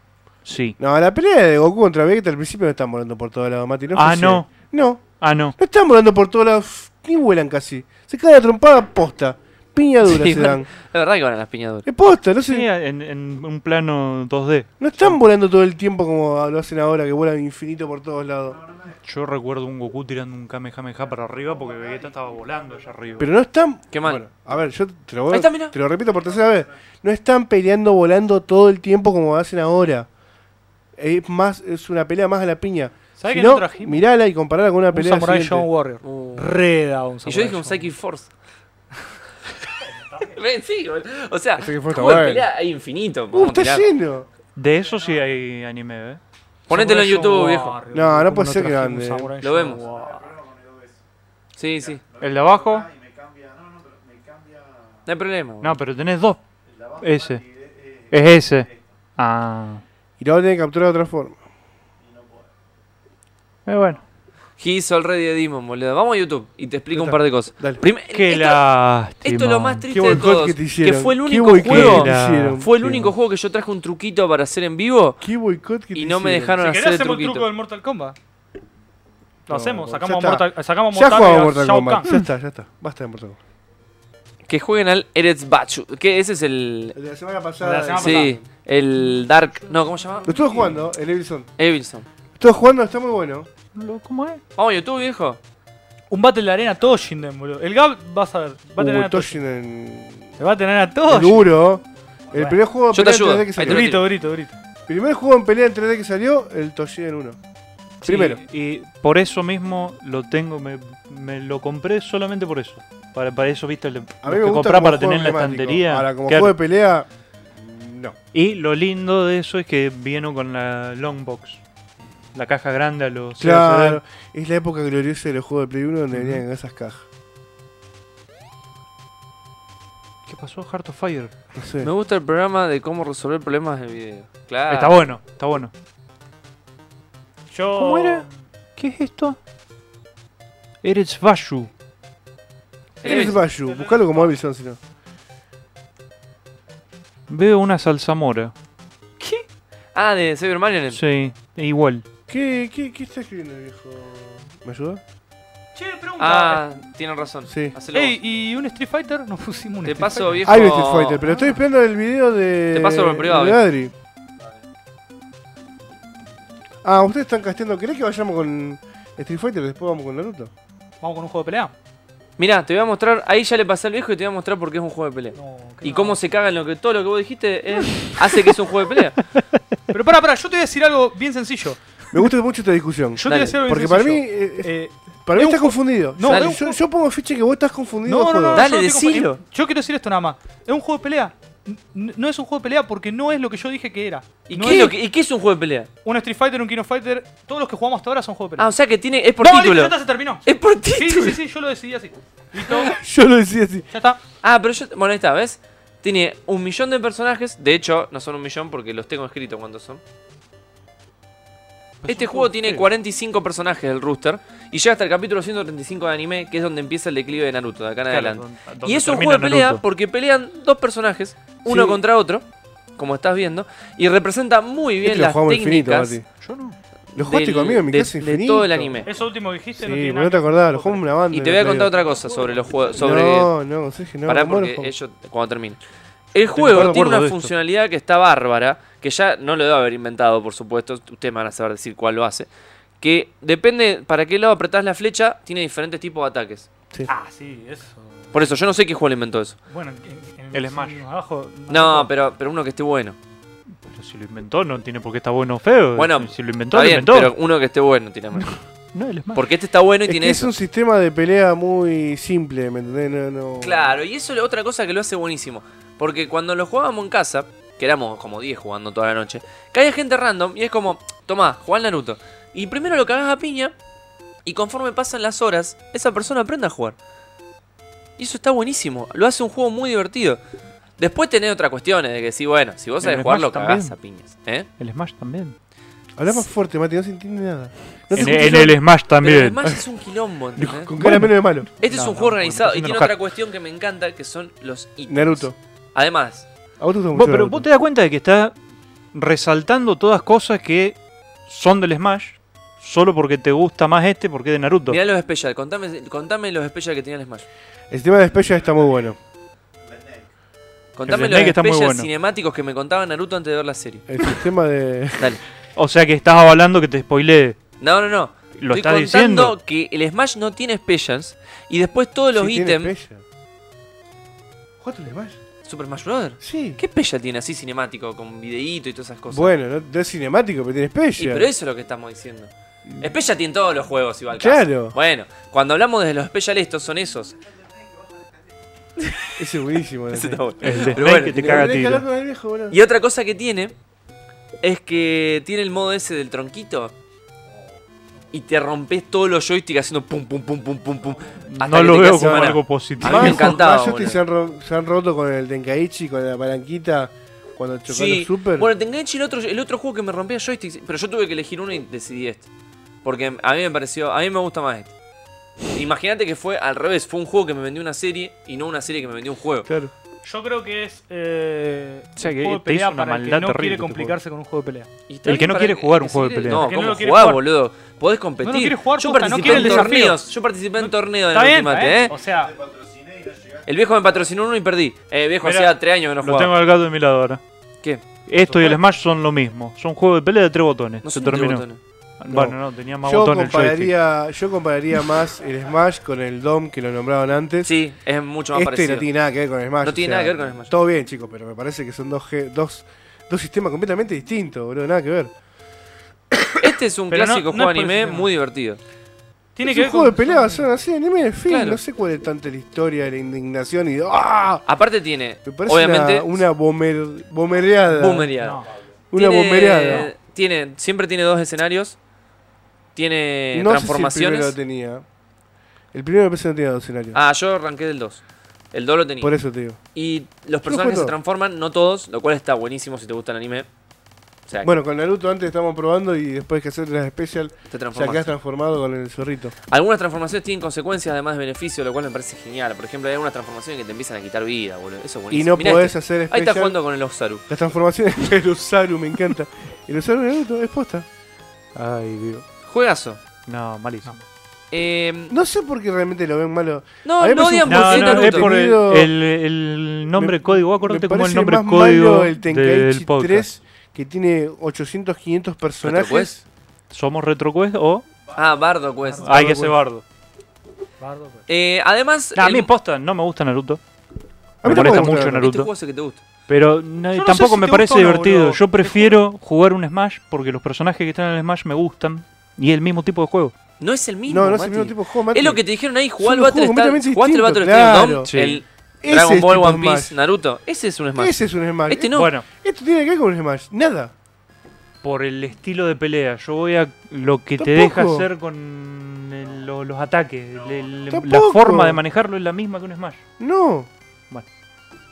Sí. No, la pelea de Goku contra Vegeta al principio no están volando por todos lados, Mati. No Ah, flashees. no. No, Ah, no. no están volando por todos lados, ni vuelan casi. Se cae la trompada posta. Piña dura Sí, se bueno, dan. La verdad que van a las piñaduras. Es posta, no, se- Sí, en, en un plano 2D. no están volando todo el tiempo como lo hacen ahora, que vuelan infinito por todos lados. Yo recuerdo un Goku tirando un Kamehameha para arriba porque Vegeta estaba volando allá arriba. Pero no están. Qué mal. Bueno, a ver, yo te lo, voy- Ahí está, mirá. te lo repito por tercera vez. No están peleando volando todo el tiempo como hacen ahora. Es más, es una pelea más a la piña. ¿Sabés Si que no trajimos? Mirala y comparala con una Un pelea. Samurai siguiente. John Warrior. Uh. Reda un Y Samurai yo dije un Shodown. Psychic Force. Ven, sí, bol- o sea, Psychic Force está juego de bueno. pelea hay infinito. Uh, podemos está tirar. lleno. De eso sí hay anime, ¿eh? Ponételo en Samurai YouTube, Shodown viejo. Warrior. No, no ¿Cómo puede ser que trajimos ande. Samurai Lo vemos. Shodown Warrior? Sí, sí, El de abajo. no hay problema. bol. No, pero tenés dos. Ese. Es ese. Ah. Y lo van a tener que capturar de otra forma. Eh, bueno. He is already a demon, boludo. Vamos a YouTube y te explico un par de cosas. Dale. Prim- Qué Eh, esto- lástima. Esto es lo más triste Qué de boicot todos. que te Que hicieron. fue el Qué único boicot juego. que te Era- hicieron. Fue el Sí. único juego que yo traje un truquito para hacer en vivo Qué boicot que te y no me hicieron. dejaron Si hacer querés el hacemos el truquito. truco del Mortal Kombat. Lo No, hacemos, ya sacamos a está. Mortal, sacamos Ya Mortal y jugamos a Mortal Shao Kombat. Kahn. Ya está, ya está. Basta de Mortal Kombat. Que jueguen al Eretz Bachu. Que ese es el. El de la semana El de la pasada. semana Sí, el Dark. No, ¿cómo se llama? Lo estuve jugando, el Evilson. Evilson. Estuve jugando, está muy bueno. Lo- ¿Cómo es? Vamos a YouTube, viejo. Un Battle de Arena todo Shinden, boludo. El Gab, vas a ver. Battle de Arena Uh, Toshinden. Toshin en... El Battle de Arena Es Toshinden. duro. El Bueno. primer juego Yo en te pelea en ayudo. 3D que Ahí te salió. Este lo- Grito, grito, grito. Primer juego en pelea en 3D que salió, el Toshin en 1. Sí, Primero. Y por eso mismo lo tengo, me, me lo compré solamente por eso. Para, para eso, viste, le, A mí los me que gusta comprás como para juego tener en la emblemático. estantería. Ahora, como Claro. juego de pelea, no. Y lo lindo de eso es que vino con la long box. La caja grande a los Claro, es la época gloriosa de los juegos de Play 1 donde venían esas cajas. CD. ¿Qué pasó, Heart of Fire? No sé. Me gusta el programa de cómo resolver problemas de video. Claro. Está bueno, está bueno. Yo. ¿Cómo era? ¿Qué es esto? Eres Vashu. Es Bayu, buscalo como Evilson si no. Veo una salsamora. Ah, de Cyber Marionette. Sí, e igual. ¿Qué, qué, ¿Qué está escribiendo, viejo? ¿Me ayuda? Che, pregunta. Ah, tienen razón. Sí. Hacelo vos. Ey, ¿y un Street Fighter? Nos pusimos un Te Street paso, Fighter. viejo. Hay Street Fighter, pero estoy esperando el video de. Te paso por privado, de viejo. Adri. Ah, ustedes están casteando. ¿Querés que vayamos con Street Fighter y después vamos con Naruto? ¿Vamos con un juego de pelea? Mirá, te voy a mostrar. Ahí ya le pasé al viejo y te voy a mostrar por qué es un juego de pelea. No, qué Y no. cómo se cagan lo que todo lo que vos dijiste es- hace que es un juego de pelea. Pero pará, pará, yo te voy a decir algo bien sencillo. Me gusta mucho esta discusión. Yo te voy Dale, a decir algo bien Porque sencillo. para mí, eh, eh, Eh, para mí es un estás confundido. no, Yo- es un yo, juego- yo pongo ficha que vos estás confundido. no, no, del no, juego. Dale, yo no estoy decilo. confundido. Yo quiero decir esto nada más. Es un juego de pelea. N- no es un juego de pelea porque no es lo que yo dije que era. ¿Y, No qué, es es lo que- y qué es un juego de pelea? Un Street Fighter, un Kino Fighter, todos los que jugamos hasta ahora son juegos de pelea. Ah, o sea que tiene. es por no, listo, título. ya está, se terminó. Es por Sí, título. sí, sí, sí, yo lo decidí así. Listo, Yo lo decía así. ya está. Ah, pero yo. Bueno, ahí está, ¿ves? Tiene un millón de personajes. De hecho, no son un millón porque los tengo escritos cuántos son. Pues Este juego tiene 45 personajes del rooster y llega hasta el capítulo 135 de anime, que es donde empieza el declive de Naruto, de acá en adelante. Y es un juego de pelea porque pelean dos personajes, uno Sí. contra otro, como estás viendo, y representa muy bien Este lo las jugamos infinito, técnicas Mati. Yo no. Lo jugaste del- conmigo en mi de, casa de infinito. todo el anime. Eso último que dijiste Sí, no tiene pero nada no te que- acordás, lo jugamos una banda. Y te voy a lo contar digo. otra cosa sobre los juegos, sobre No, no, Sergio, no. Pará, ¿cómo lo porque jugamos? ellos, cuando termine. El acuerdo, juego tiene acuerdo una de esto. funcionalidad que está bárbara, que ya no lo debe haber inventado, por supuesto, ustedes me van a saber decir cuál lo hace, que depende para qué lado apretás la flecha, tiene diferentes tipos de ataques. Ah, sí, eso. Por eso, yo no sé qué juego le inventó eso. Bueno, en- en- El en- Smash. Abajo, No, pero, pero uno que esté bueno. Pero si lo inventó, no tiene por qué estar bueno o feo. Bueno, si lo inventó, Está lo bien, inventó. pero uno que esté bueno tiene más. No, el Smash. Porque este está bueno y Es tiene que es eso. un sistema de pelea muy simple, ¿me entendés? No, no. Claro, y eso es otra cosa que lo hace buenísimo. Porque cuando lo jugábamos en casa, que éramos como 10 jugando toda la noche, caía gente random y es como, tomá, jugá al Naruto. Y primero lo cagás a piña y conforme pasan las horas, esa persona aprende a jugar. Y eso está buenísimo, lo hace un juego muy divertido. Después tenés otras cuestiones de que sí, bueno, si vos En sabés el jugar, lo Smash cagás a también. piñas. ¿eh? El Smash también. Habla más fuerte, Mati, no se entiende nada. No te En, escucho en yo. el Smash Pero también. además es un quilombo, ¿entendés? Con cara menos de malo. Este es No, un no, juego bueno, organizado y entonces me tiene enojás. otra cuestión que me encanta, que son los ítems. Naruto. Además, A vos te gusta Vos- mucho pero Naruto. vos te das cuenta de que está resaltando todas cosas que son del Smash, solo porque te gusta más este porque es de Naruto. Mirá los special, contame, contame los special que tenía el Smash. El tema de Special está muy bueno. Contame El los remake está muy special bueno. cinemáticos que me contaba Naruto antes de ver la serie. El sistema de. Dale. O sea que estás avalando que te spoilee. No, no, no. Lo Estoy estás contando diciendo. que el Smash no tiene specials y después todos los Sí, tiene ítems. Special. ¿Jugaste un Smash? Super Smash Bros. Sí. ¿Qué special tiene así cinemático con videíto y todas esas cosas? Bueno, no, no es cinemático, pero tiene Y Special. pero eso es lo que estamos diciendo. Special tiene todos los juegos igual. casi. Claro. Bueno, cuando hablamos de los special estos son esos. Ese es buenísimo. Ese Dante. está bueno. El de Pero Snake bueno, que te Pero caga a tenés que hablar tiro. con el viejo, boludo. Y otra cosa que tiene es que tiene el modo ese del tronquito y te rompes todos los joysticks haciendo pum pum pum pum pum pum. hasta No que lo te veo quedas sin como maná. algo A positivo. mí me Más- encantaba, más joystick boludo. se han, ro- se han roto con el Tenkaichi, con la palanquita, cuando chocó Sí. los super. Bueno, Tenkaichi el otro, el otro juego que me rompía joysticks, pero yo tuve que elegir uno y decidí este. Porque a mí me pareció, a mí me gusta más este. Imagínate que fue al revés, fue un juego que me vendió una serie y no una serie que me vendió un juego. Claro. Yo creo que es eh, O sea, un que juego de te hizo pelea una para el que maldad no terrible quiere este juego. complicarse con un juego de pelea. Y está El que bien no para quiere jugar un juego de quiere- pelea. No, El que ¿cómo no lo quiere jugás, jugar. boludo? Podés competir. quiere jugar, Yo posta, no participé quiere en el desafío. torneos. Yo participé en torneos Está de bien, Ultimate, está bien. ¿eh? O sea, El viejo me patrocinó uno y perdí. Eh, viejo, Mirá, hacía tres años que no Lo jugaba. tengo al gato de mi lado ahora. ¿Qué? Esto y el Smash son lo mismo. Son juegos de pelea de tres botones. No Se son tres terminó. botones. Bueno, no, tenía más Yo botones el joystick. compararía, yo compararía más el Smash con el DOM que lo nombraron antes. Sí, es mucho más este parecido. no tiene nada que ver con el Smash. No tiene nada que ver con el Smash. Todo bien, chicos, pero me parece que son dos, ge- dos, dos sistemas completamente distintos, boludo. Nada que ver. Este es un Pero no- clásico no juego es por anime ese tema. muy divertido. tiene es que un ver juego con- de pelea, son así, anime de film. Claro. No sé cuál es tanta la historia, la indignación y. ¡Ah! Aparte tiene, Me parece obviamente, una, una bomer- bomereada. boomería. No. Una Tiene- eh, bombereada. Tiene, siempre tiene dos escenarios. Tiene No sé si el primero transformaciones. lo tenía. El primero me parece que no tenía dos escenarios. ah, yo arranqué del 2. El 2 lo tenía. Por eso te digo. Y los personajes se juego. transforman, no todos, lo cual está buenísimo si te gusta el anime. O sea, Bueno, con Naruto antes estábamos probando y después que hacer las special, te ya transformas. quedas transformado con el zorrito. Algunas transformaciones tienen consecuencias además de beneficio, lo cual me parece genial. Por ejemplo, hay algunas transformaciones que te empiezan a quitar vida, boludo. Eso es Y buenísimo. no Mirá podés este. hacer Ahí está special. jugando con el Osaru. Las transformaciones del Usaru, me encanta. El Usaru de Naruto es posta. Ay, Dios. Juegazo. No, malísimo. Eh, No sé por qué realmente lo ven malo. A no, mí me no parece odian un- por No, sí no, Naruto. es por el, Tenido- el- el nombre Me- código. Vos Me Acordate cómo es parece el nombre más código malo el del Tenkaichi podcast. 3 que tiene 800, 500 ¿Retro Quest? personajes. ¿Somos RetroQuest o Ah, Bardo Quest. hay que ser bardo? Bardo, pues. Eh, además, Nah, a el- mí posta, no me gusta Naruto. A Me mí tampoco molesta me gusta mucho Naruto. este Naruto. juego es el que te gusta. Pero no- Yo no sé tampoco si me te parece gusta o no, divertido. boludo. Yo prefiero jugar un Smash porque los personajes que están en el Smash me gustan. Y el mismo tipo de juego. No es el mismo. No, no es el Mati. mismo tipo de juego, Mati. Es lo que te dijeron ahí, jugá Son al dos Battle juegos Star. completamente ¿Jugaste el Battle distintos, Star Dom? claro. Sí. El Ese Dragon es Ball tipo One Smash. Piece, Naruto. Ese es un Smash. Ese es un Smash. Este no. Bueno, Esto tiene que ver con un Smash. Nada. por el estilo de pelea, yo voy a lo que te deja Tampoco. hacer con el- lo- los ataques. el- el- la Tampoco. forma de manejarlo es la misma que un Smash. No. Bueno.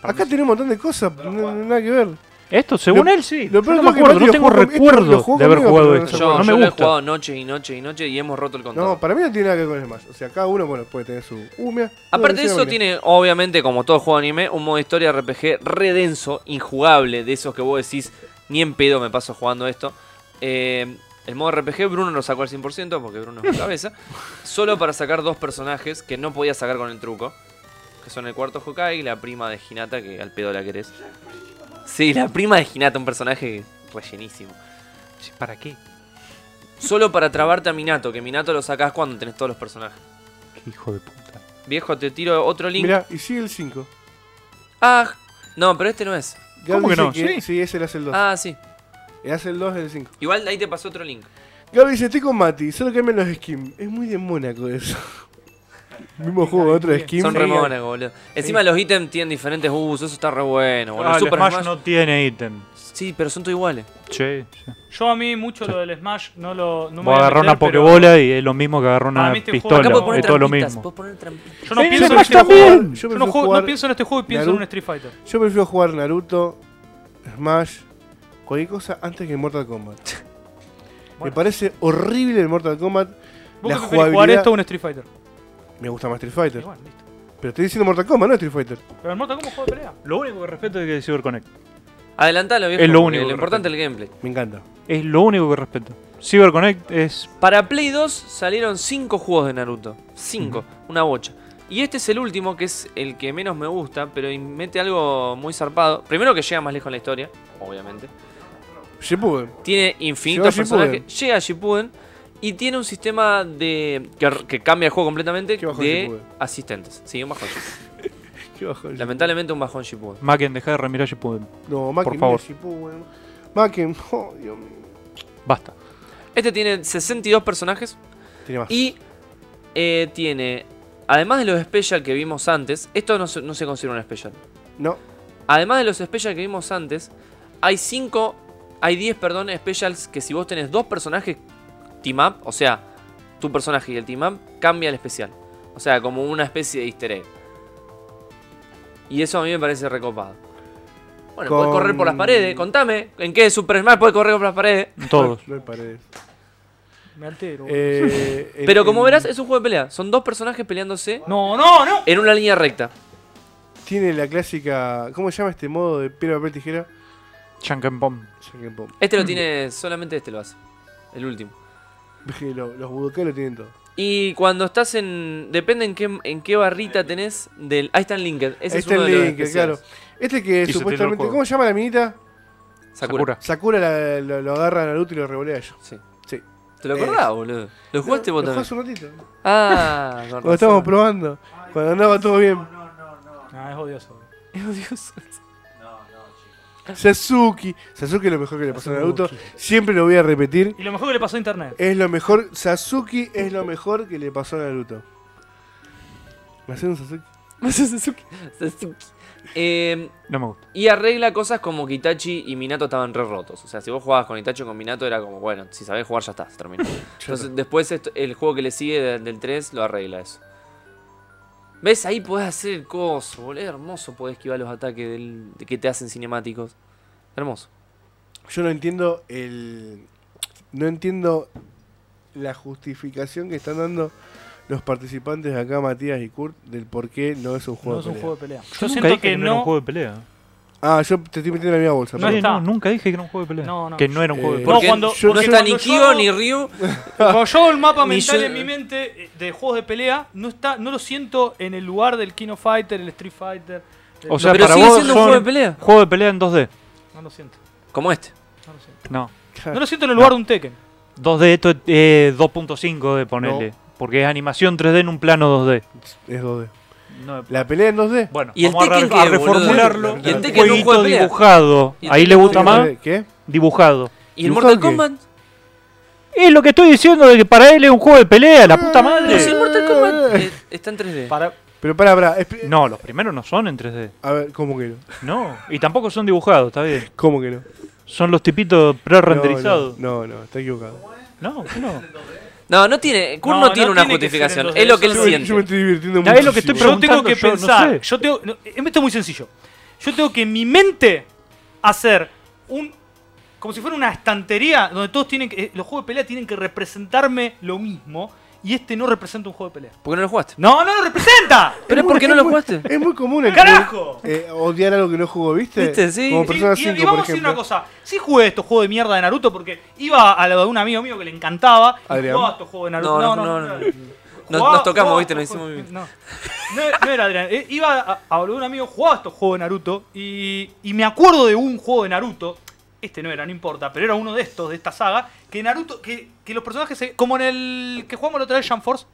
Acá tiene un montón de cosas. no- no- Nada que ver. Esto, según Lo- él, sí. lo Yo peor no es me que acuerdo, Mati no lo tengo jugó con- esto lo recuerdo jugó de haber conmigo, jugado pero no esto. se Yo, No me yo lo he gusta. jugado noche y noche y noche y hemos roto el contador. No, para mí no tiene nada que ver con el Smash. O sea, cada uno bueno, puede tener su humia. Aparte de eso, tiene, obviamente, como todo juego de anime, un modo historia RPG redenso, injugable, de esos que vos decís, ni en pedo me paso jugando esto. Eh, el modo RPG, Bruno lo sacó al 100% porque Bruno es mi cabeza. Solo para sacar dos personajes que no podía sacar con el truco. Que son el cuarto Hokage y la prima de Hinata, que al pedo la querés. Sí, la prima de Hinata, un personaje rellenísimo. Sí, ¿Para qué? Solo para trabarte a Minato, que Minato lo sacás cuando tenés todos los personajes. Qué hijo de puta. Viejo, te tiro otro link. Mirá, y sigue el 5. Ah, no, pero este no es. ¿Cómo que no? sí. Sí. ese le hace el 2. Ah, sí. Le hace el 2 del 5. Igual ahí te pasó otro link. Gaby dice, estoy con Mati, solo cambian los skins. Es muy de Mónaco eso. Mismo juego, otro skin. Son re monas, boludo. Encima los ítems tienen diferentes usos, eso está re bueno, boludo. Ah, el Super Smash, Smash- no tiene ítem. Sí, pero son todos iguales. Che, sí. Yo a mí mucho lo del Smash no lo. No me Vos voy a agarrás meter, una pero pokebola y es lo mismo que agarrar una Para mí este juego- pistola. Acá Hola, podés poner Es todo lo trampitas, mismo. podés poner trampitas. Yo no Sí, pienso en Smash este también. Yo juego. Yo no, prefiero juego- no jugar- pienso en este juego y pienso en un Street Fighter. Yo prefiero jugar Naruto, Smash, cualquier cosa antes que Mortal Kombat. Me Bueno. parece horrible el Mortal Kombat. ¿Vos La qué preferís jugar jugabilidad. esto o un Street Fighter? Me gusta más Street Fighter. Igual, listo. Pero estoy diciendo Mortal Kombat, no Street Fighter. Pero el Mortal Kombat es un juego de pelea. Lo único que respeto es que es CyberConnect. Adelantalo, viejo. Es lo porque único que importante es el gameplay. Me encanta. Es lo único que respeto. CyberConnect es. Para Play 2 salieron 5 juegos de Naruto. 5, una bocha. Y este es el último, que es el que menos me gusta, pero y mete algo muy zarpado. Primero que llega más lejos en la historia, obviamente. Shippuden. Tiene infinitos Llegó a Shippuden. personajes. Llega a Shippuden. Y tiene un sistema de que, r- que cambia el juego completamente Qué bajón de Shippuden. asistentes. Sí, un bajón. Shippuden. Qué bajo el- Lamentablemente un bajón Shippuden. Macken, deja de remirar Shippuden. No, Macken, Por favor. mira, Shippuden. Macken, oh, Dios mío. Basta. Este tiene 62 personajes. Tiene más. Y eh, tiene, además de los special que vimos antes, esto no se, no se considera un special. No, Además de los special que vimos antes, hay 5, hay 10, perdón, specials que si vos tenés dos personajes team up, o sea, tu personaje y el team up, cambia el especial. O sea, como una especie de easter egg. Y eso a mí me parece recopado. Bueno, Con- podés correr por las paredes. Contame, ¿en qué Super Smash podés correr por las paredes? Todos. no hay paredes. Me altero. Eh, el- Pero como el- verás, es un juego de pelea. Son dos personajes peleándose No, no, no. en una línea recta. Tiene la clásica. ¿Cómo se llama este modo de piedra, papel, tijera? Chankenpom. Jack and Pom. Este lo tiene, solamente este lo hace. El último. Los, los budokai lo tienen todo. Y cuando estás en. Depende en qué, en qué barrita tenés del. Ahí está en Linked. Ese es este uno el de los link, claro. especiales. Este que se te lo supuestamente. juego. Ah. ¿Cómo se llama la minita? Sakura. Sakura. Sakura la- lo, lo agarra a Naruto y lo revolea yo. Sí. Sí. ¿Te lo Eh, acordás, boludo? ¿Lo jugaste vos Lo también? jugué hace un ratito. Ah, con Cuando estábamos razón. probando. Cuando andaba todo bien. No, Ah, es odioso. Es odioso. Sasuke. Sasuke es lo mejor que le pasó a Naruto. Siempre lo voy a repetir. Y lo mejor que le pasó a internet. Es lo mejor. Sasuke es lo mejor que le pasó a Naruto. ¿Me hacen un Sasuke? Sasuke. Sasuke. Eh, No me gusta. y arregla cosas como que Itachi y Minato estaban re rotos. O sea, si vos jugabas con Itachi o con Minato era como, bueno, si sabés jugar ya está, se terminó. Entonces, después esto- el juego que le sigue de- del 3 lo arregla eso. ¿Ves? Ahí podés hacer el coso, boludo. Hermoso podés esquivar los ataques del- de que te hacen cinemáticos. Hermoso. Yo no entiendo el. No entiendo la justificación que están dando los participantes acá, Matías y Kurt, del por qué no es un juego. No es de un pelea. juego de pelea. Yo, nunca siento dije que era un no. juego de pelea. Ah, yo te estoy metiendo en la misma bolsa. No Sí, perdón. está. no, nunca dije que era un juego de pelea. No, no. Que no era un juego de Eh, No, pelea. Porque cuando- no yo- está ni cuando yo Kyo hago- ni Ryu. Cuando yo hago el mapa Ni mental yo- en mi mente eh, de juegos de pelea, no está, no lo siento en el lugar del Kino Fighter, el Street Fighter. el- O sea, pero para sigue vos siendo un son- juego de pelea. Juego de pelea en 2D. No lo siento. Como este. No lo siento. No. No lo siento en el lugar de un Tekken. 2D, esto es, eh, 2.5 de ponerle. No. Porque es animación 3D en un plano 2D. Es 2D. No, La pelea en 2D. Bueno, ¿Y el vamos a, Tekken re- a qué, boludo? reformularlo. ¿Y el Tekken Un no es un jueguito juego de pelea? dibujado. ¿Y el Ahí Tekken le no es gusta un más. ¿Qué? Dibujado. ¿Y el ¿Dibujado Mortal qué? Kombat? Es lo que estoy diciendo de que para él es un juego de pelea, la puta Pero si el madre. Mortal Kombat eh, está en 3D. Para, Pero pará, pará. espe- No, los primeros no son en 3D. A ver, ¿cómo que no? No. Y tampoco son dibujados, está bien. ¿Cómo que no? Son los tipitos pre-renderizados. No, no, no, está equivocado. No, no. No, no tiene. Kun no, No, no tiene una tiene que ser en justificación. 2D, Es lo que él eso Yo, me- siente. yo me estoy divirtiendo Ya mucho. es lo que estoy yo tengo que preguntando, yo no pensar. sé. Yo tengo. no, eh, esto es muy sencillo. Yo tengo que en mi mente hacer un. Como si fuera una estantería donde todos tienen que. eh, los juegos de pelea tienen que representarme lo mismo. Y este no representa un juego de pelea. ¿Por qué no lo jugaste? ¡No, no lo representa! ¿Pero muy- por qué no es lo muy- jugaste? Es muy común el ¡Carajo! eh, odiar algo que no jugó, ¿viste? ¿Viste? Sí. Como Y- Persona y, y 5, vamos por a decir una ejemplo. cosa. Sí jugué estos juegos de mierda de Naruto porque iba a lo de un amigo mío que le encantaba. Y Adrián. jugaba estos juegos de Naruto. No, No, no, no, no, no. no. Nos- Jugaba- nos tocamos, jugaba viste, nos estos hicimos juegos- mimitos. No, no, no era Adrián. eh, Iba a, a hablar de un amigo, jugaba estos juegos de Naruto y, y me acuerdo de un juego de Naruto. Este no era, no importa, pero era uno de estos, de esta saga, que Naruto, que, que los personajes, se- como en el que jugamos la otra vez, Jump Force,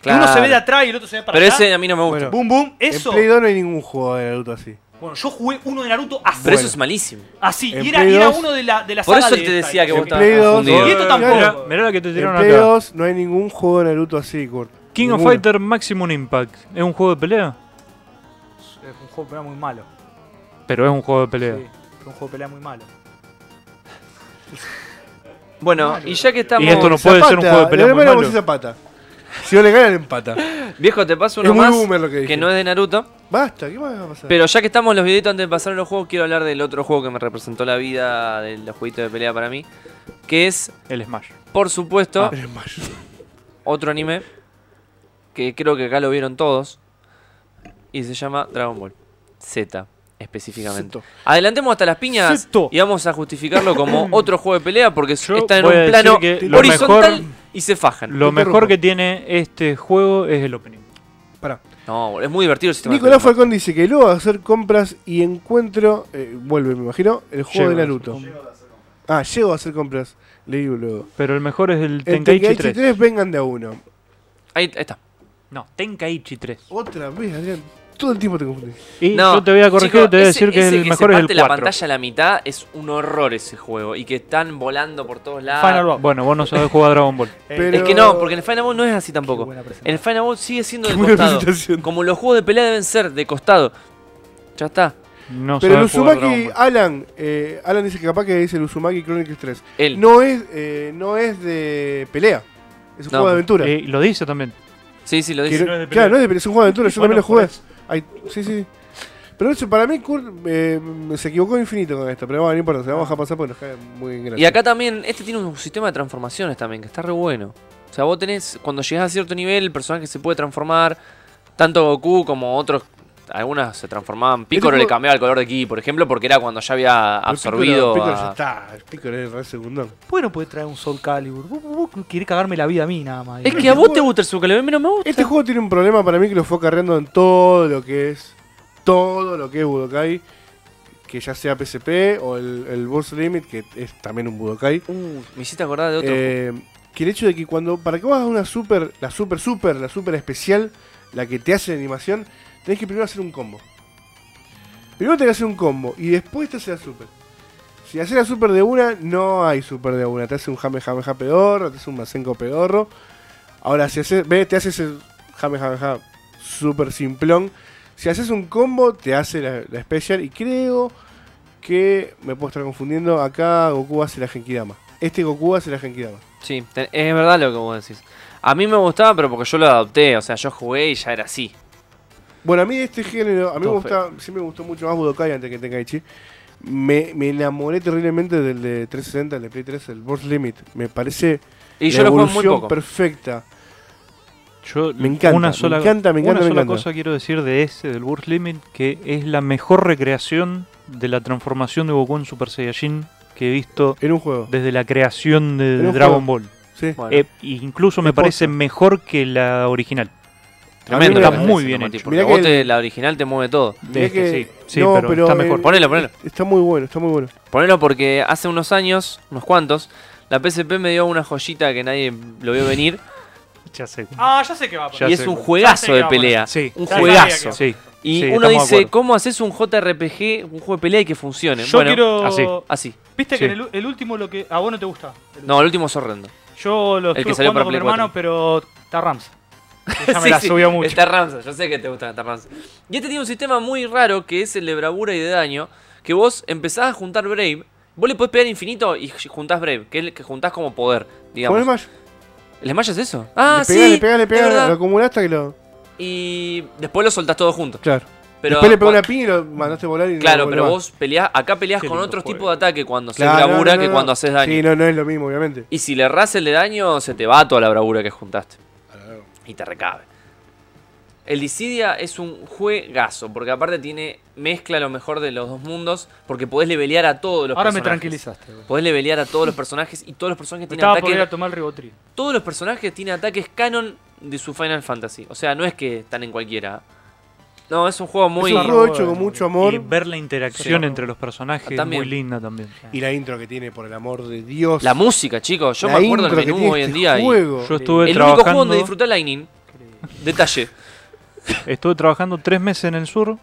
que uno se Claro. ve de atrás y el otro se ve para Pero allá. ese a mí no me gusta. Bueno, Boom, boom, eso. En Play 2 no hay ningún juego de Naruto así. Bueno, yo jugué uno de Naruto así. Pero eso Bueno. es malísimo. Así, En y Ah, era, Play y era 2. uno de la, de la Por saga eso de te esta, decía que vos En estabas Play 2. confundido. Y esto tampoco. eh, Mirá, mirá la que te En tiraron Play acá. 2 no hay ningún juego de Naruto así, Kurt. King of Ninguno. Fighter Maximum Impact. ¿Es un juego de pelea? Es un juego de pelea muy malo. Pero es un juego de pelea. Sí, es un juego de pelea muy malo. Bueno, y ya que estamos. Y esto no puede ser un juego de pelea Le muy ganamos malo. esa pata. Si no le ganan, empata. Viejo, te paso es uno muy más. boomer lo que dije. Que no es de Naruto. Basta, ¿qué más va a pasar? Pero ya que estamos en los videitos antes de pasar a los juegos, quiero hablar del otro juego que me representó la vida de los jueguitos de pelea para mí. Que es, El Smash. por supuesto, Ah. Eres Ah, mayor. otro anime. Que creo que acá lo vieron todos. Y se llama Dragon Ball Z. específicamente. Seto. Adelantemos hasta las piñas Seto. y vamos a justificarlo como otro juego de pelea porque Yo está en voy a un plano decir que lo horizontal mejor- y se fajan. Lo Te mejor interrumpo. que tiene este juego es el opening. Pará. No, es muy divertido el sistema. de Nicolás pelea. Falcón dice que luego de hacer compras y encuentro, eh, vuelve me imagino, el juego Llego de a hacer Naruto. compras. Ah, llego a hacer compras, leí luego. Pero el mejor es el El Tenkaichi 3. 3 vengan de a uno. Ahí ahí está. No, Tenkaichi 3. Otra vez, Adrián, todo el tiempo te confundís. Y No, yo te voy a corregir, chicos, te voy a ese- decir que ese el mejor se es el parte 4. la pantalla a la mitad es un horror ese juego y que están volando por todos lados. Final Boss. Bueno, vos no sabés jugar a Dragon Ball. Pero- Eh, Es que no, porque en el Final Boss no es así tampoco. buena El Final Boss sigue siendo Qué de buena costado. presentación. Como los juegos de pelea deben ser de costado. Ya está. No Pero el sabés jugar a Dragon Uzumaki, Ball. Alan, eh, Alan dice que capaz que es el Uzumaki Chronicles 3. Él. No es, eh, no es de pelea, es un No. juego de aventura. Eh, lo dice también. Sí, sí, lo Que dice. no no- es de pelea. claro, no es de pelea, es un juego de aventura, yo Bueno, también lo por jugué. Ay, sí, sí. Pero eso, para mí Kurt eh, se equivocó infinito con esto, pero bueno, no importa, se la vamos a dejar pasar porque nos cae muy en gracia. Y acá también, este tiene un sistema de transformaciones también, que está re bueno. O sea, vos tenés, cuando llegás a cierto nivel, el personaje se puede transformar. Tanto Goku como otros, algunas se transformaban. Piccolo le juego- cambiaba el color de ki, por ejemplo, porque era cuando ya había Pero absorbido. Piccolo- Piccolo ya a- está, el Piccolo es el re segundón. ¿Por qué no puede traer un Soul Calibur? Vos, vos querés cagarme la vida a mí nada más. Es que a vos te gusta el Zucca, a mí no me gusta. Este juego tiene un problema para mí que lo fue acarreando en todo lo que es. Todo lo que es Budokai. Que ya sea PSP o el, el Burst Limit, que es también un Budokai. Uh, me hiciste acordar de otro. Eh, que el hecho de que cuando. Para que vos hagas una super. La super super, la super especial. La que te hace la animación. Tenés que primero hacer un combo. Primero tenés que hacer un combo. Y después te hace la super. Si haces la super de una, no hay super de una. Te hace un jame jame ja pedorro. Te hace un masenco pedorro. Ahora, si haces. Ve, te hace ese jame jame ja. Super simplón. Si haces un combo, te hace la, la especial. Y creo que me puedo estar confundiendo. Acá Goku hace la Genkidama. Este Goku hace la Genkidama. Sí, te- es verdad lo que vos decís. A mí me gustaba, pero porque yo lo adopté. O sea, yo jugué y ya era así. Bueno, a mí de este género, a mí me Todo gusta, siempre me gustó mucho más Budokai antes que Tenkaichi. Me, me enamoré terriblemente del de 360, el de Play 3, el Burst Limit. Me parece Y la yo lo jugué muy evolución poco. perfecta. Yo Me encanta, una me sola, encanta, me una encanta, me sola encanta. cosa quiero decir de ese, del Burst Limit, que es la mejor recreación de la transformación de Goku en Super Saiyajin que he visto En un juego. desde la creación de Era un Dragon Ball. Sí. Bueno, Eh, incluso me Posta. parece mejor que la original. tremendo. está lo que muy decís, bien Mati, hecho. porque Mirá vos que te- la original te mueve todo. Mirá Este, que- sí, sí, no, pero, pero está el- mejor. Ponelo, ponelo. Está muy bueno, está muy bueno. Ponelo porque hace unos años, unos cuantos, la PSP me dio una joyita que nadie lo vio venir. Ya sé. Ah, ya sé que va a Ya y sé es un cuál. Ya juegazo sé de que va a poner. pelea. Sí, Ah, Un sí, juegazo. Sí, Y sí, uno estamos de dice, acuerdo. ¿cómo haces un JRPG, un juego de pelea y que funcione? Yo bueno, quiero. así. así. Viste Sí. que en el, el último lo que. A vos no te gusta. No, el último es horrendo. Yo lo El que estuve salió jugando para con mi Play hermano, 4. pero está Rams. Ya me Sí, la sí, subió mucho. El Tarranza, yo sé que te gusta el Tarranza. Y este tiene un sistema muy raro que es el de bravura y de daño, que vos empezás a juntar Brave, vos le podés pegar infinito y juntás Brave, que es el que juntás como poder, Con el digamos. Smash. ¿El Smash es eso? Ah, le sí. pegás, le pegás, le es pegás, verdad. lo acumulás hasta que lo. Y después lo soltás todo junto. Claro. Pero Después le pegó cua- una piña y lo mandaste a volar y no Claro, lo pero voló vos peleás, acá peleás Qué con lindo otros juego. tipos de ataque cuando más. haces Claro, no, bravura no, que no. cuando haces daño. Sí, no, no es lo mismo, obviamente. Y si le erras el de daño, se te va toda la bravura que juntaste. Y te recabe. El Dissidia es un juegazo, porque aparte tiene mezcla lo mejor de los dos mundos, porque podés levelear a todos los Ahora me personajes. tranquilizaste. boludo. Podés levelear a todos los personajes y todos los personajes tienen Estaba por ir ataques. a tomar el ribotril. Todos los personajes tienen ataques canon de su Final Fantasy. O sea, no es que están en cualquiera. No, es un juego muy. es un juego bueno, hecho con bueno. mucho amor. Y ver la Acción interacción entre los personajes También. muy linda Ah, también. Y la intro que tiene, por el amor de Dios. La música, chicos. Yo La me acuerdo del intro que menú tiene hoy en este día. y- juego. Yo estuve el único juego trabajando, donde disfruté Lightning. Detalle. estuve trabajando tres meses en el sur.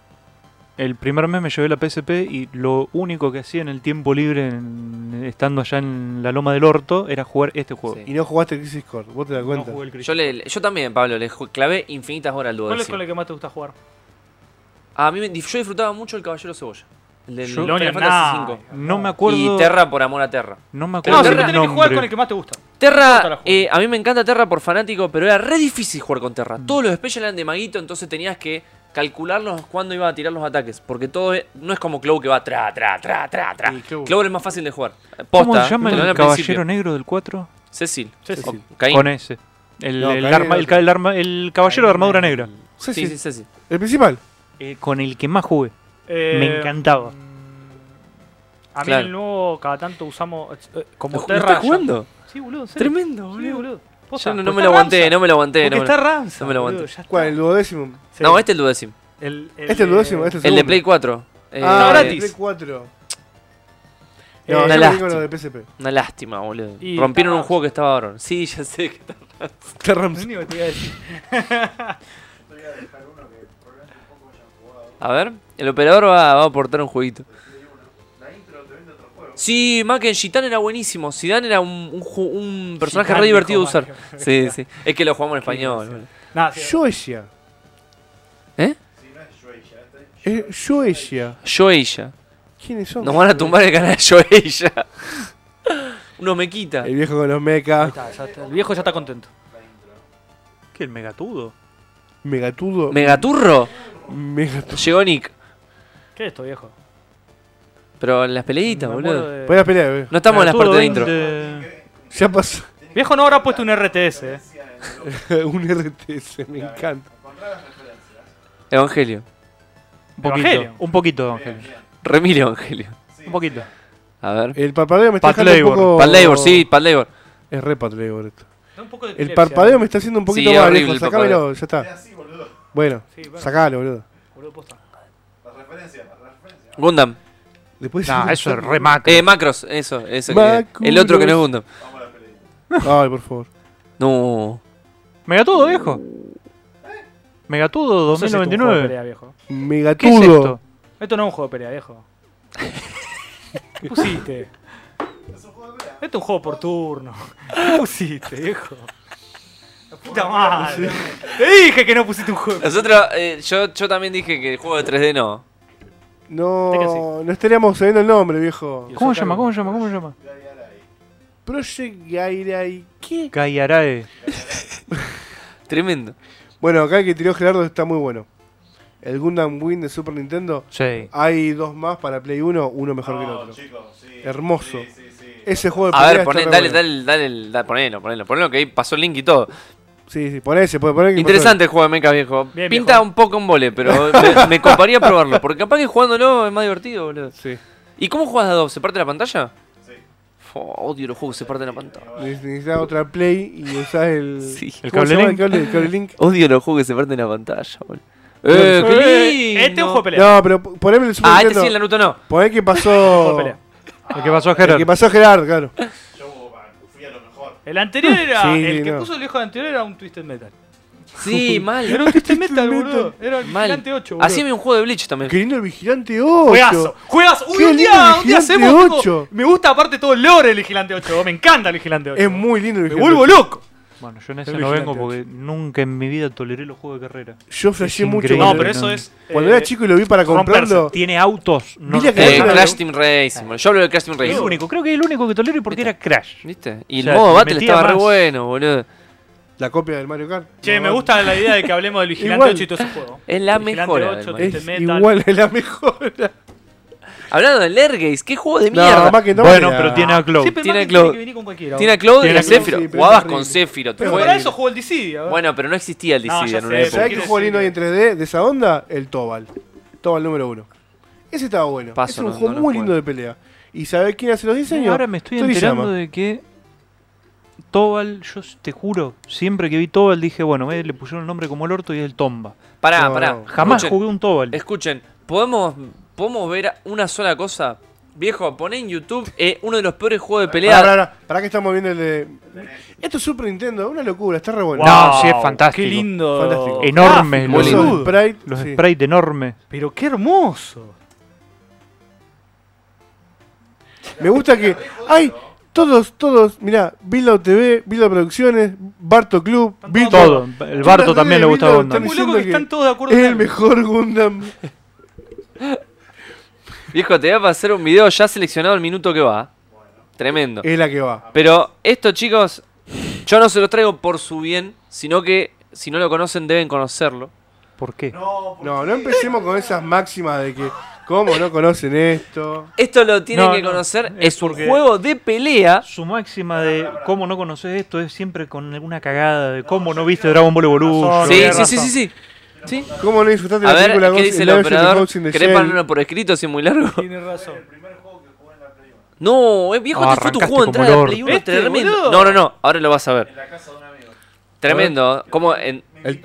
El primer mes me llevé la PSP y lo único que hacía en el tiempo libre, en- estando allá en la Loma del Orto, era jugar este juego. Sí. Y no jugaste Crisis Core, vos te das No cuenta. jugué el Crisis. Yo, le, yo también, Pablo, le ju- clavé infinitas horas al dúo. ¿Cuál del es con Sim. el que más te gusta jugar? A mí me- yo disfrutaba mucho el Caballero Cebolla. El del Yo- Final Lonian, Fantasy nah. V. No me Y acuerdo. Terra por amor a Terra. No me Pero No, acuerdo. Terra- siempre del tenés que jugar nombre. con el que más te gusta. Otra la Terra, juego. eh, a mí me encanta Terra por fanático, pero era re difícil jugar con Terra. Todos los special eran de maguito, entonces tenías que calcularlos cuándo iba a tirar los ataques. Porque todo es- no es como Clow que va tra, tra, tra, tra, tra. Sí, Clow. Clow es más fácil de jugar. Eh, Posta, ¿Cómo se llama te lo dan el al caballero principio. negro del 4? Cecil. Cecil. O Caín. Con ese. El, No, el Caín arma- era el otro. ca- el arma- el caballero de armadura negra. Pues Sí, Sí, sí. sí, Cecil. El principal. Eh, con el que más jugué. Eh, Me encantaba. A mí Claro. el nuevo, cada tanto usamos. eh, Como ¿Lo Terra. está jugando? Sí, boludo, en serio. Tremendo, Sí, boludo. boludo. Yo Posta, Pues no, no porque me está lo aguanté, Ramza. no me lo aguanté. Porque No me lo- está Ramza. no me lo boludo, aguanté. ya está. ¿Cuál? ¿El duodécimo? Sí. No, este es el duodécimo. El, eh, el, Este es el de- duodécimo, este es El de segundo. Play 4. Eh, Ah, gratis. el de Play 4. Eh, una No, yo me quedé lástima. con los de PSP. Una lástima, boludo. Y Rompieron un Tarrams. juego que estaba varón. Sí, ya sé que está. Lo único que te iba a decir. A ver, el operador va, va a aportar un jueguito. Sí, Maken Shitan era buenísimo. Zidane era un, un ju- un personaje Zidane re divertido de dijo usar. Sí, sí. Es que lo jugamos en español. boludo. Nada, sí, Joesia. ¿Eh? Eh, Joesia. Yo ella. ¿Quiénes son? Nos van a tumbar el canal Yo ella. Uno me quita. El viejo con los mechas. está, ya está. El viejo ya está contento. ¿Qué? ¿El megatudo? Megatudo. Megaturro. Megatudo. Llegó Nick. ¿Qué es esto, viejo? Pero en las peleitas, Me muero boludo. de- Voy a pelear, eh. No estamos en las Megatudo partes de intro. 20. Ya pasó Viejo no habrá puesto un RTS. eh. un RTS, me encanta. Evangelio. Un poquito. Evangelio. Un poquito, de Evangelio. Remil Evangelio. Un poquito. A ver. El parpadeo me está Pat haciendo un Labor. poco... Pat Labor, sí, Pat Labor. Es re Pat Labor esto. Da un poco de El epilepsia, parpadeo me está haciendo un poquito Sí, es más horrible lejos. el parpadeo. Sacámelo, ya está. Bueno, Sí, bueno. sacalo, boludo. boludo, posta. Gundam. Después Nah, eso es re macro. Eh, Macros, eso, eso. que- Macros. el otro que no es Gundam. Ay, por favor. No. Megatudo, viejo. Megatudo No sé si esto es un juego de 2099. pelea, viejo. ¿Qué es esto? Megatudo. Esto no es un juego de pelea, viejo. ¿Qué pusiste? Esto es un juego por turno. ¿Qué pusiste, viejo? La puta madre. Te dije que no pusiste un juego. Nosotros, eh, yo, yo también dije que el juego de 3D no. Tekken No, no estaríamos sabiendo el nombre, viejo. ¿Cómo se llama? ¿Cómo se llama? ¿Cómo se llama? Project Gairai. ¿Qué? Gaiarae. Tremendo. Bueno, acá el que tiró Gerardo está muy bueno. El Gundam Wing de Super Nintendo. Sí. Hay dos más para Play 1, uno mejor que el otro. Hermoso. Ese juego de A ver, pelea poné, está dale, re bueno. dale, dale, el- da- ponelo, ponelo, ponelo que ahí pasó el link y todo. Sí, sí, poné ese, poné, poné que- Interesante el juego de mecha, viejo. Bien, Pinta viejo. un poco un vole, pero me, me coparía probarlo. Porque capaz que jugándolo es más divertido, boludo. Sí. ¿Y cómo juegas a dos? ¿Se parte la pantalla? Sí. odio los juegos que se parten la pantalla. Neces- Necesitas otra Play y usás el. Sí. El ¿Cómo se llama? cable El cable, el cable link. Odio los juegos que se parten la pantalla, boludo. Eh, qué lindo. Este es un juego de pelea. No, pero po- poneme el Super Ah, este Nintendo. sí, el Naruto no. Poné que Juego pasó. de pelea. ¿El que pasó a el Gerard? que pasó Gerardo, claro. El anterior era. Sí, el que no. puso el viejo anterior era un Twisted Metal. Sí, Era mal. un Twisted Metal, boludo. Era el Mal. Vigilante 8, boludo. Haceme un juego de Bleach también. Qué lindo el vigilante 8. Juegazo, juegazo. Uy, Qué un día, lindo un día Vigilante hacemos. tipo, 8. me gusta aparte todo el lore del Vigilante 8. Me encanta el Vigilante 8. Es muy lindo el Me vigilante. vuelvo loco. Bueno, yo en El ese no vengo vigilante. porque nunca en mi vida toleré los juegos de carrera. Yo flasheé Es mucho. increíble. cuando- No, pero eso es. Cuando eh, era chico y lo vi para comprarlo. Tiene autos. No Mira lo que- Eh, tolero. Claro. Crash Team Racing. boludo. Yo hablo de Crash Team Es el Racing. único. Creo que es el único que tolero y porque era Crash. ¿Viste? Y el O sea, modo le Battle metía estaba re más. bueno, boludo. La copia del Mario Kart. Che, No, me gusta la idea de que hablemos del Vigilante Igual. 8 y todo ese juego. Es la Vigilante mejora del 8, Mario. Es Metal. igual es la mejora. Hablando de Lergays, qué juego de mierda. más que no. Bueno, era- pero tiene a Cloud. Siempre Tiene Tiene Cloud. que venir con cualquiera. Tiene a Cloud y Tiene a a Cloud, Sephiroth. sí, pero Jugabas es con horrible. Sephiroth. Pero fue- para eso jugó el Dissidia. ¿verdad? Bueno, pero no existía el No, Dissidia ya en una sé, época. pero Eh, ¿Sabés qué juego lindo hay en 3D de esa onda? El Tobal. Tobal número uno. Ese estaba bueno. Paso, es un no- juego no lo muy juego. lindo de pelea. ¿Y sabés quién hace los diseños? Ahora me estoy Toriyama. enterando de que Tobal, yo s- te juro, siempre que vi Tobal dije, bueno, eh, le pusieron el nombre como el orto y es el Tomba. Pará, No, pará. no. Jamás Escuchen, jugué un Tobal. Escuchen, ¿podemos, podemos ver una sola cosa? Viejo, poné en YouTube eh, uno de los peores juegos de pelea. Pará, pará, pará. Pará que estamos viendo el de... Esto es Super Nintendo, es una locura, está re bueno. Wow. No, sí, es fantástico. Qué lindo. Fantástico. Enorme, Los Muy lindo. boludo. sprites, Los sí. sprites enormes. Pero qué hermoso. Me gusta que hay todos, todos, mirá, Bildo TV, Bildo Producciones, Barto Club, Bildo. Todo. El Barto Yo también le vi gusta los Gundam. tenis- Muy Diciendo loco que que están todos de acuerdo. Es en el algo. mejor Gundam. Viejo, te voy a hacer un video ya seleccionado el minuto que va. Tremendo. Es la que va. Pero esto, chicos, yo no se los traigo por su bien, sino que si no lo conocen deben conocerlo. ¿Por qué? No, no empecemos con esas máximas de que, ¿cómo no conocen esto? Esto lo tienen No, que no, conocer. es Es, un porque- juego de pelea. Su máxima de cómo no conoces esto es siempre con alguna cagada de cómo no viste Dragon Ball Evolution. razón, Sí, tenés sí, sí, razón. sí, sí. ¿Sí? ¿Cómo no disfrutaste A la ver, película ¿qué Ghost dice in el the Shell y operador? Ghost in the ¿Querés Shell? ponerlo por escrito si es muy largo? Tiene razón. No, eh, viejo, Ah, este fue tu juego arrancaste de como entrada de el Play orto. 1, Este, tremendo. boludo. No, no, no, ahora lo vas a ver. Tremendo, como en- El-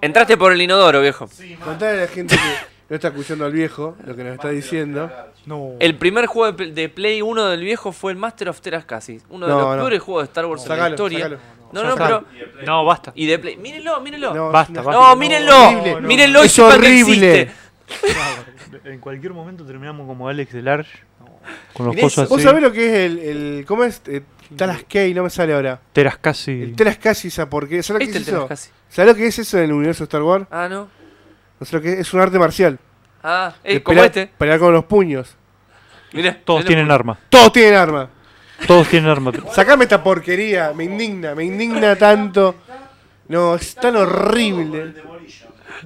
entraste por el inodoro, viejo. Contale a la gente que no está escuchando al viejo lo que nos está diciendo. No. El primer juego de, de Play 1 del viejo fue el Master of Terascasi, uno de No, los no. peores juegos de Star Wars en la Sácalo, historia. sácalo. No, Ya no, está. pero No, basta. y de Play, mírenlo, mírenlo. No, No, Basta, es una- basta. mírenlo. horrible. Mírenlo y Es sepan que horrible. existe. En cualquier momento terminamos como Alex Delarge. Con los Mirá eso. cosas ¿Vos así. sabés lo que es el, el cómo es Eh, Talascay? No me sale ahora. Teras El casi. Talascay esa porque ¿sabes lo Este que el es eso? Terascasi. ¿Sabés lo que es eso en el universo Star Wars? Ah, no. No sé lo que es, es un arte marcial. Ah, eh, De como pelear- este. Pelear con los puños. Mirá, Todos mirá. tienen arma. Todos tienen arma. Todos tienen arma. Sacame esta porquería, me indigna, me indigna tanto. No, es tan horrible.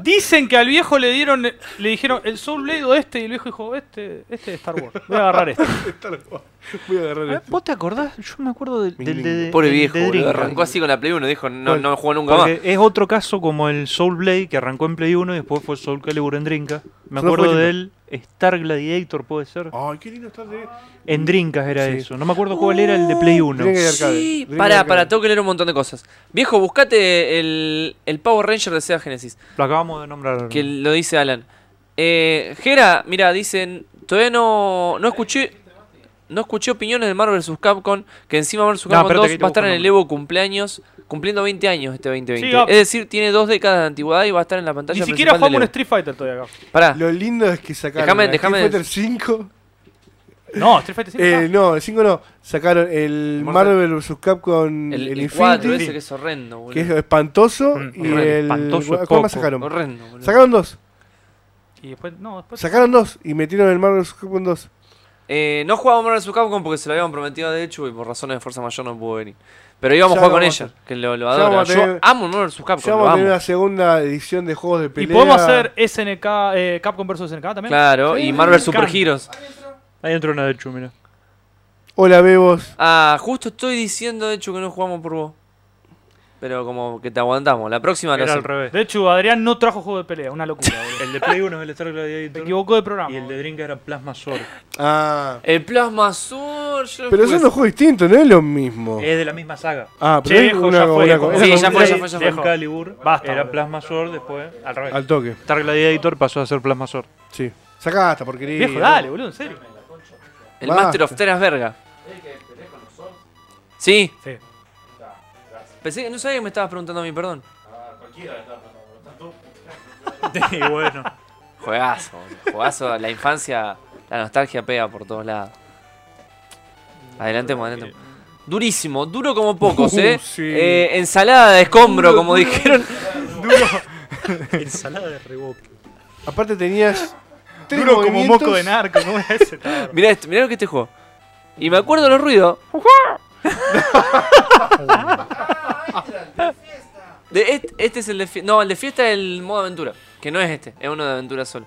Dicen que al viejo le dieron, le dijeron el Soul Blade o este, y el viejo dijo, este, este de Star Wars. Voy a agarrar este. Voy a agarrar Ah, este. Eh, esto. ¿Vos te acordás? Yo me acuerdo del, del Indigno. de. Pobre el de viejo, boludo, Dreamcast. arrancó así con la Play 1, dijo, no, no jugó nunca más. Porque es otro caso como el Soul Blade que arrancó en Play 1 y después fue Soul Calibur en Drinkas. Me Son los acuerdo juguetitos. del Star Gladiator, puede ser. Ay, qué lindo está de. En Drinkas era Ah. Sí. eso. No me acuerdo cuál era el de Play 1. Dreamcast. de arcade. Sí, Dream de pará, arcade. pará, tengo que leer un montón de cosas. Viejo, buscate el, el Power Ranger de Sega Genesis, Lo acabamos de nombrar. ahora. que lo dice Alan. Eh, Gera, mira, dicen, todavía no, no escuché no escuché opiniones de Marvel vs. Capcom, que encima Marvel vs. No, Capcom espérate 2 que te va a estar busco en el el nombre. Evo cumpleaños, cumpliendo 20 años este 2020. Sí, ah. es decir, tiene dos décadas de antigüedad y va a estar en la pantalla Ni siquiera principal jugamos del un Evo. Street Fighter todavía acá. Pará, Lo lindo es que sacaron. Dejame- la dejame- Street Fighter 5. No, Street Fighter 5. Eh, no, el 5 no. Sacaron el Mortal- Marvel vs. el, Capcom. El, el, cuadro ese Infinity. que es horrendo, boludo. Que es espantoso. Mm, y horrendo. el. Espantoso es ¿Cuál poco. más sacaron? Horrendo, boludo. Sacaron dos. Y después, no, después. Sacaron dos. Y metieron el Marvel vs. Capcom 2. Eh, no jugaba Marvel vs. Capcom porque se lo habían prometido de hecho y por razones de fuerza mayor no pudo venir. Pero íbamos a Ya jugar con vamos a ella, que lo, lo ya adora. vamos a Yo tener- amo Marvel vs. Ya Capcom, lo vamos a tener amo. una segunda edición de juegos de Y pelea. podemos hacer SNK, eh, Capcom vs SNK también. Claro, Sí, y Marvel me Super encanta. Heroes. Ahí entró una de hecho, mira. Hola, Bebos. Ah, justo estoy diciendo de hecho que no jugamos por vos. Pero como que te aguantamos. La próxima lo Era al hacemos. revés. De hecho, Adrián no trajo juego de pelea, una locura, boludo. El de Play 1 es el Star Se Gladiator. equivocó de programa. Y el de boludo. Drink era Plasma Sword. Ah. El Plasma Surge. Pero Pues- son dos juegos distintos, no es lo Oh. mismo. Es de la misma saga. Ah, Che, pero es Eh, viejo, una, ya fue, una- viejo. una- Sí, una- ya fue, ya fue, ya fue. Soul Calibur Basta, era boludo. Plasma Sword, después al revés. Al toque, Star Gladiator pasó a ser Plasma Sword. sí. Sacá esta porquería. Viejo, dale, boludo, en serio. El Basta. Master of Teras Verga. Sí. Pensé que no sabía que me estabas preguntando a mí, perdón. y bueno, Juegazo, boludo, juegazo. La infancia, la nostalgia pega por todos lados. Adelantemos, adelantemos. Durísimo, duro como pocos, Uh, ¿eh? sí. Eh, Ensalada de escombro, como dijeron. ensalada de reboque. Aparte tenías tres Duro como movimientos. moco de narco, ¿cómo es ese? Mirá, esto, mirá lo que este juego. Y me acuerdo los ruidos. De este, este es el de fiesta. No, el de fiesta es el modo aventura. Que no es este, es uno de aventura solo.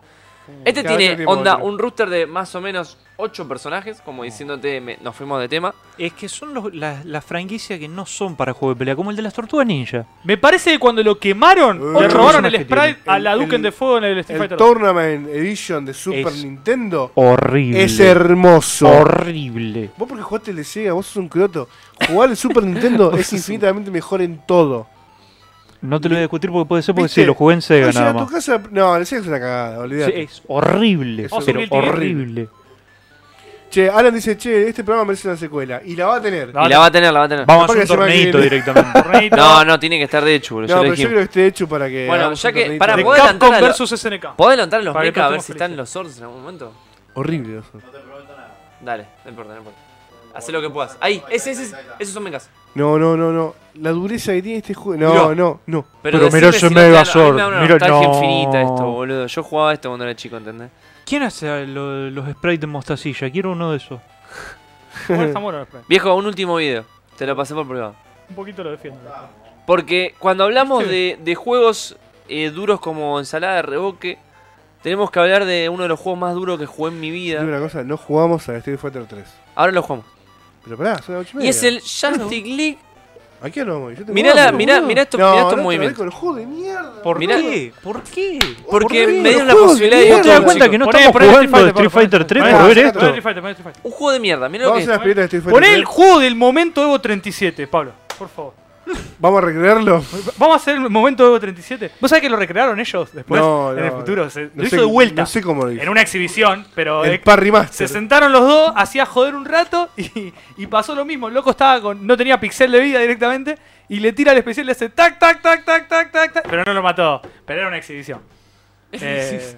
Este Uh, Cada tiene vez que onda, otro. un rooster de más o menos 8 personajes, como diciéndote, me- nos fuimos de tema. Es que son los- las las franquicias que no son para juego de pelea, como el de las tortugas ninja. Me parece que cuando lo quemaron, Eh, le robaron el personaje sprite tiene. a la El- Duken el- de Fuego en el Street El Fighter. Tournament Edition de Super Es- Nintendo Horrible. es hermoso. Horrible. vos porque jugaste el de Sega, vos sos un croto. Jugar el Super Nintendo es infinitamente mejor en todo. No te lo voy a discutir porque puede ser porque ¿Viste? sí, lo jugué en Sega Puedes llegar nada a más. tu casa, no, el Sega es una cagada, Sí, olvidate. es horrible, Eso pero es horrible. Che, Alan dice, che, este programa merece una secuela. Y la va a tener. No, y la va a tener, la va a tener. Vamos a Capaz hacer que un se va a torneito ir. directamente. Torneito. No, no, tiene que estar de hecho, boludo, ya No, lo pero yo dijamos. creo que esté hecho para que. Bueno, hagamos ya un que- torneito. para, De ¿puedo adelantar Capcom a lo- vs SNK. ¿Podés adelantar los Para que mechas a ver estemos si están felices. los swords en algún momento? Horrible eso. Dale, no importa, no importa. Hacé lo que puedas. Ahí, ese, ese, esos son mechas. No, no, no, no. La dureza que tiene este juego. No, Miró. no, no. Pero, Pero decime mirá ese si no te da- Mega a mí Sword, me da una mirá- nostalgia no. infinita esto, boludo. Yo jugaba esto cuando era chico, ¿entendés? ¿Quién hace lo- los sprites de mostacilla? Quiero uno de esos. Bueno, está bueno el sprite. Viejo, un último video. Te lo pasé por privado. Un poquito lo defiendo. Porque cuando hablamos de, de juegos eh, duros como ensalada de reboque, tenemos que hablar de uno de los juegos más duros que jugué en mi Dime vida. una cosa, no jugamos a Street Fighter 3. Ahora lo jugamos. Pero pará, son las 8 y Y es el Justice League ¿A qué no vamos? Yo tengo Mirá la- hambre, mirá- boludo. mirá estos- No, mirá estos no te movimientos. ve con el juego de mierda. ¿Por Mirá- qué? ¿Por qué? Porque qué? me dieron la Juegos de posibilidad de ir mierda. a ¿Te das otro, cuenta que chicos. no Poné- estamos poné Street jugando Fighter, de Street poné- Fighter 3 poné- por ver poné esto? Street Fighter, poné Street Fighter. Un juego de mierda, mirá lo Vamos a que hacer es. las pelotas de Street Fighter Poné el 3. juego del momento Evo 37, Pablo, por favor. Vamos a recrearlo. Vamos a hacer el momento Evo 37. ¿Vos sabés que lo recrearon ellos después? No, en el no, futuro. Se, no lo sé- hizo de vuelta. no sé cómo lo hizo. En una exhibición, pero. El eh, Parry Master. se sentaron los dos, hacía joder un rato y, y pasó lo mismo. El loco estaba con. No tenía pixel de vida directamente y le tira al especial y le hace tac, tac, tac, tac, tac, tac, tac. Pero no lo mató. Pero era una exhibición. Eh,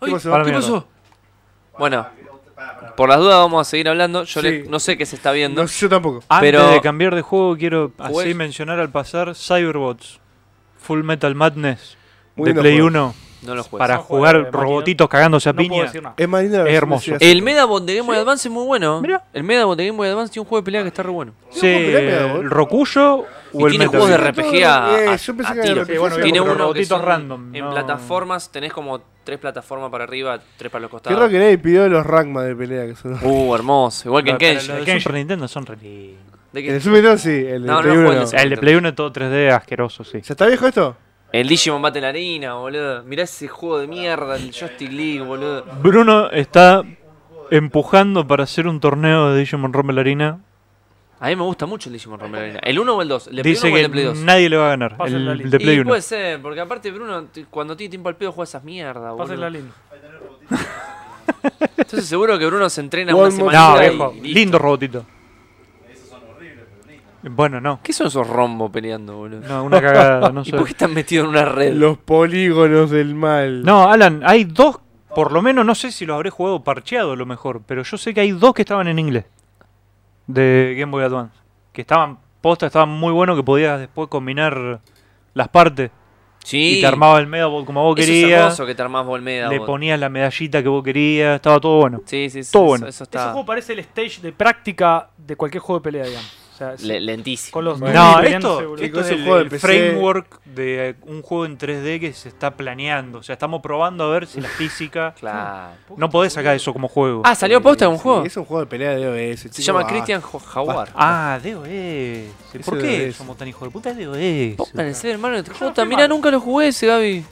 Ay, pasó? Ahora ¿Qué mira, pasó? Bueno, por las dudas vamos a seguir hablando. Yo le- Sí. no sé qué se está viendo. No, yo tampoco. Antes Pero- de cambiar de juego, quiero así Juez. mencionar al pasar Cyberbots. Full Metal Madness Muy de lindo Play juego. 1 Pues No lo juegues. para Son juegos jugar de máquina. robotitos cagándose a no puedo piña. Eh, decir nada. Es más linda la Es versión hermoso. de Sega El Saturn. Medabot de Game Boy Advance es muy bueno. Mirá. El Medabot de Game Boy Advance tiene un juego de pelea que está re bueno. Sí, el Rocuyo Y o el tiene Metal juegos de Gear. RPG a, Eh, yo pensé a- a que era tiro. RPG, bueno, tiene pero uno que robotitos son random, en no. plataformas. Tenés como tres plataformas para arriba, tres para los Qué raro costados. que nadie pidió los Ragma de pelea que son. Uh, hermoso. Igual que en No, pero Kenshi. los de Kenshi. Super Nintendo son re lindos. ¿De En qué? el Super Nintendo sí, el de No, no Play juego 1 el de no. Sega. El de Play 1 es todo 3D asqueroso, sí. ¿Ya está viejo esto? El Digimon Battle Arena, boludo. Mirá ese juego de mierda, el Joystick League, boludo. Bruno está empujando para hacer un torneo de Digimon Rumble Arena. A mí me gusta mucho el Digimon Rumble Arena. ¿El 1 o el 2? ¿El de Play 1 Dice o el que de Play 2? nadie le va a ganar. Pasa la El lista. de Play y 1. puede ser, porque aparte Bruno, t- cuando tiene tiempo al pedo, juega esas mierdas, Pásenla boludo. lindo. Entonces seguro que Bruno se entrena One una more- semana No, Manchita viejo. y listo. Lindo robotito. Bueno, no. ¿Qué son esos rombos peleando, boludo? No, una cagada, no ¿Y sé. por qué están metidos en una red? Los polígonos del mal. No, Alan, hay dos, por lo menos, no sé si los habré jugado parcheado a lo mejor, pero yo sé que hay dos que estaban en inglés de Game Boy Advance. Que estaban, posta, estaban muy bueno que podías después combinar las partes Sí. y te armaba el Medabot como vos Eso es querías. hermoso que te armás Volmeda. Le ponías la medallita que vos querías, estaba todo bueno. Sí, sí, sí. Todo eso- bueno. Eso Ese está juego parece el stage de práctica de cualquier juego de pelea, digamos. O sea, sí, le- lentísimo. con los No, peleándose, esto, boludo. esto Chicos, es es un el, juego de el PC. framework de un juego en 3D que se está planeando. O sea, estamos probando a ver si la física... Claro. No podés sacar eso como juego. Ah, salió posta un Sí, juego. Es un juego de pelea de OS. Se llama Christian Jo- Jaguar. Ah, DOS. ¿Por Ese qué DOS. somos tan hijos de puta? Es E DOS. Pongan en serio, hermano. este juego está- Mirá, nunca lo jugué ese, Gaby.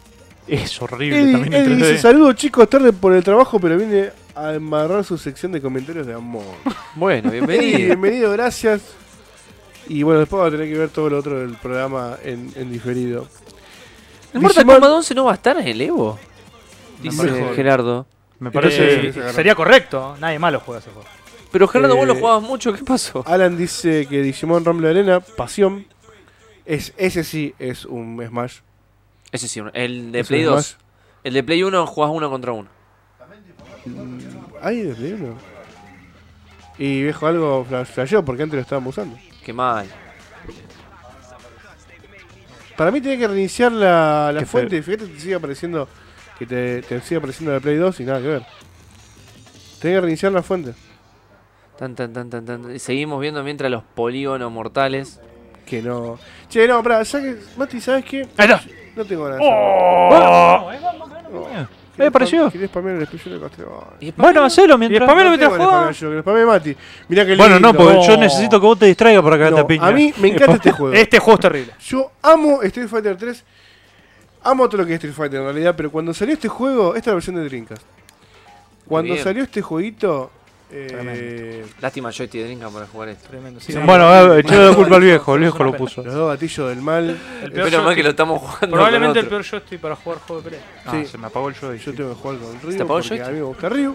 Es horrible Eddie, también en Eddie 3D. dice, saludos chicos, tarde por el trabajo, pero vine a embarrar su sección de comentarios de amor. Bueno, Eddie, bienvenido. bienvenido, gracias. Y bueno, después va a tener que ver todo lo otro del programa en, en diferido. ¿El Mortal Digimon- Kombat 11 no va a estar en el Evo? Dice Mejor. Gerardo. Me parece- Eh, sería correcto. ¿no? Nadie malo juega ese juego. Pero Gerardo, vos lo Eh, jugabas mucho, ¿qué pasó? Alan dice que Digimon Rumble Arena, pasión. Es, ese sí es un Smash. Ese sí, el de Es un Play 2. Smash. El de Play 1 jugás uno contra uno. Ay, de Play uno. Y viejo, algo fla- flasheó porque antes lo estábamos usando. Qué mal. Para mí tenía que reiniciar la, la Qué fuente. Fíjate, te sigue apareciendo. Que te, te sigue apareciendo la Play 2 y nada que ver. Tenía que reiniciar la fuente. Tan, tan, tan, tan, tan. Y Seguimos viendo mientras los polígonos mortales. Que no. Che, no, pará, ya que. Mati, ¿sabes qué? Ahí está. No tengo ganas. de hacerlo. oh. Me ¿Querés pareció. spam- ¿Querés spamear el especial de Castellón? Y después- Bueno, hacelo Y mientras. spamelo No mientras tengo ganas de spamear juega. yo, que lo spamee Mati. Mirá que Bueno, no, lindo. porque yo No. necesito que vos te distraigas para cagarte No, a piña. Eh. A mí me encanta este juego. Este juego es terrible. Yo amo Street Fighter 3. Amo todo lo que es Street Fighter en realidad, pero cuando salió este juego, esta es la versión de Dreamcast. Cuando bien. salió este jueguito, eh, Tremendo. Lástima, Joystick de Drinkan para jugar esto. Tremendo. sí. Sí, Bueno, eh, echó la culpa al viejo, el viejo lo puso. los dos gatillos del mal. El Pero peor más que joystick. lo estamos jugando. Probablemente el con otro. peor yo estoy para jugar juego de pelea. Ah, Sí. se me apagó el yo. Yo tengo que jugar con Ryu. ¿Te apagó el porque joystick? A mí me gusta Ryu.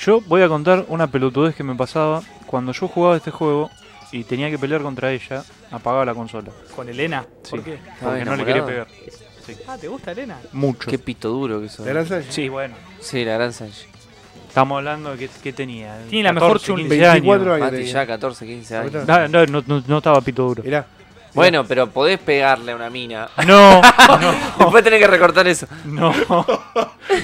Yo voy a contar una pelotudez que me pasaba cuando yo jugaba este juego y tenía que pelear contra ella, apagaba la consola. Con Elena. ¿Por Sí. qué? Porque no le quería enamorado? pegar. Ah, ¿te gusta Elena? Mucho. Qué pito duro que sos. La gran Sanji. Sí, bueno. Sí, la gran Sanji. Estamos hablando de que, que tenía. eh, Tiene la mejor Chun-Li. 24 años. Mati tenía. ya 14, 15 años. Ahorita- No, no, no, no- no estaba pito duro. Mirá. Bueno, pero podés pegarle a una mina. No, Después tenés que recortar eso. no.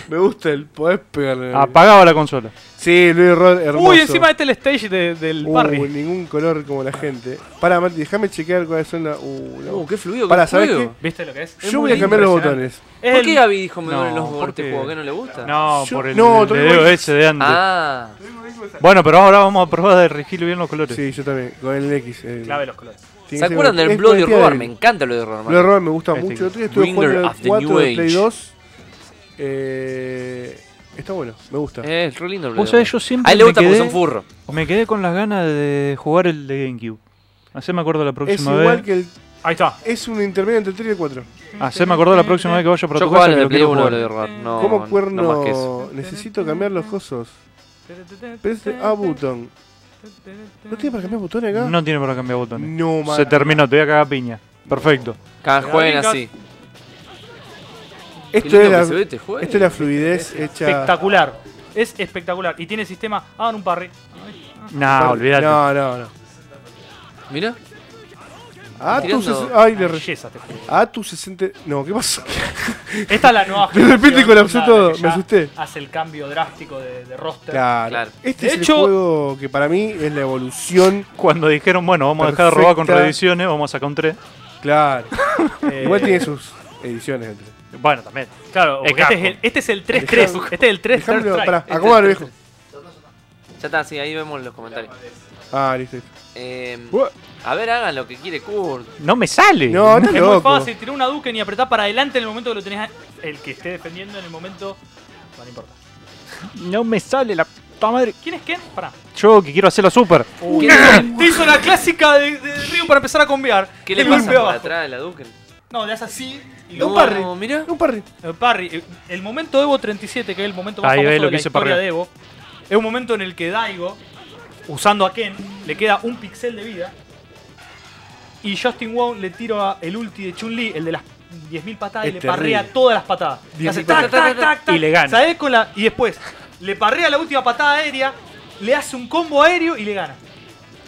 Me gusta el poder pegarle. en el- Apagaba la consola. Sí, Luis Rod, hermoso. Uy, encima este es el stage de- del Uh, Barry. ningún color como la gente. Pará, Mati, déjame chequear cuáles son las. Uh, no. Uh, qué fluido, Pará, Para ¿sabés juego. ¿Viste lo que es? Yo voy a cambiar los botones. Es ¿Por el- qué Gaby dijo me No, duelen los ¿por botones este qué? juego? ¿Que no le gusta? No, Yo- por el no, Tony video Hawk. ese de antes. Ah, Bueno, pero ahora vamos a probar de regirlo bien los colores. Sí, yo también. Con el X. el- Clave los colores. tiene ¿se que ser acuerdan con- del es Bloody con el Roar? pie Me débil. encanta Bloody Roar. Bloody Roar me gusta Este mucho. que- El otro día estuve Bringer jugando of el the 4 New de Play Age. 2. Eh, está bueno, me gusta. Eh, Es re lindo el Bloody Vos sabés, Roar. yo siempre A él le me gusta porque quedé- son furro. Me quedé con las ganas de jugar el de GameCube. Haceme acuerdo la es próxima igual vez. que el. Ahí está. Es un intermedio entre el 3 y el 4. Haceme acuerdo la próxima vez que vaya para Yo tu jugaba el casa. que de lo Play quiero 1 jugar. Bloody Roar. No, ¿Cómo cuerno? no más que eso. Necesito cambiar los cosos. Press the A button. ¿No tiene para cambiar botones acá? No tiene para cambiar botones. No, man. Se terminó, te voy a cagar piña. Perfecto. Cada jueguen Gaby, así. Qué Esto lindo es, que se ve la, este juego. esto es la fluidez hecha. Espectacular. Es espectacular. Y tiene sistema. Hagan un parry. No, Ah, olvídate. No, no, no. Mirá. A tu Tirando- ses- Ay, le re- Belleza este juego. A tu 60. No, ¿qué pasó? Esta es la nueva De repente generación, colapsó la- la todo, que me ya asusté. Hace el cambio drástico de, de roster. Claro. Claro. Este De es hecho- el juego que para mí es la evolución. Cuando dijeron, bueno, vamos a dejar de robar con Perfecta. reediciones, vamos a sacar un 3. Claro. Eh, Igual tiene sus ediciones. entre. Bueno, también. Claro, Es porque este es, Capcom. el, este es el 3-3. Este es el 3 3 Dejámelo. Pará, Este- acomodalo, viejo. Ya está, sí, ahí vemos los comentarios. Ah, listo. listo. Eh, Buah. a ver, hagan lo que quiere Kurt. No me sale. No, no, Es muy loco. fácil, tirá una duque y apretá para adelante en el momento que lo tenés. a- El que esté defendiendo en el momento. No, no importa. No me sale la puta madre. ¿Quién es quién? Pará. Yo que quiero hacer la super. ¿Qué, Te hizo la clásica de, de Ryu para empezar a combiar. qué le El pasa golpe por abajo. atrás de la Duken? No, le das así y No, lo parry. mirá. Un parry. El parry. eh, El momento Evo 37, que es el momento más Ahí famoso ves lo de que la hice historia parrear. de Evo, es un momento en el que Daigo, usando a Ken, le queda un pixel de vida. Y Justin Wong le tira el ulti de Chun-Li, el de las 10.000 patadas, Es y le parrea terrible. todas las patadas. Le hace 10.000 tac, patadas. tac, tac, tac. Y le gana. ¿Sabés? Con la... Y después, le parrea la última patada aérea, le hace un combo aéreo y le gana.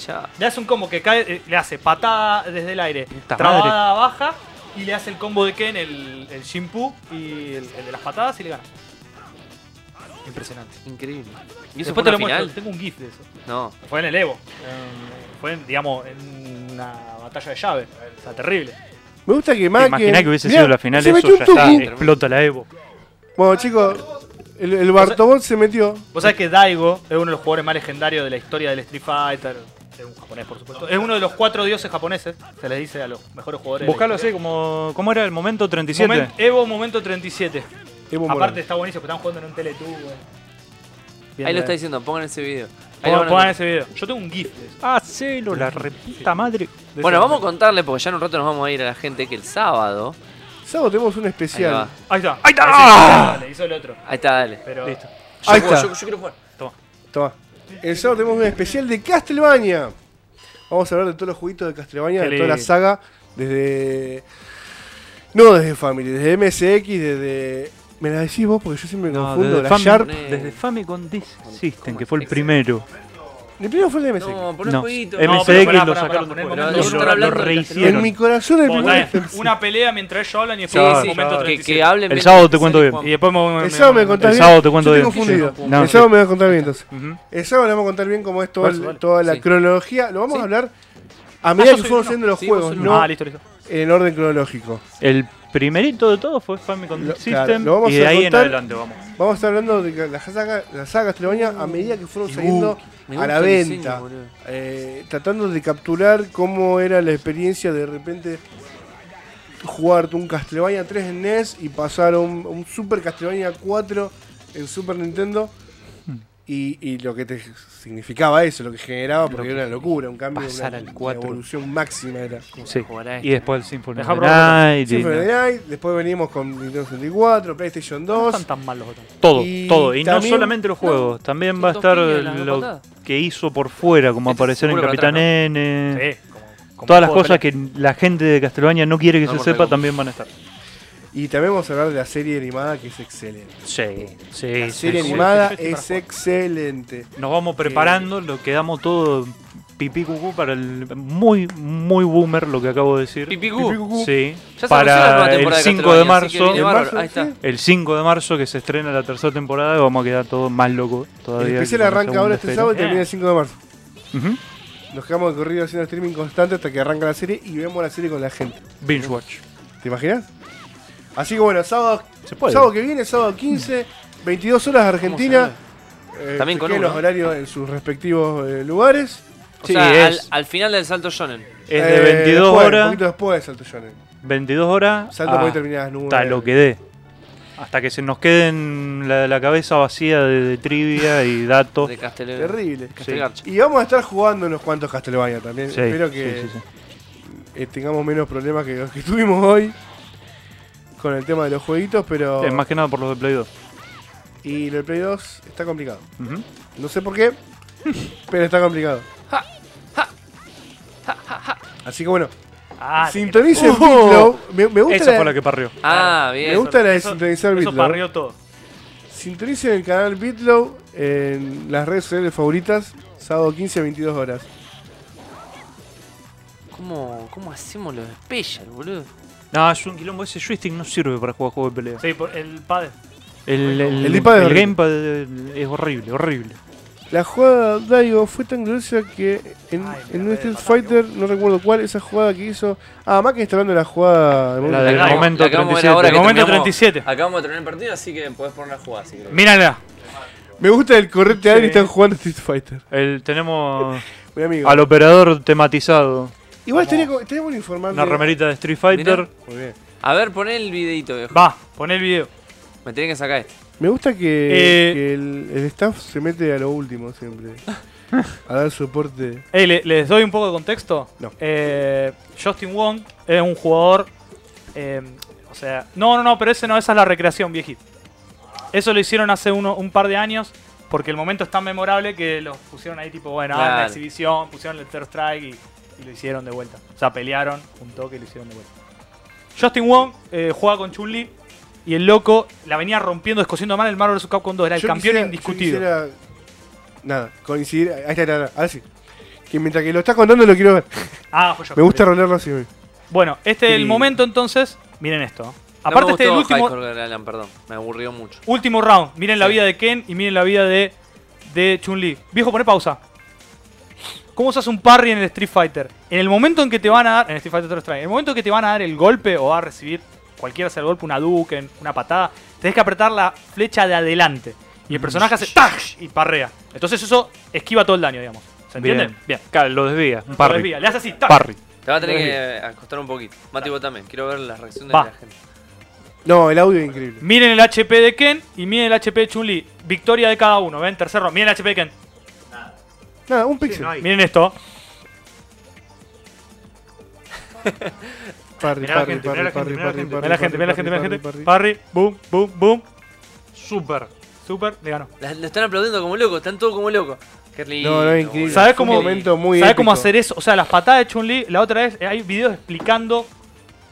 Ya. Le hace un combo que cae, eh, le hace patada desde el aire, Puta trabada baja y le hace el combo de Ken, el, el Shinpu y el, el de las patadas y le gana. Impresionante. Increíble. ¿Y eso Después fue te una lo final? muestro, tengo un GIF de eso. No. Fue en el Evo. en- fue, en, digamos, en una batalla de llave. O sea, terrible. Me gusta que ¿Te más imaginás que hubiese Mirá, sido la final? se Eso metió ya un está. tucu. Explota la Evo. Bueno, chicos, el, el Bartobot se metió. Vos sabés que Daigo es uno de los jugadores más legendarios de la historia del Street Fighter. Es un japonés, por supuesto. Es uno de los cuatro dioses japoneses. Se les dice a los mejores jugadores. de la Buscalo historia. así, como. ¿Cómo era el momento 37? Momento- Evo momento 37. Evo Morales. Aparte está buenísimo, porque están jugando en un teletubo. Ahí lo está diciendo, pongan ese video. Ahí lo Pongan, van a- pongan ese video. Yo tengo un GIF de eso. Hacelo, la repita madre. Bueno, vamos a contarle porque ya en un rato nos vamos a ir a la gente que el sábado. Sábado tenemos un Ahí, va. especial. Ahí está. ¡Ahí está! Ah, le hizo el otro. Ahí está, dale. Pero Listo. Yo Ahí juego, está. Yo, yo quiero jugar. Toma. El sábado tenemos un especial de Castlevania. Vamos a hablar de todos los jueguitos de Castlevania, Qué de toda la lindo. saga, desde. No desde Family, desde MSX, desde. Me la decís vos porque yo siempre me No, confundo. desde, La Fami- Sharp. Eh. desde Famicom Disk System, ¿Cómo que es? fue el primero. El primero fue el de MSX. No, pon un No, jueguito. MSX No, pero pará, lo pará, sacaron pará, después. pará, Lo- pará, lo- pará, lo pará, rehicieron. en mi corazón el Vos, primero. dale, es el- una pelea mientras ellos hablan y Sí, después sí, momento "Ah, que, 37. que hablen. El bien, sábado te sale cuento bien. Juan. Y después me, El sábado me contás El bien. sábado te cuento yo bien. Estoy confundido. Sí, no. el sábado me vas a contar bien entonces. Ujú. El sábado le vamos a contar bien cómo es todo Vale, el- vale. toda la Sí. cronología. Lo vamos Sí. a hablar Ah, a medida yo que soy fuimos uno. haciendo los Sí, vos juegos, sos no Ah, listo, listo. en orden cronológico. El primerito de todo fue Famicom Lo- Disk claro, System. lo vamos y a de ahí en contar. adelante vamos. Vamos a estar hablando de la saga, la saga Castlevania a medida que fueron Y saliendo Buki. Me a gusta la el diseño, venta. boludo. eh, tratando de capturar cómo era la experiencia de repente jugar un Castlevania 3 en NES y pasar a un, un Super Castlevania 4 en Super Nintendo. Y, y lo que te significaba eso, lo que generaba, porque era una locura, un cambio, una, pasar al una 4. evolución máxima era. Sí. Jugará Y después el Symphony of Dejá the probar Night. y- Symphony of the Night, después venimos con Nintendo 64, PlayStation No 2. están tan mal los otros. Todo, Y todo. Y también- no solamente los juegos, también son va a dos estar piñas las dos lo patadas. que hizo por fuera, como Este aparecer en seguro que Capitán atrás, N. Sí, como- como Todas las juego de cosas pelea. que la gente de Castlevania no quiere que No, se por sepa favor. también van a estar. Y también vamos a hablar de la serie animada que es excelente. Sí, La serie sí, sí. animada sí, sí, sí, es para excelente. Nos vamos preparando, lo quedamos todo pipí cucú para el. Muy, muy boomer lo que acabo de decir. Pipigú. Pipí cucú. Sí. Ya se anunció la nueva Para el temporada 5 de Castlevania, así que marzo. viene ¿En bárbaro. marzo? Ahí está. Sí. El 5 de marzo que se estrena la tercera temporada y vamos a quedar todos más locos El todavía. especial con la arranca ahora segunda este espera. sábado y termina el 5 de marzo. Ujú. Nos quedamos de corrido haciendo streaming constante hasta que arranca la serie y vemos la serie con la gente. Binge Watch. ¿Te imaginas? Así que bueno, sábado, Se puede. sábado que viene, sábado 15, 22 horas Argentina. Eh, También con chequeen uno, los ¿no? horarios en sus respectivos eh, lugares. O Sí, sea, al, es, al final del salto shonen. es de Eh, 22 después, Un horas. poquito después salto Shonen. 22 horas. Salto porque a- terminar las nubes. Hasta lo que dé. Hasta que se nos queden la, la cabeza vacía de, de trivia y datos. De Castel... Terrible. Castelgarcha. Y vamos a estar jugando unos cuantos Castlevania también. Sí, Espero sí, que sí, sí. eh, tengamos menos problemas que los que tuvimos hoy con el tema de los jueguitos, pero. Sí, más que nada por los de Play 2. Y el Play 2 está complicado. Ujú. No sé por qué, pero está complicado. Así que bueno, Ah, sintonicen Oh. Bitlow. Me, me gusta, Esa la, fue la que parrió. Ah, bien. me gusta la de Eso- sintonizar Eso Bitlow. parrió todo. Sintonicen el canal Bitlow en las redes sociales favoritas, sábado 15 a 22 horas. ¿Cómo, ¿Cómo hacemos los special, boludo? No, es un quilombo. Ese joystick no sirve para jugar juegos de pelea. Sí, por el pad. El, el, El iPad es el horrible. gamepad eh, es horrible, horrible. La jugada de Daigo fue tan gloriosa que en, Ay, en me un la Street repaso. Fighter, no recuerdo cuál, esa jugada que hizo. Ah, más que está hablando de la jugada. de La del acabamos- momento la acabamos de ver 37. ahora que El momento terminamos- 37. Acabamos de terminar el partido, así que podés poner la jugada. Si querés. Mírala. Me gusta el correte aire y están jugando Street Fighter. El, tenemos Mi amigo. al operador tematizado. Igual tenemos un informante. Una remerita de Street Fighter. Mirá. Muy bien. A ver, poné el videito, viejo. Va, pon el video. Me tenés que sacar este. Me gusta que, Eh. que el, el staff se mete a lo último siempre. A dar soporte. Ey, le- les doy un poco de contexto. No. Eh, Justin Wong es un jugador. eh, o sea, no, no, no, pero ese no, esa es la recreación, viejito. Eso lo hicieron hace uno- un par de años porque el momento es tan memorable que los pusieron ahí, tipo, bueno, hagan la Claro. exhibición, pusieron el third strike y, y lo hicieron de vuelta. O sea, pelearon, un toque y lo hicieron de vuelta. Justin Wong eh, juega con Chun-Li y el loco la venía rompiendo, escociendo mal el Marvel vs. Capcom 2. Era el Yo campeón quisiera- indiscutido. yo quisiera- nada, coincidir. Ahí está, ahí está, ahora sí. Que mientras que lo estás contando lo quiero ver. Ah, joya, Me gusta rolarlo así. mira. Bueno, este es el Y- momento entonces. Miren esto. No Aparte, me este es el gustó último, High Score Alan, perdón. Me aburrió mucho. último round. Miren la Sí. vida de Ken y miren la vida de, de Chun-Li. Viejo, poné pausa. ¿Cómo se hace un parry en el Street Fighter? En el momento en que te van a dar. En el Street Fighter 3 En el momento que te van a dar el golpe o va a recibir cualquiera sea el golpe, una duque, una patada, tenés que apretar la flecha de adelante. Y el Mm. personaje hace ¡tac! y parrea. Entonces eso esquiva todo el daño, digamos. ¿Se entiende? Bien. Claro, lo desvía. Un Lo parry. desvía, Le hace así, ¡tac! Parry. Te va a tener que acostar un poquito. Mati, vos también. Quiero ver las reacciones Va. de la gente. No, el audio es increíble. Miren el HP de Ken y miren el HP de Chun-Li. Victoria de cada uno, ¿ven? Tercero, miren el HP de Ken. Nada, un pixel. Miren esto. Parry, Mirá la parry, gente, parry, mirá la parry, gente, mirá la parry, gente. parry, Miren la gente, miren la parry, gente, miren la parry, parry. gente. Parry, boom, boom, boom. Super. Super, le ganó. La- Lo están aplaudiendo como loco, están todos como locos. Qué lindo. No, no, es increíble. boludo. Fue ¿Sabés cómo- Un momento muy ¿Sabes cómo épico. hacer eso? O sea, las patadas de Chun-Li, la otra vez eh, hay videos explicando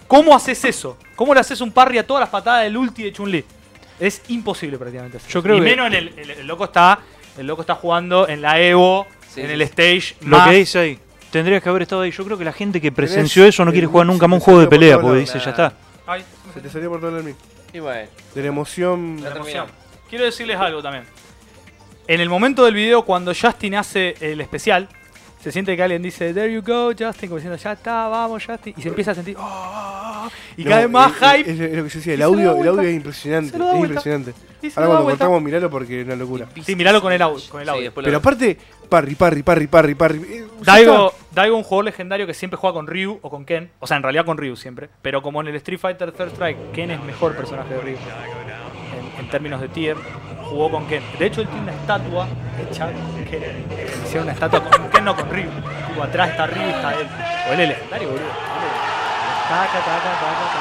cómo haces eso. ¿Cómo le haces un parry a todas las patadas del ulti de Chun-Li? Es imposible prácticamente hacer. Yo creo y que- menos en el, el- el loco está. El loco está jugando en la Evo, Sí, en sí, el sí. stage. Lo más- que dice ahí. Tendrías que haber estado ahí. Yo creo que la gente que Tenés presenció eso no el quiere jugar mix nunca más un que juego de salió por pelea todos porque lados. dice, ya está. Ay, se me Se te salió salió por todo el mí. Y bueno, De la emoción. ya la emoción. terminamos. Quiero decirles algo también. En el momento del video, cuando Justin hace el especial, se siente que alguien dice, There you go, Justin, como diciendo, ya está, vamos, Justin. Y se empieza a sentir, "Oh, oh, oh", y No, cada vez más es- hype. Es, es lo que yo decía, Y el se lo da audio, el vuelta. audio es impresionante. Se lo da Es vuelta. impresionante. y se Ahora lo da cuando vuelta. cortamos, miralo porque es una locura. Sí, miralo con el audio. Con el Sí, audio. después lo veo. Pero aparte, parry, parry, parry, parry, parry. eh, ya Daigo, está. Daigo es un jugador legendario que siempre juega con Ryu o con Ken. O sea, en realidad con Ryu siempre. Pero como en el Street Fighter Third Strike, Ken es mejor personaje de Ryu. En, en términos de tier, jugó con Ken. De hecho, él tiene una estatua hecha con Ken. Hicieron una estatua con Ken, no con Ryu. Tipo, atrás está Ryu y está él. O él es legendario, boludo. Taca, taca, taca, taca.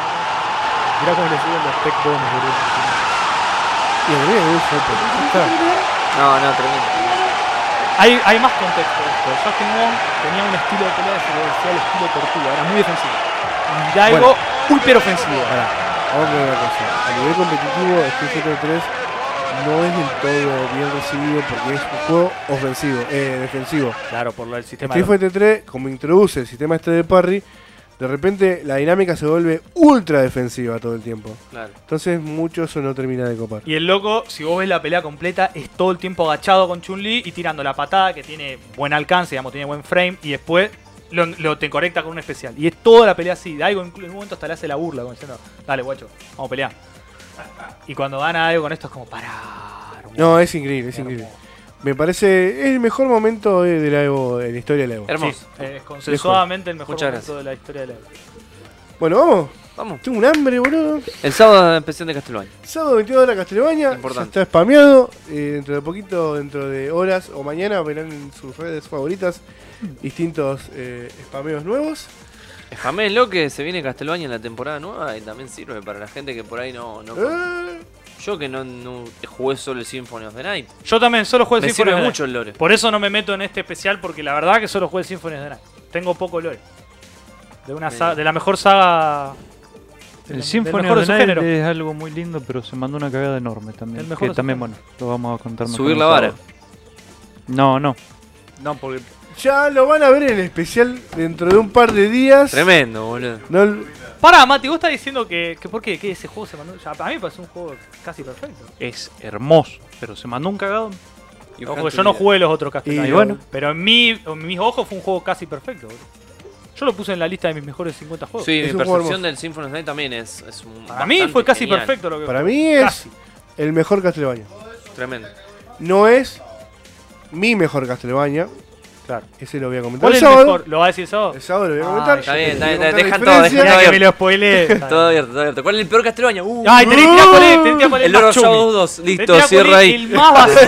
Mirá cómo le suben los tech bonus, boludo. Y el video es fuerte, ya está. No, no, tremendo. Hay, hay más contexto de esto. Justin Wong tenía un estilo de pelea que se le decía el estilo tortuga, era muy defensivo. Y Daigo, Bueno. ultra ofensivo. Pará, vamos a ver una cosa. A nivel competitivo, Street Fighter 3 no es del todo bien recibido porque es un juego ofensivo, eh, defensivo. Claro, por lo del sistema. Street Fighter 3, como introduce el sistema este de parry, de repente la dinámica se vuelve ultra defensiva todo el tiempo. Claro. Entonces mucho eso no termina de copar. Y el loco, si vos ves la pelea completa, es todo el tiempo agachado con Chun-Li y tirando la patada que tiene buen alcance, digamos, tiene buen frame y después lo, lo te conecta con un especial. Y es toda la pelea así. Daigo incluso en un momento hasta le hace la burla, como diciendo, dale, guacho, vamos a pelear. Y cuando gana Daigo con esto es como, parar. No, es increíble, es increíble. Me parece, es el mejor momento eh, de la Evo, en la historia de la Evo. Hermoso. es consensuadamente el mejor Muchas momento de la historia de la Bueno, vamos. Vamos. Tengo un hambre, boludo. El sábado empecé de Castlevania. Sábado 22 horas Castelbaña. Importante. Está spameado. eh, dentro de poquito, dentro de horas o mañana, verán en sus redes favoritas distintos eh, spameos nuevos. lo que se viene Castlevania en la temporada nueva y también sirve para la gente que por ahí no. no- Eh, Yo que no, no jugué solo el Symphony of the Night. Yo también, solo juego Me el Pues Symphony sirve of the mucho Night. el lore. Por eso no me meto en este especial, porque la verdad que solo juego el Symphony of the Night. Tengo poco lore. De, una Bien. sa- de la mejor saga El Del Symphony mejor of de su the Night género. es algo muy lindo, pero se mandó una cagada enorme también. Del mejor Que de su también, género. bueno, lo vamos a contar más. Subir la vara. No, no. No, porque ya lo van a ver en el especial dentro de un par de días. Tremendo, boludo. No, l- Pará, Mati, vos estás diciendo que, que ¿por qué? que ese juego se mandó? Ya, para mí me parece un juego casi perfecto. Es hermoso, pero se mandó un cagado. Ojo, que yo no jugué los otros Castlevania. Y bueno. Pero en, mi, en mis ojos fue un juego casi perfecto. boludo. Yo lo puse en la lista de mis mejores 50 juegos. Sí, Es mi un juego percepción hermoso. del Symphony of the Night también es. es un Para mí fue bastante casi genial. perfecto lo que para mí es Casi. el mejor Castelbaña. Tremendo. No es mi mejor Castelbaña. Claro. Ese lo voy a comentar. ¿Cuál es el sábado. mejor? ¿Lo va a decir eso? El sábado lo voy a Ah, comentar. Está Yo bien, te está voy a bien, contar la dejan todo, diferencia. dejan Mirá Está que bien. me lo spoileé. Todo abierto, todo abierto. ¿Cuál es el peor Castlevania? Uh, Ay, tenés que tirar cuál es, tenés que tirar Ah, cuál es el más Oro chumi. Shadow 2. Tenés que Listo, tirar cuál es cierra ahí. El más basado.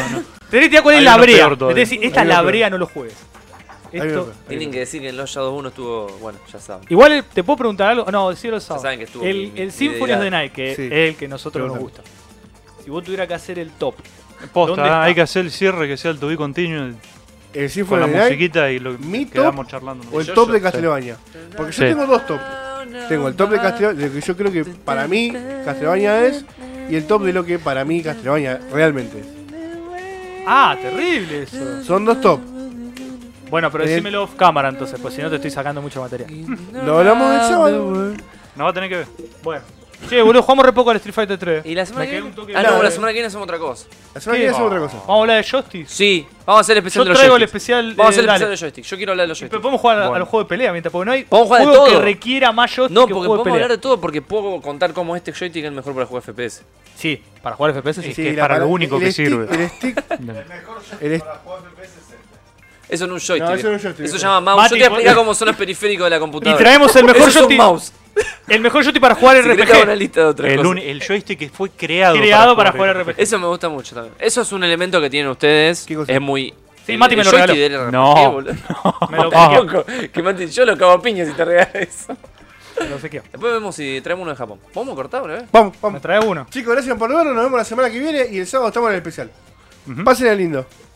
Tenés que tirar cuál es Hay la uno brea. peor Es todavía. decir, esta Hay es uno la peor. brea, no lo juegues. Ahí me Esto, fue, ahí me Tienen que decir que el Lost Shadow 1 estuvo. Bueno, ya saben. Igual te puedo preguntar algo. No, decirlo el sábado. saben que estuvo mi- el mi el Symphony of the idea. Night, que Sí. es el que nosotros nos gusta. Pregúntame. Si vos tuvieras que hacer el top, Posta, ah, ¿Dónde está? hay que hacer el cierre que sea el to be continuo fue. El con Symphony la of the Eh, Night musiquita y lo mi que top quedamos charlando. o el Yo- top yo- de Castelbaña. Porque yo Sí. tengo dos top. Tengo el top de Castelbaña, lo que yo creo que para mí Castelbaña es, y el top de lo que para mí Castelbaña realmente es. Ah, terrible eso. Son dos top. Bueno, pero El- decímelo off cámara entonces, pues si no te estoy sacando mucho material. Lo hablamos el sábado. No va a tener que ver. Bueno. Che, boludo, jugamos re poco al Street Fighter 3. Y la semana Me que quedé viene. un toque Ah, no, de- la semana que viene hacemos otra cosa. La semana que viene hacemos otra cosa. Oh, Vamos a hablar de Justice. Sí, vamos a hacer el Yo especial de los traigo el joysticks. especial. Vamos a eh, hacer el dale. especial de los joysticks. Yo quiero hablar de los Pero joysticks. podemos jugar a- a Bueno. los juegos de pelea mientras, porque no hay Podemos jugar de juego que todo. requiera más joystick No, porque que juego de podemos pelea. hablar de todo porque puedo contar cómo este joystick es el mejor para jugar FPS. Sí, para jugar FPS sí. Es que es la para pala- lo único el que stick- sirve. El stick, el est- Eso no es un joystick. No, eso no es un joystick. Eso se llama mouse. Mati, yo te voy a explicar vos- cómo son los periféricos de la Y computadora. traemos el Eso mejor es un joystick. mouse. El mejor joystick para jugar Si querés te hago una RPG. lista de otras El, cosas. uni- el joystick que fue creado, Creado para jugar RPG. Eso me gusta mucho también. Eso es un elemento que tienen ustedes. ¿Qué cosa? Es muy. Sí, Mati me lo joystick regaló. del RPG, No. boludo. Me lo Estás Ah. loco. Que Mati, yo lo cago a piña si te regalas eso. No sé qué. Después vemos si traemos uno de Japón. ¿Podemos cortar, bro? Vamos, Me vamos. trae uno. Chicos, gracias por vernos. Nos vemos la semana que viene y el sábado estamos en el especial. Pásenla lindo.